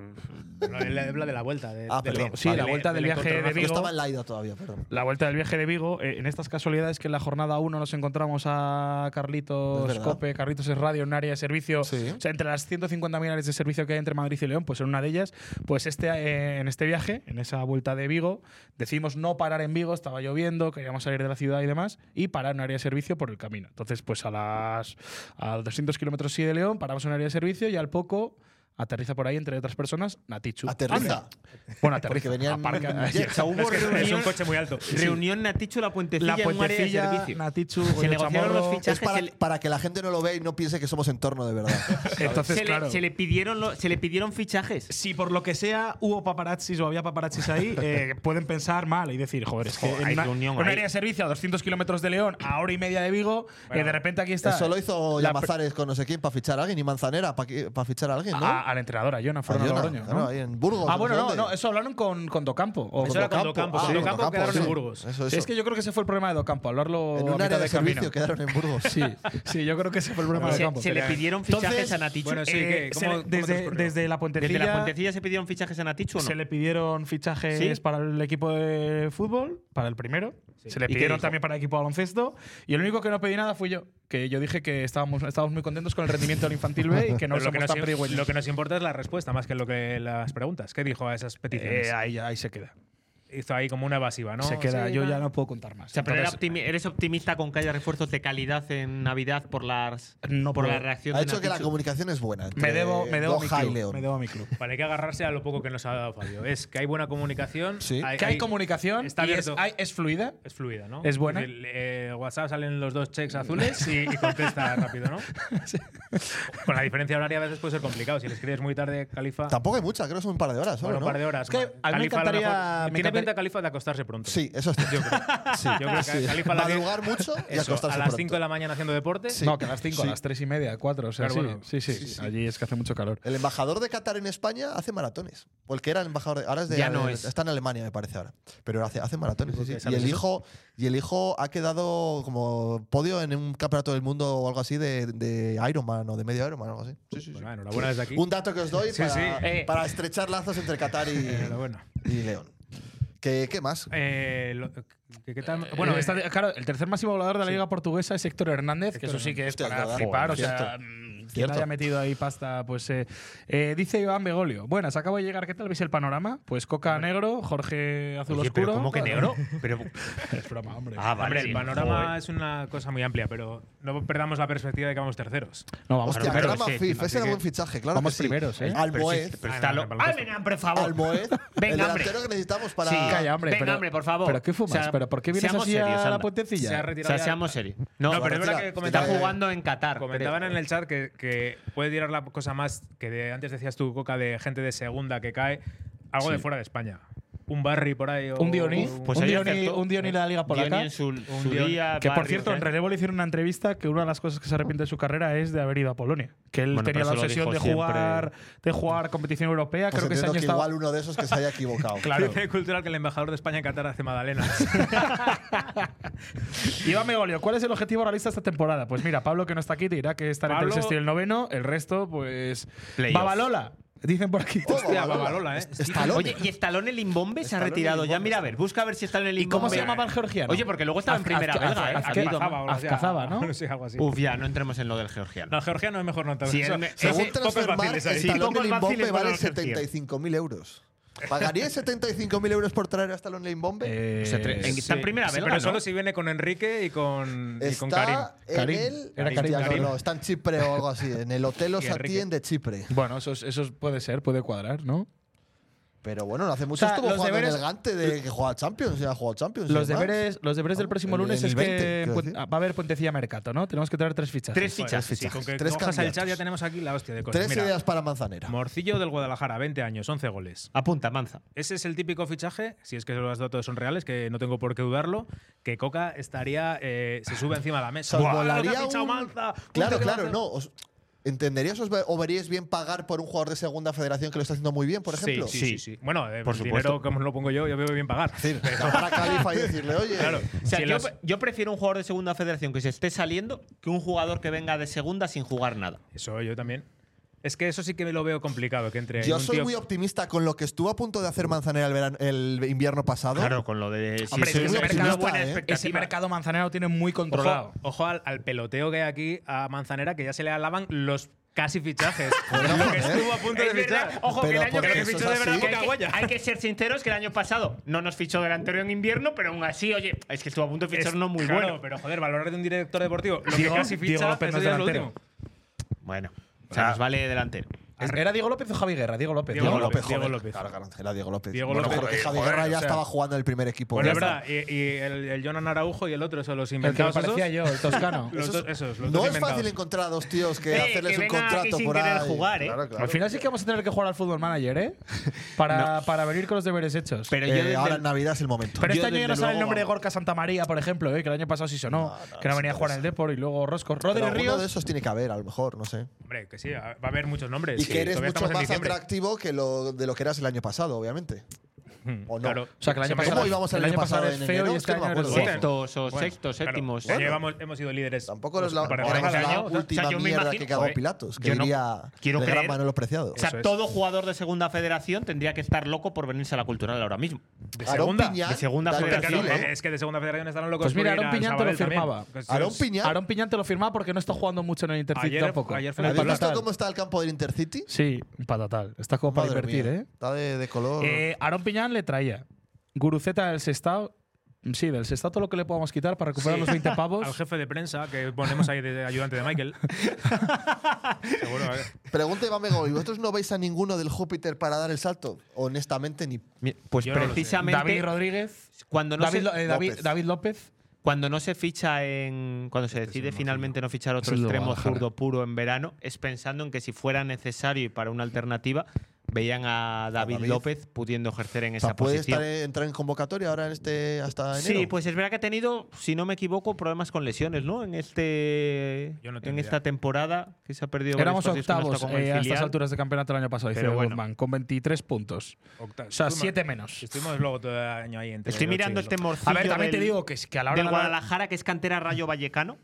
S4: Habla de la- habla de la vuelta. de-
S1: Ah,
S4: del-
S1: perdón.
S3: Sí, la vuelta del viaje de
S1: Yo
S3: Vigo.
S1: Ah, estaba en Laida todavía, perdón.
S3: La vuelta del viaje de Vigo, eh, en estas casualidades que en la jornada 1 nos encontramos a
S1: Es
S3: Carlitos
S1: verdad.
S3: Cope, Carlitos es radio en un área de servicio,
S1: Sí.
S3: o sea, entre las 150.000 áreas de servicio que hay entre Madrid y León, pues en una de ellas, pues este, eh, en este viaje, en esa vuelta de Vigo, decidimos no parar en Vigo, estaba lloviendo, queríamos salir de la ciudad y demás, y parar en un área de servicio por el camino. Entonces, pues a las a 200 kilómetros sí de León, paramos en un área de servicio y al poco… Aterriza por ahí entre otras personas Natichu.
S1: Aterriza.
S3: Bueno, aterriza.
S1: venían <laughs>
S3: aparca-
S1: jets.
S5: O sea, hubo
S4: Es, que es
S5: reunión-
S4: un coche muy alto.
S5: Reunión Natichu la puentecilla,
S3: La
S5: en un área de
S3: Puentecilla,
S5: servicio.
S3: Natichu,
S5: se
S3: Goyo
S5: negociaron
S3: Chamorro.
S5: los
S3: Es
S1: Es
S5: fichajes.
S1: para,
S5: se le-
S1: para que la gente no lo vea y no piense que somos entorno de verdad.
S3: Entonces,
S5: se, le,
S3: claro.
S5: se le pidieron lo- se le pidieron fichajes.
S3: si por lo que sea hubo paparazzis o había paparazzis
S5: <laughs>
S3: ahí, eh, pueden pensar mal y decir, joder, es que
S5: Joder,
S3: en
S5: hay
S3: una,
S5: reunión
S3: en un
S5: ahí.
S3: área de servicio a 200 kilómetros de León, a hora y media de Vigo, eh, de repente aquí está.
S1: Eso lo hizo
S3: la pr-
S1: Llamazares con no sé quién para fichar a alguien y Manzanera para fichar a alguien, ¿no?
S3: a- al entrenador, a Jonah, fueron a,
S1: A Jona,
S3: Ah, Logroño.
S1: claro,
S3: ¿no?
S1: ahí en Burgos,
S3: Ah,
S1: no
S3: bueno,
S1: sé
S3: no,
S1: dónde.
S3: no, eso hablaron con, con Docampo. o
S1: Eso era con Docampo,
S3: Ah,
S1: sí, Docampo,
S3: quedaron
S1: sí.
S3: en Burgos.
S1: Eso,
S3: Sí,
S1: eso.
S3: es que yo creo que ese fue el problema de Docampo, hablarlo
S1: En un
S3: a
S1: área
S3: mitad
S1: de
S3: de camino.
S1: servicio quedaron en Burgos.
S3: Sí, sí, yo creo que ese fue el problema
S5: Se-
S3: de Docampo.
S5: se le pidieron fichajes a Natichu. Bueno, sí, ¿qué?
S3: Eh, se
S5: ¿Cómo-
S3: le-
S5: cómo te
S3: desde,
S5: ocurrió?
S3: desde la puentecilla.
S5: ¿Desde la puentecilla se pidieron fichajes a Natichu o no?
S3: Se le pidieron fichajes
S5: ¿Sí?
S3: para el equipo de fútbol, para el primero. Se le
S5: ¿Y qué
S3: pidieron
S5: dijo?
S3: también para el equipo de baloncesto. Y el único que no pedí nada fui yo. Que yo dije que estábamos, estábamos muy contentos con el rendimiento del infantil B y que
S4: Pero
S3: no
S4: lo,
S3: somos
S4: que nos,
S3: tan
S4: im-
S3: pedigüeños.
S4: lo que nos importa es la respuesta más que lo que las preguntas. ¿Qué dijo a esas peticiones?
S3: Eh, ahí, ahí se queda.
S4: Hizo ahí como una evasiva, ¿no?
S3: se queda,
S4: Sí,
S3: yo
S4: nada.
S3: ya no puedo contar más.
S5: O sea, pero
S3: Entonces,
S5: era optimi- eres optimista con que haya refuerzos de calidad en Navidad por las
S3: No
S5: por
S3: puedo.
S5: la reacción
S1: Ha
S5: de
S1: hecho que la
S5: Natichu?
S1: comunicación es buena. entre
S3: me debo, me debo a mi
S1: Doha y
S3: club.
S1: León.
S3: Me debo a mi club.
S4: Vale, hay que agarrarse a lo poco que nos ha dado Fabio. Es que hay buena comunicación.
S1: Sí.
S3: que hay comunicación
S4: Está
S3: y es-
S4: abierto.
S3: hay- es fluida.
S4: Es fluida, ¿no?
S3: ¿Es buena?
S4: decir, eh, WhatsApp salen los dos checks azules y, y contesta rápido, ¿no? Con la diferencia horaria a veces puede ser complicado. Si le escribes muy tarde, Califa.
S1: Tampoco hay mucha, creo que son un par de horas. solo,
S4: Bueno, un
S1: ¿no?
S4: par de horas.
S3: Es que
S4: bueno.
S3: a
S4: Califa,
S3: mí me
S4: lo
S3: encantaría-
S4: mejor-
S3: me
S4: Tiene
S3: encantaría-
S4: pinta Califa de acostarse pronto.
S1: Sí, eso está.
S4: Yo creo.
S1: Sí.
S4: Yo creo que
S1: Sí.
S4: Califa la tiene-
S1: Madrugar mucho y
S4: Eso,
S1: acostarse
S4: a las
S1: pronto.
S4: 5 de la mañana haciendo deporte.
S1: Sí.
S3: No, que a las 5,
S1: Sí.
S3: a las 3 y media, 4. O sea,
S4: Claro,
S3: sí,
S4: bueno.
S3: sí, sí,
S1: sí.
S3: Allí es que hace mucho calor.
S1: El embajador de Qatar en España hace maratones. O el que era el embajador de. Ahora es de.
S5: Ya no es.
S1: Está en Alemania, me parece ahora. Pero hace, hace maratones. sí, sí. Y,
S4: sabes
S1: el
S4: eso?
S1: hijo, y el hijo ha quedado como podio en un campeonato del mundo o algo así de, de Ironman o de medio Ironman o algo así. Sí, sí, sí.
S4: Bueno, Pues enhorabuena desde aquí.
S1: Un dato que os doy
S4: Sí,
S1: para,
S4: sí.
S5: Eh.
S1: para estrechar lazos entre Qatar
S4: <laughs>
S1: y,
S4: Enhorabuena.
S1: y León. ¿Qué, qué más?
S4: Eh, lo- ¿qué- qué tal?
S3: Bueno,
S4: Eh,
S3: está- claro, el tercer máximo volador de la Liga Portuguesa es Héctor Hernández, que eso sí que es
S1: Hostia, es
S3: para
S1: verdad.
S3: flipar. O
S1: Joder,
S3: sea,
S1: cierto.
S3: mm, quien
S1: Cierto.
S3: haya metido ahí pasta, pues. eh, eh, dice Iván Begolio. Buenas, acabo de llegar. ¿Qué tal veis el panorama? Pues Coca negro, Jorge azul
S5: Oye,
S3: oscuro.
S5: pero ¿Cómo que negro? Pero,
S3: <laughs> es broma, hombre.
S5: ah, vale.
S4: Hombre,
S5: sí.
S4: el panorama
S5: Joder.
S4: es una cosa muy amplia, pero no perdamos la perspectiva de que vamos terceros.
S3: No, vamos
S1: Hostia,
S3: primeros.
S1: Grama
S5: sí,
S1: FIF. Ese era
S4: que-
S1: buen fichaje, claro.
S3: Vamos
S1: que sí.
S3: primeros, ¿eh?
S5: Pero sí,
S1: Almoez.
S5: pero
S4: Ah,
S5: está
S4: no,
S5: lo-
S4: no, para el
S5: ¡Ah,
S4: baloncesto.
S5: vengan, por favor!
S1: Almoez. el
S5: Venga, hombre.
S1: delantero que necesitamos para.
S5: Sí.
S3: Calla, hombre.
S5: Venga,
S3: pero-
S5: hombre, por favor.
S3: ¿Pero qué fumas?
S5: O sea,
S3: ¿Pero por qué vienes
S5: seamos
S3: así
S5: serios,
S3: a la
S5: anda.
S3: puentecilla?
S4: Se ha
S5: O
S4: retirado
S5: sea,
S4: ya-
S5: seamos serios.
S4: No,
S5: No,
S4: pero es
S1: Barcelona
S4: verdad que
S5: está
S4: comentaban,
S5: jugando en Qatar.
S4: comentaban
S5: creo.
S4: en el chat que, que puede tirar la cosa más que de- antes decías tú, Coca, de gente de segunda que cae, algo de fuera de España. Un Barry por ahí. o-
S3: Un Diony.
S4: un-
S5: Pues
S3: un
S5: ahí
S3: Diony,
S5: acertó.
S3: un Diony de la Liga Polaca.
S5: Diony en su, su
S4: Diony.
S5: día,
S3: Que por
S5: Barrios,
S3: cierto,
S5: ¿eh?
S3: en relevo le hicieron una entrevista que una de las cosas que se arrepiente de su carrera es de haber ido a Polonia. Que él
S5: Bueno,
S3: tenía
S5: pero
S3: la
S5: eso lo
S3: obsesión
S5: dijo
S3: de jugar, de jugar competición europea.
S1: Pues
S3: Creo que ese
S1: entiendo
S3: año
S1: que,
S3: estaba.
S1: igual uno de esos que se haya <laughs> equivocado.
S4: Dice cultural que el embajador de España en Qatar hace <laughs> magdalenas.
S3: Iván Megolio, ¿cuál es el objetivo realista esta temporada? Pues mira, Pablo que no está aquí te dirá que estar entre el
S4: Pablo-
S3: sexto y el noveno. El resto, pues.
S5: Playoff.
S3: Babalola, dicen por aquí.
S4: Hostia, Babalola, <laughs> ¿eh?
S1: Estalone.
S5: Oye, ¿y Stallone Limbombe se ha
S1: Stallone
S5: retirado ya?
S1: Limbombe.
S5: Mira, a ver, busca a ver si Stallone
S3: ¿Y
S5: Limbombe.
S3: cómo se llamaba el georgiano?
S5: Oye, porque luego estaba en
S3: Az-
S5: primera
S3: Az-
S5: belga,
S3: Az-
S5: ¿eh? Ha
S3: Azque-
S5: habido-
S3: Azcazaba,
S4: <laughs>
S3: Azcazaba, ¿no?
S4: sé, algo así.
S5: Uf, ya, no entremos en lo del georgiano.
S4: No, georgiano es mejor no te
S5: Sí,
S4: eso-
S5: el-
S4: eso-
S5: ese-
S1: Según
S5: pocos
S1: Transfermarkt,
S5: vaciles ahí.
S1: el
S5: Sí,
S1: talón
S5: pocos
S1: de Limbombe
S5: vaciles
S1: vale
S5: para los georgianos.
S1: 75.000 euros. ¿Pagaríais 75.000 euros por traer a Talón Limbombe?
S3: Eh,
S5: O sea, tre- en- está en primera
S4: Sí,
S5: belga,
S4: pero
S5: ¿no?
S4: solo si viene con Enrique y con, y
S1: está
S4: con Karim.
S1: en
S3: Karim.
S1: el…
S3: Era Karim,
S1: Hostia, no,
S3: Karim.
S1: no, está en Chipre o algo así. En el Hotel
S4: Y Enrique.
S1: Osatien de Chipre.
S3: Bueno, eso, es- eso puede ser, puede cuadrar, ¿no?
S1: Pero bueno, no hace mucho
S3: O sea,
S1: estuvo
S3: los
S1: jugando en
S3: deberes-
S1: el Gante de que jugaba Champions. Ya ha jugado Champions. y
S3: Los
S1: demás.
S3: deberes, los deberes del
S1: Vamos,
S3: próximo
S1: en- en
S3: lunes
S1: el
S3: es
S1: 20,
S3: que
S1: quiero
S3: puen-
S1: decir.
S3: ah, va a haber Puentecilla Mercato, ¿no? Tenemos que traer tres fichajes.
S5: Tres
S4: Bueno,
S5: fichas.
S4: sí, con que
S1: Tres
S4: cojas el
S1: candidatos.
S4: chat ya tenemos aquí la hostia de cosas.
S1: Tres
S4: Pues Mira,
S1: ideas para Manzanera.
S4: Morcillo del Guadalajara, 20 años, 11 goles.
S5: Apunta, manza.
S4: Ese es el típico fichaje, si es que los datos son reales, que no tengo por qué dudarlo, que Coca estaría, eh, se sube encima de la mesa.
S1: Os
S4: ¡Buah, lo que
S1: molaría
S4: ha fichado
S1: un-
S4: Manza! Cuidado
S1: Claro,
S4: que
S1: claro,
S4: Manza-
S1: no. os- ¿Entenderías os ve- o veríais bien pagar por un jugador de segunda federación que lo está haciendo muy bien, por ejemplo?
S4: Sí, sí, sí, sí. Bueno, eh,
S5: Por
S4: el
S5: supuesto.
S4: dinero, como lo pongo yo, yo veo bien pagar.
S1: Es decir, llamar a Califa y decirle, oye,
S4: Claro.
S5: O sea,
S4: Si
S5: yo,
S4: los-
S5: yo prefiero un jugador de segunda federación que se esté saliendo que un jugador que venga de segunda sin jugar nada.
S4: Eso yo también. Es que eso sí que me lo veo complicado, que entre
S1: Yo
S4: un
S1: soy
S4: tío-
S1: muy optimista con lo que estuvo a punto de hacer Manzanera el, verano- el invierno pasado.
S5: Claro, con lo de. Si
S3: Hombre,
S5: soy
S1: es
S5: un
S1: que ese
S5: mercado
S1: mercado-
S5: buena
S1: eh.
S5: expectativa.
S3: Ese mercado manzanero tiene muy controlado.
S4: Ojo, ojo al, al peloteo que hay aquí a Manzanera, que ya se le alaban los casi fichajes. lo que estuvo a punto de
S5: Es verdad.
S4: fichar.
S5: Ojo,
S1: Pero
S5: que el año
S1: porque
S5: que
S1: eso
S5: fichó
S1: es
S5: de verdad
S1: así.
S5: Coca
S4: Hay que-
S5: Guaya. Hay que ser sinceros que el año pasado no nos fichó delantero en invierno, pero aún así, oye, es que estuvo a punto de fichar
S4: Es-
S5: no muy
S4: claro,
S5: bueno.
S4: Pero joder, valorar de un director deportivo, lo
S3: Diego-
S4: que casi
S3: Diego
S4: ficha,
S3: López
S4: eso
S3: no es
S4: ya es lo
S3: delantero.
S4: último.
S5: Bueno, o sea, nos vale delantero.
S3: ¿Era Diego López o Javi Guerra? Diego López.
S4: Diego
S3: ¿no?
S4: López.
S1: Diego
S4: Diego
S1: López.
S4: López.
S1: Claro, claro, era Diego López.
S4: Diego
S1: bueno,
S4: López,
S1: Jorge
S4: eh,
S1: Javi
S4: joder,
S1: Guerra ya
S4: o sea.
S1: estaba jugando en el primer equipo.
S4: Bueno,
S1: Ya
S4: Pues es verdad.
S1: está.
S4: Y, y el, el Jonan Araujo y el otro, eso los
S3: El que me
S4: inventados.
S3: parecía
S4: esos.
S3: yo, el
S4: <laughs>
S3: toscano.
S4: Los dos, esos, los
S1: No
S4: dos
S1: es fácil
S4: inventados.
S1: encontrar a dos tíos que
S5: Eh,
S1: hacerles
S5: que
S1: un
S5: vengan aquí
S1: contrato
S5: sin
S1: por
S5: querer
S1: ahí.
S5: jugar, ¿eh?
S3: Al final sí que vamos a tener que jugar al fútbol manager, ¿eh? Para, para venir con los deberes hechos.
S5: Pero
S1: Eh,
S5: yo desde
S1: ahora
S5: el-
S1: en Navidad es el momento.
S3: Pero
S5: yo
S3: este año ya no
S5: desde
S3: sale el
S5: luego,
S3: nombre de
S5: vamos.
S3: Gorka Santamaría, por ejemplo, ¿eh? que el año pasado sí sonó,
S1: No, no,
S3: que no
S1: sí
S3: venía a jugar
S1: interesa.
S3: en el Depor y luego Rosco.
S1: Pero
S3: Rodri
S1: alguno
S3: Ríos.
S1: de esos tiene que haber, a lo mejor, no sé.
S4: Hombre, que sí, a- va a haber muchos nombres.
S1: Y que eres
S4: todavía
S1: mucho
S4: estamos en
S1: más
S4: diciembre.
S1: atractivo que lo, de lo que eras el año pasado, obviamente. ¿O no?
S4: Claro.
S3: O sea, que el año
S1: ¿Cómo
S3: pasado-
S1: íbamos el,
S3: el
S1: año
S3: año
S1: pasado,
S3: pasado es
S1: en
S3: feo
S1: enero?
S3: y
S1: Es que
S3: este
S1: no me
S3: año eres
S1: acuerdo.
S3: bueno.
S5: Sextos o sextos,
S4: Bueno,
S5: séptimos.
S4: pues
S5: Bueno.
S4: llevamos- hemos sido líderes. pues
S1: Tampoco es la,
S4: para
S1: ahora
S4: arrancar
S1: es la
S4: el año. O sea,
S1: última
S5: yo me
S1: mierda
S5: imagino-
S1: que cagó
S5: joder,
S1: Pilatos, que
S5: yo no-
S1: diría
S5: quiero
S1: el gran
S5: creer-
S1: Manolo Preciado.
S5: O sea,
S1: Eso es.
S5: todo jugador de segunda federación tendría que estar loco por venirse a la cultural ahora mismo.
S4: ¿De Aarón segunda? ¿eh? Piñán,
S5: De segunda
S4: Dante
S5: federación.
S4: Carlo,
S5: ¿no?
S4: Es que de segunda federación estarán locos.
S3: Pues mira,
S4: por ir
S3: Aaron
S4: a
S3: Piñán te lo
S4: Sabadell también.
S3: firmaba.
S4: Pues
S1: ¿eh? ¿Aaron
S4: es-
S1: Piñán?
S3: Aaron Piñán te lo firmaba porque no está jugando mucho en el Intercity
S4: Ayer-
S3: tampoco.
S4: ayer fue
S3: En el
S1: ¿Habéis visto
S3: Patatal.
S1: cómo está el campo del Intercity?
S3: Sí, un patatal. Está como para
S1: Madre
S3: invertir,
S1: mía,
S3: ¿eh?
S1: Está de, de color.
S3: Eh, Aarón Piñán le traía Guruceta del Sestao. Sí, del Sestao todo lo que le podamos quitar para recuperar
S4: Sí.
S3: los 20
S1: <laughs>
S3: pavos.
S4: Al jefe de prensa que ponemos ahí de ayudante de
S3: <laughs>
S4: Michael. Seguro, a ver.
S1: Pregunta Iván Bego, ¿y vosotros no veis a ninguno del Júpiter para dar el salto? Honestamente, ni.
S5: Mi- Pues
S4: Yo no lo sé.
S5: precisamente
S3: David Rodríguez.
S5: cuando no
S3: David,
S5: se,
S3: Lo- eh, David-
S1: López.
S3: David López.
S5: cuando no se ficha en cuando se
S4: Este
S5: decide finalmente no fichar otro
S3: Es el de
S5: extremo
S3: Guadalajara.
S5: zurdo puro en verano es pensando en que si fuera necesario y para una alternativa veían a David,
S1: David.
S5: López pudiendo ejercer en
S1: O sea,
S5: esa
S1: ¿Puede
S5: posición.
S1: estar en- entrar en convocatoria ahora en este, hasta enero?
S5: Sí, pues es verdad que ha tenido, si no me equivoco, problemas con lesiones, ¿no? En este
S4: Yo no tengo
S5: en
S4: idea.
S5: esta temporada que se ha perdido varios
S3: Éramos
S5: partidos que no está
S3: octavos
S5: con el
S3: eh, a estas
S5: filial.
S3: alturas de campeonato el año pasado, dice
S5: Pero bueno.
S3: Goldman, con 23 puntos.
S4: Octavio.
S3: O sea,
S4: Estuvimos-
S3: 7 menos.
S4: Estuvimos luego todo el año ahí. Entre
S5: Estoy
S4: el ocho
S5: mirando
S4: y el
S5: este
S4: doce.
S5: morcillo
S3: A ver, también te
S5: del-
S3: digo que, es- que a la hora
S5: del
S3: de la-
S5: Guadalajara, que es cantera Rayo Vallecano.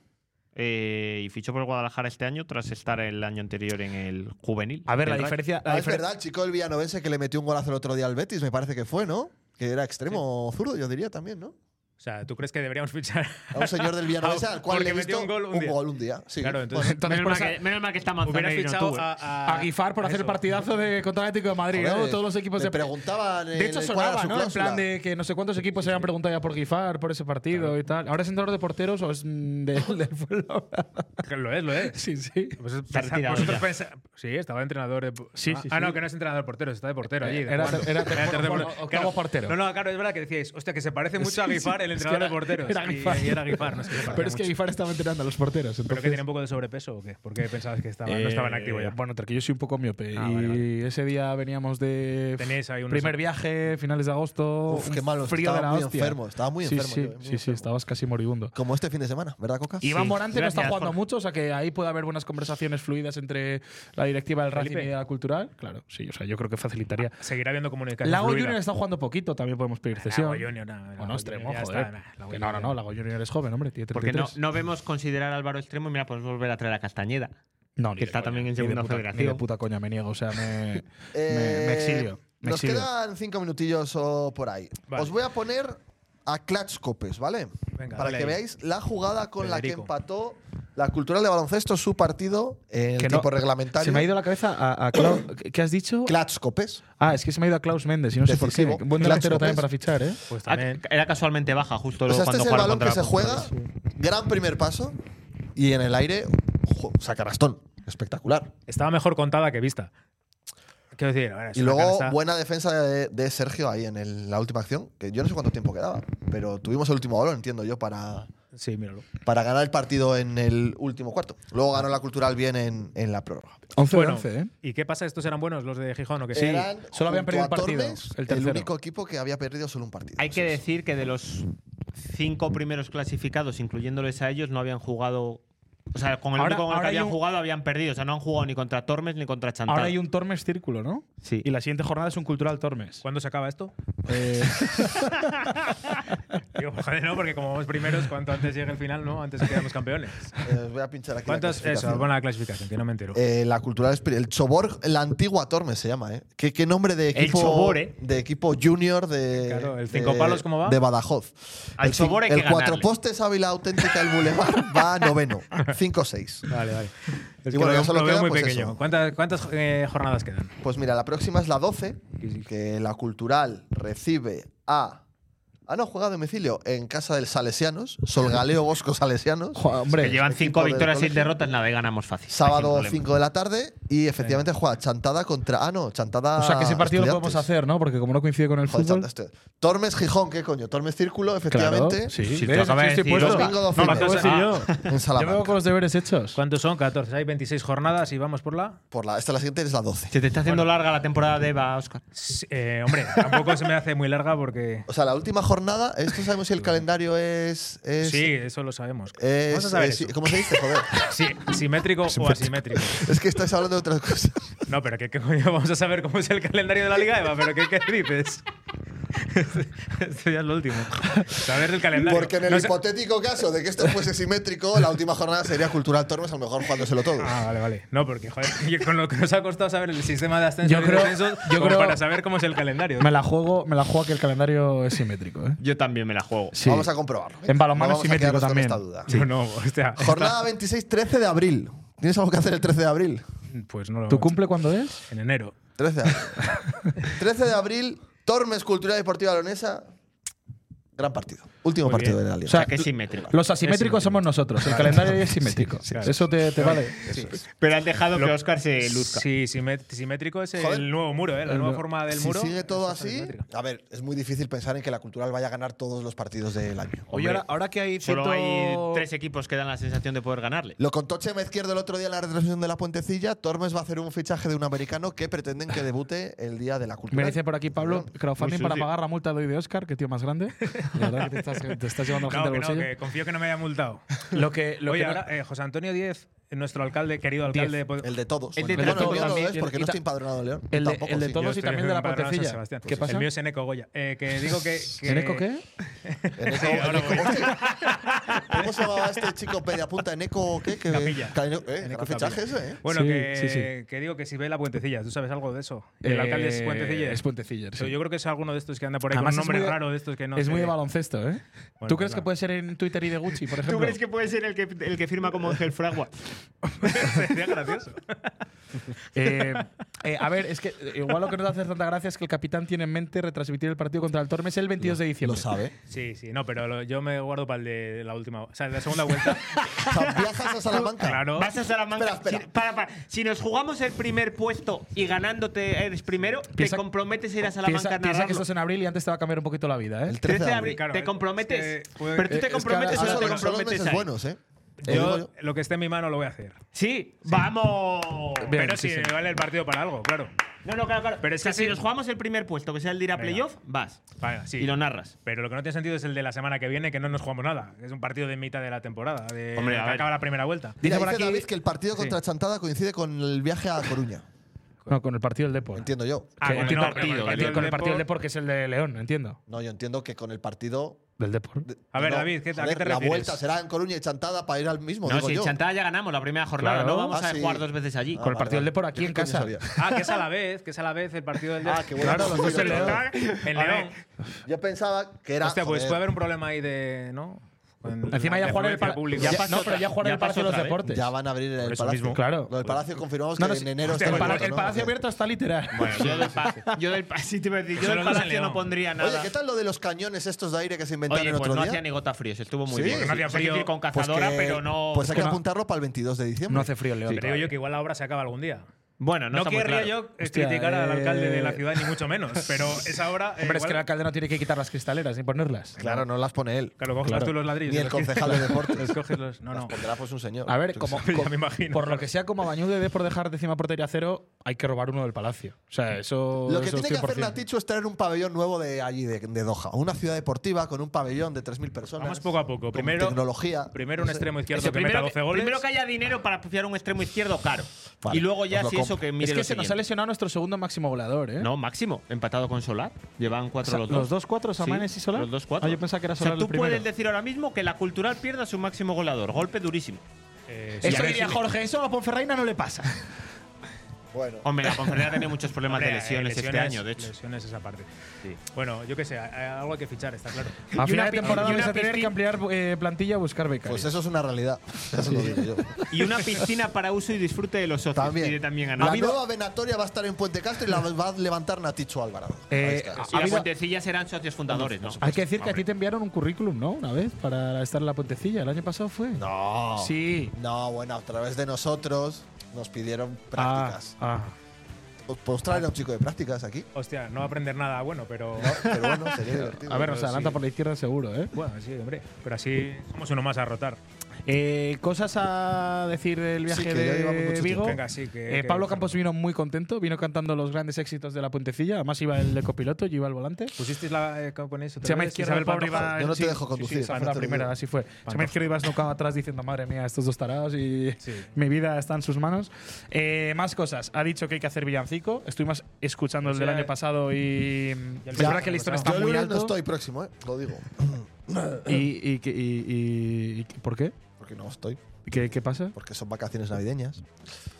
S5: eh, y fichó por el Guadalajara este año tras estar el año anterior en el juvenil.
S3: A ver,
S5: del
S3: la
S5: Rayo.
S3: diferencia. la
S1: Ah, es
S3: diferen-
S1: verdad, el chico del Villanovense que le metió un golazo el otro día al Betis, me parece que fue, ¿no? Que era extremo zurdo, yo diría también, ¿no?
S4: O sea, ¿tú crees que deberíamos
S5: <laughs>
S4: fichar
S1: A un señor
S3: <laughs>
S1: del Villanovense
S3: Ah,
S1: al cual
S4: Porque
S1: le he
S4: metió
S1: visto
S4: un gol un día.
S1: sí.
S4: <laughs> Claro, entonces-
S3: Entonces,
S5: menos,
S3: por
S5: mal
S3: esa-
S5: que, menos mal que está
S4: Hubiera
S5: Manzanero y no
S4: fichado
S5: tú.
S4: a,
S3: a Gifar por hacer
S4: Ah, eso.
S3: el partidazo de contra el Atlético de Madrid,
S1: Joder,
S3: ¿no? Todos los equipos
S1: eh, me
S3: de
S1: preguntaban
S3: De hecho,
S1: eh, cuál era
S3: sonaba,
S1: su
S3: ¿no? En
S1: cláusula.
S3: plan de que no sé cuántos equipos se habían preguntado ya por Gifar, por ese partido y tal. ¿Ahora es entrenador de porteros o es mm, de- <laughs> del Fuenlabrada?
S4: Que Lo es, lo
S3: <laughs>
S4: es.
S3: sí, sí.
S4: Pues
S5: Se ha
S4: pensa-
S5: retirado
S4: vosotros
S5: ya.
S4: pensa- sí, estaba de entrenador de. ah,
S3: Sí, sí,
S4: ah,
S3: sí. Eh,
S4: no, que no es entrenador de porteros, está de portero allí. de
S3: Era-
S4: jugando.
S3: era- bueno,
S4: tercer
S3: bueno, octavo portero.
S4: No, no, claro, es verdad que decíais, hostia, que se parece mucho a
S3: Sí, sí.
S4: Gifar, el
S3: Es que
S4: entrenador
S3: era-
S4: de porteros.
S3: era
S4: Y-
S3: Gifar.
S4: Y, era Gifar, no
S3: <laughs>
S4: sé qué se
S3: Pero
S4: parecía
S3: es que
S4: mucho.
S3: Gifar estaba entrenando a los porteros.
S4: Pero que
S3: entonces-
S4: tiene un poco de sobrepeso o qué? Porque pensabas que estaba, no
S3: Eh,
S4: estaba en activo ya.
S3: Bueno, entre que yo soy un poco miope.
S4: Ah,
S3: y
S4: vale, vale.
S3: ese día veníamos de
S4: Tenéis ahí unos-
S3: primer viaje, finales de agosto.
S1: Uf,
S3: un
S1: qué malo,
S3: Frío de
S1: estaba
S3: la
S1: muy
S3: hostia.
S1: enfermo, estaba muy
S3: Sí,
S1: enfermo
S3: Sí,
S1: yo, muy
S3: sí, sí,
S1: enfermo.
S3: estabas casi moribundo.
S1: Como este fin de semana, ¿verdad, Coca?
S3: Iván Morante no
S5: Gracias,
S3: está jugando
S5: Jorge.
S3: mucho, o sea que ahí puede haber buenas conversaciones fluidas entre la directiva del Racing
S4: Felipe.
S3: y la cultural. Claro, sí, o sea, yo creo que facilitaría.
S4: Seguirá habiendo comunicación.
S3: Lago
S4: fluida.
S3: Junior está jugando poquito, también podemos pedir cesión.
S4: Lago Junior, no, Lago
S3: Bueno, extremo,
S4: Junior ya
S3: joder.
S4: está, no, Lago
S3: Que no, no,
S4: Junior
S3: no,
S4: ya.
S3: Lago Junior es joven, hombre, tiene
S5: Porque
S3: 33.
S5: no, no vemos considerar a Álvaro extremo y mira, podemos volver a traer a Castañeda.
S3: No, ni
S5: que
S3: de
S5: está
S3: coña,
S5: también en
S3: ni de
S5: segunda
S3: puta-
S5: federación.
S3: Ni de puta coña me niego, o
S1: <laughs>
S3: sea, me, me-
S1: Eh,
S3: me exilio. me
S1: nos
S3: exilio.
S1: quedan cinco minutillos o por ahí.
S4: Vale.
S1: Os voy a poner a Clutch Copes, ¿vale?
S4: Venga,
S1: Para
S4: dale
S1: que
S4: ahí.
S1: veáis la jugada con la que
S4: Federico.
S1: empató la cultural de baloncesto su partido en
S3: Que no-
S1: tiempo reglamentario.
S3: Se me ha ido la cabeza a, a Clau-
S1: <clears throat>
S3: ¿Qué has dicho?
S1: Clutch Copes.
S3: Ah, es que se me ha ido a Klaus Méndez y no sé por qué.
S1: Decisivo.
S3: Buen delantero
S1: Klaus López.
S3: también para fichar, ¿eh?
S4: Pues
S5: Ah,
S4: también.
S5: Era casualmente baja, justo
S1: O sea, este
S5: cuando
S1: es el
S5: jugaron
S1: balón que se
S5: contra la
S1: juega, gran primer paso, y en el aire, jo, sacarastón. Espectacular.
S4: Estaba mejor contada que vista. Quiero decir, ahora es
S1: Y
S4: una
S1: luego,
S4: cansa-
S1: buena defensa de, de Sergio ahí en el- la última acción, que yo no sé cuánto tiempo quedaba, pero tuvimos el último balón, entiendo yo, para,
S5: Pues,
S4: Sí, míralo.
S1: para ganar el partido en el último cuarto. Luego ganó la Cultural bien en, en la prórroga.
S3: 11
S4: Bueno,
S3: 11, ¿eh?
S4: ¿Y qué pasa? ¿Estos eran buenos los de Gijón o qué?
S1: Eran,
S3: solo
S1: junto
S3: habían perdido
S1: a
S3: un partido,
S1: Tormes,
S3: el
S1: el,
S3: tercero.
S1: único equipo que había perdido solo un partido.
S5: Hay que
S1: Eso es.
S5: decir que de los cinco primeros clasificados, incluyéndoles a ellos, no habían jugado. O sea, con el
S3: Ahora-
S5: único con el
S3: ahora
S5: que
S3: hay
S5: habían
S3: un-
S5: jugado habían perdido. O sea, no han jugado ni contra Tormes ni contra Chantal.
S3: Ahora hay un Tormes círculo, ¿no?
S5: Sí.
S3: Y la siguiente jornada es un Cultural Tormes.
S4: ¿Cuándo se acaba esto?
S5: <laughs>
S3: Eh,
S4: Digo, <laughs> joder, no, porque como vamos primeros, cuanto antes llegue el final, ¿no? Antes quedamos campeones.
S1: <laughs> Eh, voy a pinchar aquí. la
S4: ¿Cuántos? Eso,
S1: clasificación.
S4: pon la clasificación, que no me entero.
S1: Eh, la cultural es pri- el Chobor, la antigua Tormes se llama, ¿eh? ¿Qué, qué nombre de equipo
S5: Chobor, ¿eh?
S1: de equipo junior de
S4: Eh, Claro, el
S1: de-
S4: cinco palos, ¿cómo va?
S1: De Badajoz.
S5: Al
S1: el cin-
S5: Chobor hay que
S1: el cuatro
S5: ganarle.
S1: postes Ávila auténtica el Boulevard
S4: <laughs>
S1: va a noveno, 5 6.
S4: Vale, vale. Es
S1: bueno,
S4: lo,
S1: ya
S4: veo-
S1: solo
S4: lo veo
S1: queda,
S4: muy
S1: pues,
S4: pequeño.
S1: eso.
S4: ¿Cuántas, cuántas, eh, jornadas quedan?
S1: Pues mira, la próxima es la 12, que la cultural recibe a Ah, no, juega a domicilio en casa del Salesianos, Solgaleo Bosco Salesianos.
S3: jo,
S5: que
S3: hombre,
S5: llevan
S1: equipo
S5: cinco
S1: del
S5: victorias, seis
S1: colegio.
S5: derrotas, nada, y ganamos fácil.
S1: Sábado
S5: Sin problema.
S1: 5 de la tarde y efectivamente juega Chantada contra. Ah, no, Chantada.
S3: o sea, que ese partido lo podemos
S1: Estudiantes.
S3: hacer, ¿no? Porque como no coincide con el
S1: Joder,
S3: fútbol…
S1: Chantada Estudiantes. Tormes Gijón, ¿qué coño? Tormes Círculo, efectivamente.
S3: Claro, sí.
S5: Si te
S3: ¿Ves?
S5: acaba de
S3: Así estoy
S5: decir
S3: puesto.
S1: Domingo
S3: Yo
S1: dos
S4: No, la
S1: fines.
S4: cosa-
S1: <laughs>
S3: Ah.
S1: En
S3: vengo
S1: Salamanca.
S3: con los deberes hechos.
S4: ¿Cuántos son? 14. Hay 26 jornadas y vamos por la.
S1: Por la, esta la siguiente es la 12.
S5: Se te está haciendo larga la temporada de Eva, Oscar.
S4: Eh, hombre, tampoco se me hace muy larga porque.
S1: O sea, la última jornada. Esto sabemos si el calendario es. es-
S4: Sí, eso lo sabemos.
S1: es-
S4: Vamos a saber
S1: es-
S4: eso.
S1: ¿Cómo se dice?
S3: <laughs>
S1: Joder.
S4: Sí, simétrico o asimétrico.
S1: Es que estás hablando de otras cosas.
S4: No, pero ¿qué, qué coño? Vamos a saber cómo es el calendario de la Liga Eva, pero ¿qué, qué dices? <laughs> Esto ya es lo último. Saber del calendario.
S1: Porque en el
S4: No sé-
S1: hipotético caso de que esto fuese simétrico, la última jornada sería Cultural Tormes, a lo mejor jugándoselo todo.
S4: Ah, vale, vale. No, porque, joder, <laughs> yo- con lo que nos ha costado saber el sistema de ascenso
S3: Yo
S4: y
S3: creo-
S4: descensos,
S3: yo
S4: como
S3: creo-
S4: para saber cómo es el calendario.
S3: Me la juego, me la juego a que el calendario es simétrico, ¿eh?
S5: Yo también me la juego.
S3: Sí.
S1: Vamos a comprobarlo.
S3: En balonmano
S1: No
S3: es
S1: vamos a
S3: simétrico
S1: quedarnos con
S3: también.
S1: esta duda.
S3: Sí.
S4: No, no, hostia.
S1: Jornada 26, 13 de abril. ¿Tienes algo que hacer el 13 de abril?
S4: Pues no lo
S3: ¿Tu cumple cuándo es?
S4: En enero.
S1: <laughs> 13 de abril. 13 de abril, Tormes Cultura Deportiva Leonesa. Gran partido. Último
S5: Muy
S1: partido
S5: bien.
S1: de la liga.
S5: O sea, que es simétrico.
S3: Los asimétricos somos nosotros, el calendario es simétrico.
S4: claro.
S3: Eso te, te vale.
S5: Pero han dejado
S4: Lo-
S5: que Oscar se luzca.
S4: Sí, simet- simétrico es
S1: Joder.
S4: el nuevo muro, ¿eh? La
S3: El
S4: nueva
S3: nuevo-
S4: forma del
S1: si
S4: muro.
S1: sigue todo
S4: es
S1: así,
S4: asimétrico.
S1: a ver, es muy difícil pensar en que la Cultural vaya a ganar todos los partidos del año.
S5: Oye, ahora-
S3: que hay
S5: Solo hay tres equipos que dan la sensación de poder ganarle.
S1: Lo contó Chema Izquierdo el otro día en la retransmisión de La Puentecilla. Tormes va a hacer un fichaje de un americano que pretenden que debute el día de la
S3: Me
S1: Cultural.
S3: dice por aquí Pablo, crowdfunding
S5: Muy
S3: para
S5: sucio.
S3: pagar la multa de hoy de Oscar, que tío más
S4: <laughs>
S3: grande. La verdad que te estás, te estás llevando a la
S4: No,
S3: gente
S4: que
S3: al
S4: no,
S3: bolsillo.
S4: que confío que no me haya
S3: <laughs>
S4: multado.
S3: Lo que, lo
S4: Oye,
S3: que no-
S4: ahora, eh, José Antonio Díez, nuestro alcalde, querido alcalde de Pod-
S1: El de todos.
S4: El de
S1: bueno,
S4: todos
S1: el mío no
S4: también.
S1: es porque
S3: Y
S1: no
S3: ta-
S1: estoy empadronado en León. Tú
S3: el de-
S1: tampoco,
S3: el de
S1: sí.
S3: todos
S4: Yo
S3: y
S4: estoy
S3: también de la
S4: empadronado en San
S3: Pontecilla.
S4: Sebastián.
S3: ¿Qué pasa?
S4: El mío es Eneco Goya. Eh, que digo que. que-
S3: ¿Eneco qué?
S1: En eco- en
S4: <laughs> ahora
S1: eco-
S4: voy.
S1: Hostia, ¿Cómo se llamaba este chico pedia punta en eco? ¿Qué? Que-
S4: Capilla.
S1: Ca- eh, gran
S4: Eneco
S1: fichaje
S4: Capilla.
S1: ese, ¿eh?
S4: Bueno,
S3: Sí,
S4: que,
S3: sí, sí.
S4: que digo que si ve la Puentecilla, ¿tú sabes algo de eso? El
S3: Eh,
S4: alcalde es Puentecilla.
S3: Es Puentecilla, sí.
S4: Yo creo que es alguno de estos que anda por ahí
S3: Además,
S4: con
S3: es
S4: un nombre
S3: muy de-
S4: raro de estos que no.
S3: es
S4: sé.
S3: muy de baloncesto, ¿eh?
S4: Bueno,
S3: ¿Tú crees
S4: pues
S3: que
S4: va.
S3: puede ser en Twitter y de Gucci, por ejemplo?
S5: ¿Tú crees que puede ser el que, el que firma como Ángel Fragua?
S4: <laughs> Sería gracioso.
S3: Eh, eh, a ver, es que eh, igual lo que nos hace tanta gracia es que el capitán tiene en mente retransmitir el partido contra el Tormes el 22 de
S1: Lo
S3: diciembre.
S1: sabe.
S4: Sí, sí, no, pero lo- yo me guardo para el de la última. O sea, la segunda
S3: <laughs>
S4: vuelta.
S1: O sea, viajas a Salamanca.
S4: claro.
S5: Vas a Salamanca.
S1: Espera, espera.
S5: Si, para, para. Si nos jugamos el primer puesto y ganándote eres primero,
S3: Piensa-
S5: te comprometes a ir a Salamanca
S3: Piensa,
S5: a
S3: piensa que
S5: narrarlo.
S3: esto es en abril y antes te va a cambiar un poquito la vida, ¿eh?
S1: El
S5: 13 de
S1: abril.
S5: abril,
S4: Claro,
S5: te
S4: es
S5: comprometes.
S4: que puede-
S5: pero tú
S3: Eh, es
S5: te
S3: que
S5: comprometes
S3: ahora-
S5: o no
S1: Esos
S5: te
S1: son los
S5: comprometes
S1: meses
S5: ahí.
S1: buenos, ¿eh? Os digo
S4: Yo, lo que esté en mi mano lo voy a hacer.
S5: Sí, vamos.
S3: Bien,
S4: pero
S3: sí,
S4: si
S3: señor.
S4: me vale el partido para algo, claro.
S5: No, no, claro, claro.
S4: Pero es
S5: O sea,
S4: que
S5: si
S4: sí.
S5: nos jugamos el primer puesto, que sea el de ir a
S4: Venga.
S5: playoff, vas.
S4: Vale, sí.
S5: Y lo narras.
S4: Pero lo que no tiene sentido es el de la semana que viene, que no nos jugamos nada. Es un partido de mitad de la temporada, de
S5: Hombre,
S4: que
S5: a ver.
S4: acaba la primera vuelta.
S1: Mira,
S3: Dice por
S1: dice
S3: aquí-
S1: David que el partido contra Chantada coincide con el viaje a Coruña.
S3: No, con el partido del Depor.
S1: Entiendo yo.
S4: Ah,
S3: Que
S4: con el
S3: entiendo-
S4: no, pero con el partido
S3: Con
S4: del
S3: el partido del
S4: Depor-
S3: Depor, que es el de León, entiendo.
S1: No, yo entiendo que con el partido.
S3: Del Depor.
S4: A ver,
S1: No,
S4: David, ¿qué- ¿a qué
S1: joder,
S4: te
S1: La
S4: refieres?
S1: vuelta será en Coruña y Chantada para ir al mismo.
S5: No,
S1: digo
S5: si en
S1: yo.
S5: Chantada ya ganamos la primera jornada,
S3: Claro.
S5: no vamos
S1: Ah,
S5: a
S1: sí.
S5: jugar dos veces allí.
S1: Ah,
S3: Con el partido del Depor aquí
S1: Yo
S3: en
S1: coño
S3: casa.
S1: sabía.
S4: Ah, que es a la vez, que es a la vez el partido del
S1: Ah, qué bueno.
S4: Claro,
S1: Claro, lo
S4: justo en
S1: digo
S4: León. En León.
S1: Yo pensaba que era.
S4: Hostia, pues
S1: joder,
S4: puede haber un problema ahí de. ¿No? Con
S3: Encima
S4: la
S3: ya jugar el
S4: afluencia de
S3: par-
S4: público.
S3: ya-
S4: Ya pasa
S3: No, pero ya jugar
S5: Ya
S3: el Palacio de
S5: pasó
S3: los
S5: otra vez.
S3: Deportes.
S4: Pues
S1: Ya van a abrir el
S4: eso
S1: palacio.
S4: mismo.
S3: Claro.
S1: Lo del palacio confirmamos
S3: No,
S1: que
S3: no,
S1: en
S3: sí.
S1: enero
S3: Hostia,
S1: está
S3: el, pala-
S1: abierto,
S3: el
S1: ¿no?
S3: Palacio Abierto está literal.
S5: Bueno, yo del, pa- yo del pa- sí te iba a decir, yo
S4: Eso
S5: del
S4: lo dices en
S5: palacio
S4: León.
S5: no pondría nada.
S1: Oye, ¿qué tal lo de los cañones estos de aire que se inventaron
S5: Oye,
S1: el
S5: pues
S1: otro
S5: no
S1: día?
S5: hacía ni gota frío, se estuvo muy
S1: Sí,
S5: bien.
S1: porque no
S4: hacía
S5: O sea,
S4: frío.
S5: quiero decir, con
S1: Pues
S5: cazadora,
S1: que-
S5: pero no.
S1: Pues hay que
S3: no-
S1: apuntarlo para el 22 de diciembre.
S3: No hace frío, León.
S4: Pero digo yo que igual la obra se acaba algún día.
S5: Bueno, no,
S4: No,
S5: está muy
S4: querría
S5: claro.
S4: yo eh,
S3: Hostia,
S4: criticar al
S3: eh.
S4: alcalde de la ciudad, ni mucho menos. Pero esa obra. eh,
S3: Hombre, es
S4: igual-
S3: que el alcalde no tiene que quitar las cristaleras ni ponerlas.
S1: Claro, no las pone él.
S4: Claro, coges
S3: Claro.
S4: tú los ladrillos.
S1: Ni
S4: y
S1: el
S4: los quitas.
S1: concejal de deportes.
S4: Los <laughs> coges los. No,
S1: Las
S4: no.
S1: pondrá pues un señor.
S3: A ver,
S1: Yo qué
S3: como,
S5: <laughs>
S1: sé.
S4: Ya
S3: co-
S4: me imagino,
S3: por lo
S4: claro.
S3: que sea, como Bañude de por dejar décima portería cero, hay que robar uno del palacio. O sea, eso.
S1: Lo que
S3: eso
S1: tiene que hacer
S3: 100%.
S1: Natichu es traer un pabellón nuevo de allí, de, de Doha. Una ciudad deportiva con un pabellón de 3.000 personas.
S4: Vamos poco a poco.
S1: con
S4: Primero,
S1: Tecnología. No
S4: primero un
S1: sé.
S4: extremo izquierdo
S5: Eso,
S4: que meta
S5: primero,
S4: 12 goles.
S5: primero que haya dinero para fiar un extremo izquierdo caro.
S1: Vale,
S5: y luego
S1: os
S5: ya
S1: lo
S5: si eso
S1: compro.
S5: que mire
S3: Es
S5: lo
S3: que se nos ha
S5: siguiente.
S3: lesionado nuestro segundo máximo goleador, ¿eh?
S5: No, máximo. Empatado con Solar. Llevan cuatro
S3: Sa-
S5: los dos.
S3: los dos cuatro, Samanes y Solar.
S5: Los dos cuatro.
S3: Ah, yo pensaba que era
S5: O sea,
S3: Solar el
S5: tú puedes
S3: primero.
S5: decir ahora mismo que la Cultural pierda a su máximo goleador. Golpe durísimo.
S4: Eh, sí,
S3: Eso
S4: a ver
S3: diría
S4: si-
S3: Jorge, eso a Ponferreina no le
S5: <laughs>
S3: pasa.
S1: Bueno.
S5: Hombre, la Ponferrada tenía muchos problemas
S4: Hombre,
S5: de lesiones,
S4: eh,
S5: este año, de hecho.
S4: Lesiones esa parte. Bueno, yo qué sé, hay- hay algo hay que fichar, está claro.
S3: A
S5: Y una
S3: final de
S5: pi-
S3: temporada
S5: y una
S3: vais a tener
S5: piscina-
S3: que ampliar eh, plantilla a buscar becas.
S1: Pues eso es una realidad. <laughs> Eso lo digo yo.
S5: Y una piscina para uso y disfrute de los socios.
S1: También.
S5: Y de también ganar.
S1: la nueva venatoria va a estar en Puente Castro y la va a levantar Natichu Alvarado.
S3: Eh,
S1: Ahí está.
S3: ah,
S5: Y
S3: Ha
S5: la
S3: habido-
S5: Puentecilla serán socios fundadores, ¿no?
S3: Hay que decir que a ti te enviaron un currículum, ¿no? Una vez, para estar en la puentecilla. El año pasado fue.
S1: No.
S3: Sí.
S1: No, bueno, a través de nosotros nos pidieron prácticas.
S3: Ah,
S1: ¿Os ¿Puedo traer a un chico de prácticas aquí?
S4: Hostia, no va a aprender nada bueno, pero.
S1: Pero
S3: <laughs>
S1: bueno, sería
S3: ah.
S1: divertido.
S3: A ver, nos adelanta por la izquierda seguro, ¿eh?
S4: Bueno, sí, hombre. Pero así somos uno más a rotar.
S3: Eh, cosas a decir del viaje
S4: Sí, que ya llevamos
S3: de
S4: mucho
S3: Vigo.
S4: tiempo. Venga, sí, que-
S3: Eh,
S4: que-
S3: Pablo Campos vino muy contento, vino cantando los grandes éxitos de la puentecilla. Además iba el de copiloto, yo iba al volante.
S4: ¿Pusisteis la eh, que ponéis otra
S3: Se me
S4: vez?
S3: izquierda el
S4: Isabel
S3: pobre
S4: Pantoja.
S3: Iván. sí, sí, Sí, esa fue la primera, así fue. Se me
S4: Pantoja.
S3: izquierda Iván Snucao atrás diciendo, madre mía, estos dos tarados y mi vida está en sus manos. Eh, más cosas. Ha dicho que hay que hacer villancico. Estuvimos escuchando el
S1: Sí,
S3: del
S1: ya-
S3: año pasado y.
S1: Ya
S3: Es verdad que el listón está
S1: Yo el
S3: muy
S1: lunes
S3: alto.
S1: no estoy próximo, ¿eh? Lo digo.
S3: ¿Y, y, que- y- y- y- por qué?
S1: Porque no estoy.
S3: ¿Qué, qué pasa?
S1: Porque son vacaciones navideñas.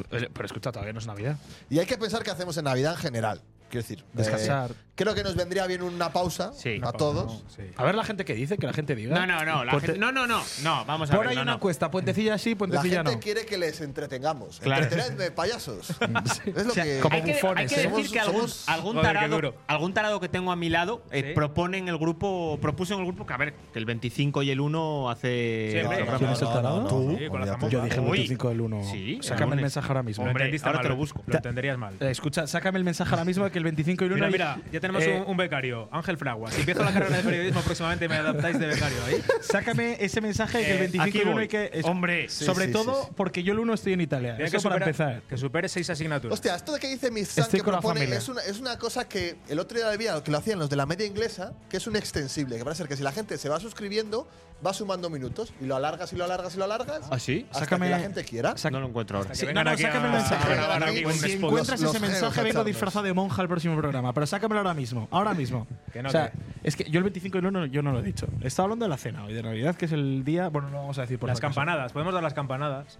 S3: Pero escucha, todavía no es Navidad.
S1: Y hay que pensar qué hacemos en Navidad en general. Quiero decir, eh,
S3: Descansar.
S1: creo que nos vendría bien una pausa a todos.
S3: A ver la gente que dice, que la gente diga.
S1: No, no, no, la
S3: Ponte-
S1: gente- no, no, no, no, vamos a
S3: Pon
S1: ver,
S3: ahí
S1: no,
S3: una
S1: no.
S3: encuesta, puentecilla sí,
S1: La
S3: puentecilla
S1: gente
S3: no.
S1: quiere que les entretengamos.
S3: Claro.
S1: Entretenedme,
S3: <laughs>
S1: payasos. es lo
S5: O sea,
S1: que.
S5: hay que, hay que decir que algún, algún
S1: Joder, qué
S5: tarado,
S1: duro.
S5: algún tarado que tengo a mi lado eh,
S1: Sí.
S5: propone en el grupo, propuso en el grupo que a ver, que el 25 y el 1 hace.
S3: Sí, hombre.
S5: programa.
S3: ¿Quién es el tarado? ¿Tú? Sí, con la zamba. Yo dije el
S5: Uy.
S3: 25 del 1.
S5: Sí,
S3: Sácame el
S5: lunes.
S3: mensaje ahora mismo.
S5: Hombre,
S3: Lo entendiste
S5: ahora te
S3: mal.
S5: lo busco.
S3: Ta-
S4: Entenderías mal.
S3: Eh, Escucha, sácame el mensaje ahora mismo que el 25 y el 1.
S4: Mira, mira, Eh, ya tenemos
S3: eh,
S4: un, un becario, Ángel Fragua. Si empiezo la carrera de periodismo próximamente me adaptáis de becario ahí.
S3: Sácame ese mensaje que el
S4: Eh,
S3: 25
S4: aquí
S3: y el 1
S4: voy.
S3: hay que. es-
S4: Hombre. Sí,
S3: sobre
S4: sí,
S3: todo
S4: sí, sí.
S3: porque yo el 1 estoy en Italia.
S4: Tiene
S3: Eso para empezar.
S4: Que supere seis asignaturas.
S1: Hostia, esto de que dice mi San
S3: Estoy
S1: que
S3: con la
S1: propone
S3: familia.
S1: es una, es una cosa que el otro día había, que lo hacían los de la media inglesa, que es un extensible, que parece ser que si la gente se va suscribiendo, va sumando minutos y lo alargas y lo alargas y lo alargas.
S5: ¿Ah, sí?
S1: Hasta
S5: Sácame-
S1: que la gente quiera.
S5: No lo encuentro ahora.
S3: Sí, no, no, sácame el mensaje. si encuentras ese mensaje, vengo disfrazado de monja al próximo programa. Pero sácamelo ahora mismo. Ahora mismo.
S4: Que no,
S3: o sea, es que yo el 25 y el 1 yo no lo he dicho. Estaba hablando de la cena hoy de Navidad, que es el día. Bueno, no lo vamos a
S1: pues
S3: decir por
S4: las
S3: si acaso.
S4: campanadas, podemos dar las campanadas.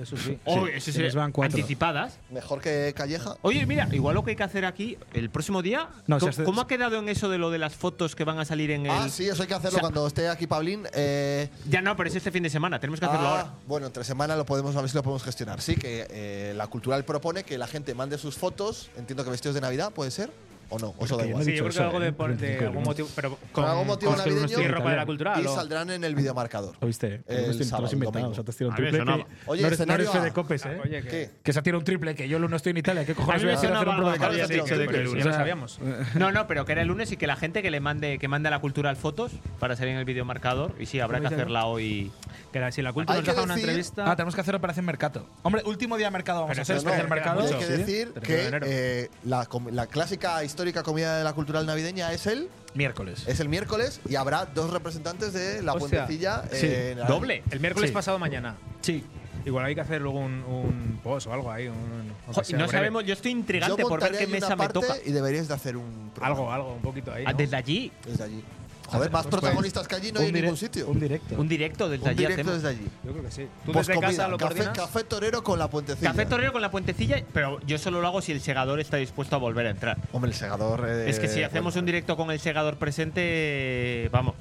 S4: Eso sí.
S5: Oh, eso sería anticipadas.
S1: Mejor que Calleja.
S5: Oye, mira, igual lo que hay que hacer aquí el próximo día.
S1: No,
S5: ¿cómo,
S1: si hace-
S5: cómo ha quedado en eso de lo de las fotos que van a salir en el.?
S1: Ah, sí, eso hay que hacerlo
S5: O sea,
S1: cuando esté aquí Pablín. Eh,
S5: Ya no, pero es este fin de semana. Tenemos que hacerlo
S1: Ah,
S5: ahora.
S1: Bueno, entre semana lo podemos a ver si lo podemos gestionar. Sí, que eh, la cultural propone que la gente mande sus fotos. Entiendo que vestidos de Navidad, puede ser. ¿O no? ¿O eso da igual?
S4: Sí, yo creo que algo de, por- de algún motivo. Pero con,
S1: Con algún motivo
S4: con
S1: navideño
S4: y ropa de la cultura.
S1: y saldrán en el videomarcador.
S3: ¿Oíste?
S1: El
S3: Te lo has
S1: sábado,
S3: inventado.
S1: domingo.
S3: O sea, te has tirado un
S1: A ver,
S3: triple.
S1: sonaba.
S3: que-
S1: Oye,
S3: no eres, no eres
S1: escenario
S3: Fede
S1: A.
S4: Ah,
S3: Copes, ¿eh?
S1: Oye, ¿qué? ¿Qué?
S3: Que se ha tirado un triple, que yo el 1 estoy en Italia. ¿Qué cojones
S5: A mí me
S3: voy a hacer,
S5: sonaba
S3: hacer un
S5: algo
S3: programa
S5: que habías
S3: de ¿eh?
S5: dicho de que el lunes.
S4: Ya lo sabíamos.
S5: eh, No, no, pero que era el lunes y que la gente que le mande, que mande a la cultural fotos para salir en el videomarcador. Y sí, habrá que hacerla hoy.
S4: Que si la
S5: cultura
S3: Hay que decir- Ah, tenemos que hacer operación mercado. Hombre, último día de mercado vamos
S5: Pero
S3: a hacer
S5: eso no,
S3: especial
S5: queda
S3: mercado.
S1: Hay que decir que eh, la, com- la clásica histórica comida de la cultural navideña es el
S3: miércoles.
S1: Es el miércoles y habrá dos representantes de la
S4: Hostia.
S1: puentecilla. eh, en la-
S4: El miércoles
S1: Sí.
S4: pasado mañana.
S3: Sí.
S4: Igual hay que hacer luego un, un post o algo ahí. Un, aunque
S5: Jo,
S4: sea
S5: no
S4: breve.
S5: sabemos, yo estoy intrigante
S1: Yo
S5: por ver
S1: montaré ahí
S5: qué
S1: una
S5: mesa me
S1: parte
S5: toca.
S1: Y deberías de hacer un.
S4: Algo, algo, un poquito ahí.
S5: Ah, ¿Desde allí?
S1: Desde allí. Joder,
S5: pues
S1: más protagonistas que allí no hay en ningún sitio.
S3: Un directo.
S5: Un directo desde
S1: Un
S5: allí.
S1: directo
S5: hacemos.
S1: desde allí.
S4: Yo creo que sí.
S5: ¿Tú
S1: Pues
S5: desde
S1: comida,
S5: casa lo
S1: café,
S5: coordinas?
S1: café torero con la puentecilla.
S5: Café torero con la puentecilla, pero yo solo lo hago si el segador está dispuesto a volver a entrar.
S1: Hombre, el segador. eh,
S5: es que si hacemos un directo con el segador presente, vamos.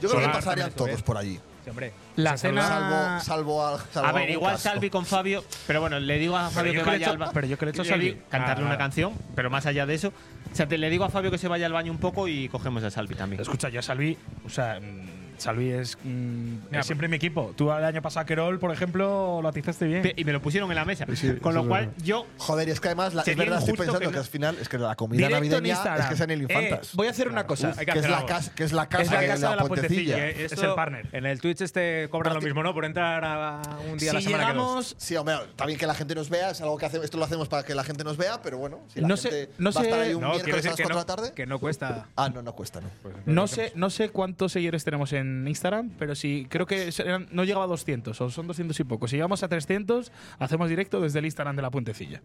S1: Yo creo que
S5: Solar
S1: pasarían
S5: también estuve.
S1: todos por allí.
S4: Sí, hombre.
S3: La
S5: Se
S3: cena.
S1: Salvo, salvo, al- salvo
S5: A ver,
S1: algún
S5: igual
S1: caso.
S5: Salvi con Fabio, pero bueno, le digo a
S3: Pero yo
S5: Fabio que
S3: que le
S5: vaya
S3: echo-
S5: al baño.
S3: pero yo que le echo a Salvi.
S5: Cantarle
S3: Ah,
S5: una
S3: ah.
S5: canción, pero más allá de eso. O sea, te- le digo a Fabio que se vaya al baño un poco y cogemos a Salvi también.
S3: Escucha, yo a Salvi, o sea, mm, Salvi es, mm, es
S5: pero-
S3: siempre mi equipo. Tú el año pasado, Querol, por ejemplo, lo atizaste bien.
S5: Y me lo pusieron en la mesa. Con
S3: eso
S5: lo
S3: es
S5: cual,
S3: verdad.
S5: yo.
S1: Joder, y es que además, la, es
S5: Sería
S1: verdad, estoy
S5: injusto
S1: pensando que,
S5: que no-
S1: al final es que la comida navideña es que sean el infantas.
S3: Eh, voy a hacer una cosa.
S1: Uf, que, es la casa, que es la casa, de, la puentecilla.
S4: Eh, esto, En el Twitch este cobran lo mismo, ¿no? Por entrar a un día a la semana que dos.
S1: Sí, hombre, también que la gente nos vea, es algo que hace- esto lo hacemos para que la gente nos vea, pero bueno, si la
S3: No sé-
S1: gente
S3: no
S1: va a
S3: sé-
S1: estar ahí un
S3: No, quiero
S1: miércoles a las
S3: decir
S1: 4 de
S3: que Pues
S1: la
S3: no-
S1: tarde.
S4: Que no cuesta.
S1: Ah, no, no cuesta, no.
S3: No sé, no sé cuántos seguidores tenemos en Instagram, pero sí, creo que serán- no llegaba a 200, o son 200 y poco. Si llegamos a 300, hacemos directo desde el Instagram de la puentecilla.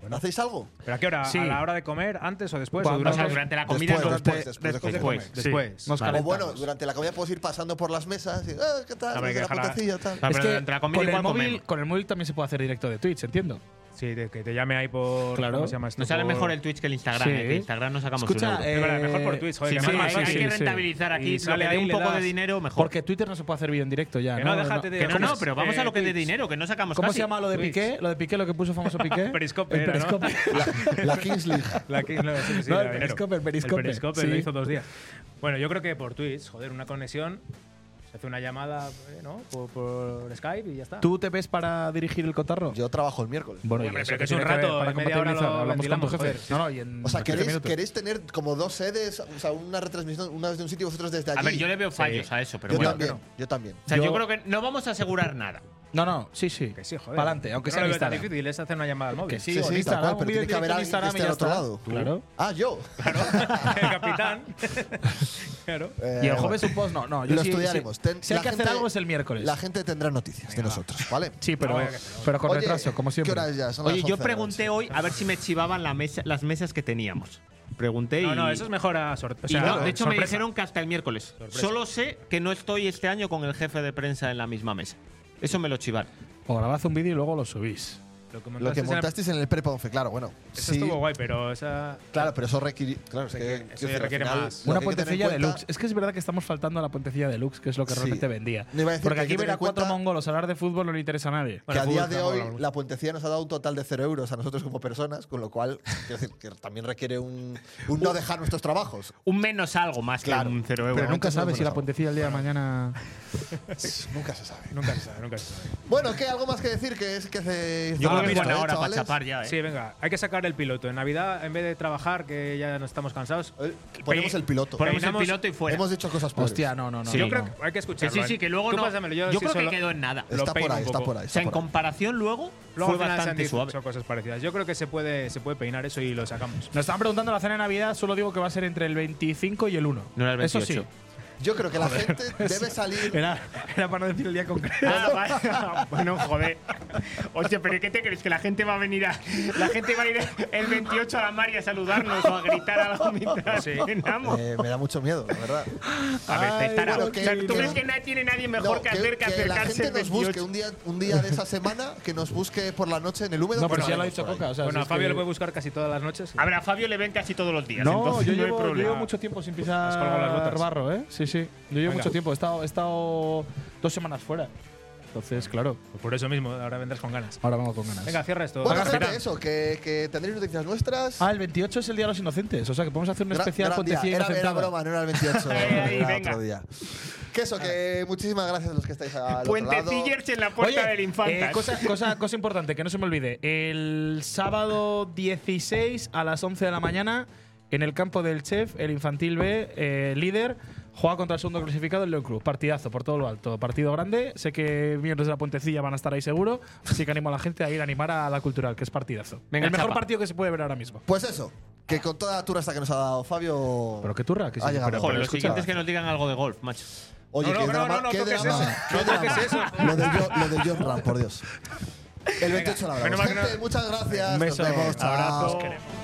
S1: Bueno, ¿Hacéis algo?
S4: ¿Pero a qué hora?
S3: Sí.
S4: ¿A la hora de comer? ¿Antes o después? ¿O
S3: Cuando-
S4: durante,
S3: o sea, durante la comida,
S4: Después,
S3: durante-
S5: pues,
S4: después, después,
S3: después de
S4: después.
S3: comer.
S4: después.
S3: Sí. Nos
S1: O
S3: calentamos.
S1: bueno, durante la comida puedes ir pasando por las mesas y, "Ah, ¿qué tal? Desde
S4: Hombre, que
S1: la
S4: ojalá-
S1: puentecilla, tal.
S4: Ah, pero
S3: Es que
S4: durante la comida
S3: con el,
S4: igual
S3: móvil,
S4: comemos.
S3: con el móvil también se puede hacer directo de Twitch, entiendo.
S4: Sí, de que te llame ahí por.
S3: Claro.
S4: ¿Cómo se llama esto?
S5: Nos sale
S4: Por-
S5: mejor el Twitch que el Instagram.
S3: Sí.
S5: eh, que Instagram no sacamos
S3: Escucha,
S5: un euro.
S3: eh,
S5: Es verdad, mejor por Twitch, joder, que
S3: sí,
S5: más
S3: sí,
S5: vale.
S3: sí,
S5: hay que
S3: sí.
S5: rentabilizar aquí. lo que dé un poco de dinero, mejor.
S3: Porque Twitter no se puede hacer bien en directo ya.
S5: Que no, déjate de- Que no, no, pero vamos a lo que dé dinero, que no
S3: Eh,
S5: sacamos
S3: ¿Cómo
S5: Pues casi.
S3: se llama lo de
S5: Twitch.
S3: Piqué? Lo de Piqué, lo que puso famoso Piqué.
S4: Periscope
S3: El
S4: era, ¿no?
S3: Periscope.
S1: La Kings League.
S4: La que, no, sí, sí,
S3: No,
S4: la
S3: el
S4: de enero.
S3: Periscope, el Periscope.
S4: El Periscope
S3: Sí.
S4: lo hizo dos días. Bueno, yo creo que por Twitch, joder, una conexión. Se hace una llamada eh, ¿no? por, por Skype y ya está.
S3: ¿Tú te ves para dirigir el cotarro?
S1: Yo trabajo el miércoles.
S3: Bueno,
S4: Hombre,
S3: y eso
S4: pero que es
S3: tiene
S4: un
S3: ver
S4: rato,
S3: para
S4: en media hora lo
S3: compatibilizar. Hablamos con tu
S4: ventilamos,
S3: jefe.
S4: joder.
S3: No, no, y en
S1: O sea,
S3: 15
S1: ¿queréis,
S3: minutos.
S1: queréis tener como dos sedes, o sea, una retransmisión una de un sitio y vosotros desde allí?
S5: A ver, yo le veo fallos a eso, pero
S1: yo
S5: bueno.
S1: También,
S5: no.
S1: Yo también.
S5: O sea, yo, creo que no vamos a asegurar nada.
S3: No, no, sí, sí.
S4: Que sí, joder.
S3: Para adelante, aunque
S4: Yo
S3: sea
S4: no
S3: en
S4: lo veo tan
S3: Instagram.
S4: difícil, es hacer una llamada al móvil.
S3: Que sí,
S1: Sí,
S3: o en
S1: sí, tal
S3: Instagram,
S1: cual,
S3: un
S1: pero
S3: vídeo
S1: tiene que haber
S3: directo en
S1: alguien que
S3: Instagram
S1: esté
S3: y ya
S1: al otro
S3: está.
S1: lado.
S3: Claro.
S1: Ah, yo.
S4: <laughs> El capitán. claro.
S1: <laughs> Eh,
S3: Y el jueves un post no, no. Yo
S1: lo
S3: sí-
S1: estudiaremos.
S3: sí-
S1: Ten-
S3: si hay
S1: la
S3: que hacer
S1: gente-
S3: algo es el miércoles.
S1: La gente tendrá noticias de nosotros, ¿vale?
S3: Sí, pero,
S4: No, ya que se lo-
S3: pero con
S1: Oye,
S3: retraso, como siempre.
S1: ¿Qué horas ya? Son las
S5: Oye,
S1: 11 de
S5: yo
S1: la
S5: pregunté
S1: noche.
S5: hoy a ver si me chivaban la mesa, las mesas que teníamos. Pregunté
S4: No,
S5: y.
S4: no, eso es mejor a sorteo.
S5: y no, de hecho, me dijeron que hasta el miércoles. Solo sé que no estoy este año con el jefe de prensa en la misma mesa. Eso me lo chivaron.
S3: O grabad un vídeo y luego lo subís.
S4: Lo que
S1: Lo
S4: montaste,
S1: que
S4: esa-
S1: montasteis en el pre-ponfe, claro, bueno.
S4: Eso
S1: sí,
S4: estuvo guay, pero esa.
S1: Claro, pero eso requiere. Claro, es que.
S4: que eso
S1: quiero
S4: ya
S1: al
S4: requiere
S1: final,
S4: más.
S1: lo que hay
S3: Una
S1: que tener en
S3: puentecilla de
S1: cuenta-
S3: Lux. Es que es verdad que estamos faltando a la puentecilla de Lux, que es lo que
S1: Sí.
S3: realmente vendía.
S1: No iba a decir que
S3: Porque
S1: hay
S3: aquí
S1: que
S3: ver
S1: tener
S3: a
S1: en cuenta-
S3: cuatro mongolos hablar de fútbol no le interesa a nadie.
S1: Que a
S4: Bueno,
S1: día
S4: fútbol,
S1: de
S4: fútbol,
S1: hoy
S4: fútbol.
S1: la puentecilla nos ha dado un total de cero euros a nosotros como personas, con lo cual quiero decir, que también requiere un, un no dejar nuestros trabajos.
S5: Un menos algo más
S1: Claro,
S5: que un cero euro.
S3: Pero nunca
S1: entonces
S3: sabes si
S1: no
S3: la
S1: lo
S3: puentecilla el día de mañana.
S1: Nunca se sabe.
S4: Nunca se sabe, nunca se sabe.
S1: Bueno, ¿qué? ¿Algo más que decir? Que es que se.
S5: Yo creo que es
S1: Mira,
S5: buena
S1: eh,
S5: hora para
S1: chavales.
S5: chapar ya, ¿eh?
S4: Sí, venga, hay que sacar el piloto. En Navidad, en vez de trabajar, que ya no estamos cansados.
S1: Eh, Ponemos el piloto.
S5: Ponemos el
S4: Peinamos-
S5: piloto y fuera.
S1: Hemos dicho cosas peores.
S3: Hostia, no, no, no.
S5: Sí,
S3: no.
S4: Yo creo que hay que
S5: Sí,
S4: escucharlo.
S5: sí, sí,
S4: ¿eh?
S5: que luego
S4: Tú
S5: no.
S4: pásamelo, yo,
S5: yo
S4: sí
S5: creo que
S4: solo-
S5: quedó en nada.
S4: Lo
S1: Está por
S4: peino
S1: ahí,
S4: un
S1: está
S4: poco.
S1: por ahí.
S5: O sea,
S1: está
S5: en
S1: por ahí.
S5: comparación luego,
S4: Luego al
S5: fue
S4: final se han
S5: bastante
S4: dicho
S5: suave.
S4: cosas parecidas. Yo creo que se puede, se puede peinar eso y lo sacamos.
S3: Nos están preguntando la cena de Navidad, solo digo que va a ser entre el 25 y el 1.
S5: No era el
S3: Eso sí.
S5: 28.
S1: Yo creo que la
S5: <laughs>
S1: gente debe
S5: Eh,
S1: salir.
S3: Era, era para no decir el día concreto.
S5: Ah, vale. bueno, joder. Hostia, pero ¿qué te crees? Que la gente va a venir a. La gente va a ir el 28 a la Mari a saludarnos o a gritar algo mientras cenamos.
S1: Eh, me da mucho miedo, la verdad.
S5: A ver, te estará.
S1: bueno,
S5: o sea,
S1: que-
S5: ¿Tú
S1: que-
S5: crees que nadie tiene nadie mejor
S1: No,
S5: que hacer que,
S1: la
S5: acercarse
S1: gente
S5: el
S1: nos
S5: 28?
S1: busque un día, un día de esa semana, que nos busque por la noche en el húmedo.
S3: No,
S1: que
S3: pero si ya lo ha
S1: estaremos
S3: dicho
S1: por ahí.
S3: Coca. O sea,
S4: bueno,
S3: si
S4: a
S3: es
S4: Fabio
S3: que-
S4: lo puede buscar casi todas las noches.
S5: A ver, a Fabio le ven casi todos los días.
S3: No,
S5: entonces
S3: yo
S5: no hay
S3: llevo, yo
S5: problema.
S3: llevo mucho tiempo sin
S4: Has colgado las
S3: pisar
S4: botas.
S3: barro, ¿eh? Sí, sí. Yo llevo
S4: Venga.
S3: mucho tiempo. He estado, he estado dos semanas fuera. Entonces, claro,
S4: Pues por eso mismo, ahora vendrás con ganas.
S3: ahora vengo con ganas.
S4: Venga, cierra esto.
S1: Bueno,
S4: Hagas
S1: gente,
S4: verán.
S1: eso, que, que tendréis noticias nuestras.
S3: Ah, el 28 es el Día de los Inocentes. O sea, que podemos hacer un
S1: Gra-
S3: especial
S1: gran
S3: con
S1: día.
S3: Tecía
S1: era, era
S3: Inocentada.
S1: broma, no era el
S3: <laughs>
S1: 28.
S5: Ahí, ahí,
S1: era
S5: venga.
S1: otro día. Que eso, que muchísimas gracias a los que estáis al otro lado.
S5: Puentecillers en la puerta del infante.
S3: eh, cosa, cosa, cosa importante, que no se me olvide. El sábado 16 a las 11 de la mañana, en el campo del Chef, el infantil B, eh, líder, juega contra el segundo clasificado, el León Club. Partidazo por todo lo alto. Partido grande. Sé que miembros de la Puentecilla van a estar ahí seguro. Así que animo a la gente a ir a animar a la cultural, que es partidazo.
S5: Venga,
S3: el mejor
S5: chapa.
S3: partido que se puede ver ahora mismo.
S1: Pues eso, que con toda la turra hasta que nos ha dado Fabio.
S3: Pero qué turra, que sí,
S1: ha llegado.
S3: pero-
S5: Joder, los
S1: escucha,
S5: siguientes que nos digan algo de golf, macho.
S1: Oye,
S4: No,
S1: qué
S4: no, no,
S1: drama.
S4: no, no
S1: qué
S4: toques
S1: drama,
S4: eso.
S1: qué
S4: No toques
S1: drama.
S4: eso.
S1: Lo de, Jo- lo de John Ram, por Dios. El 28 la
S4: menos
S1: hablamos.
S4: mal que no-
S1: Gente, muchas gracias.
S3: Un beso,
S1: nos vemos. Chao.
S3: abrazos, queremos.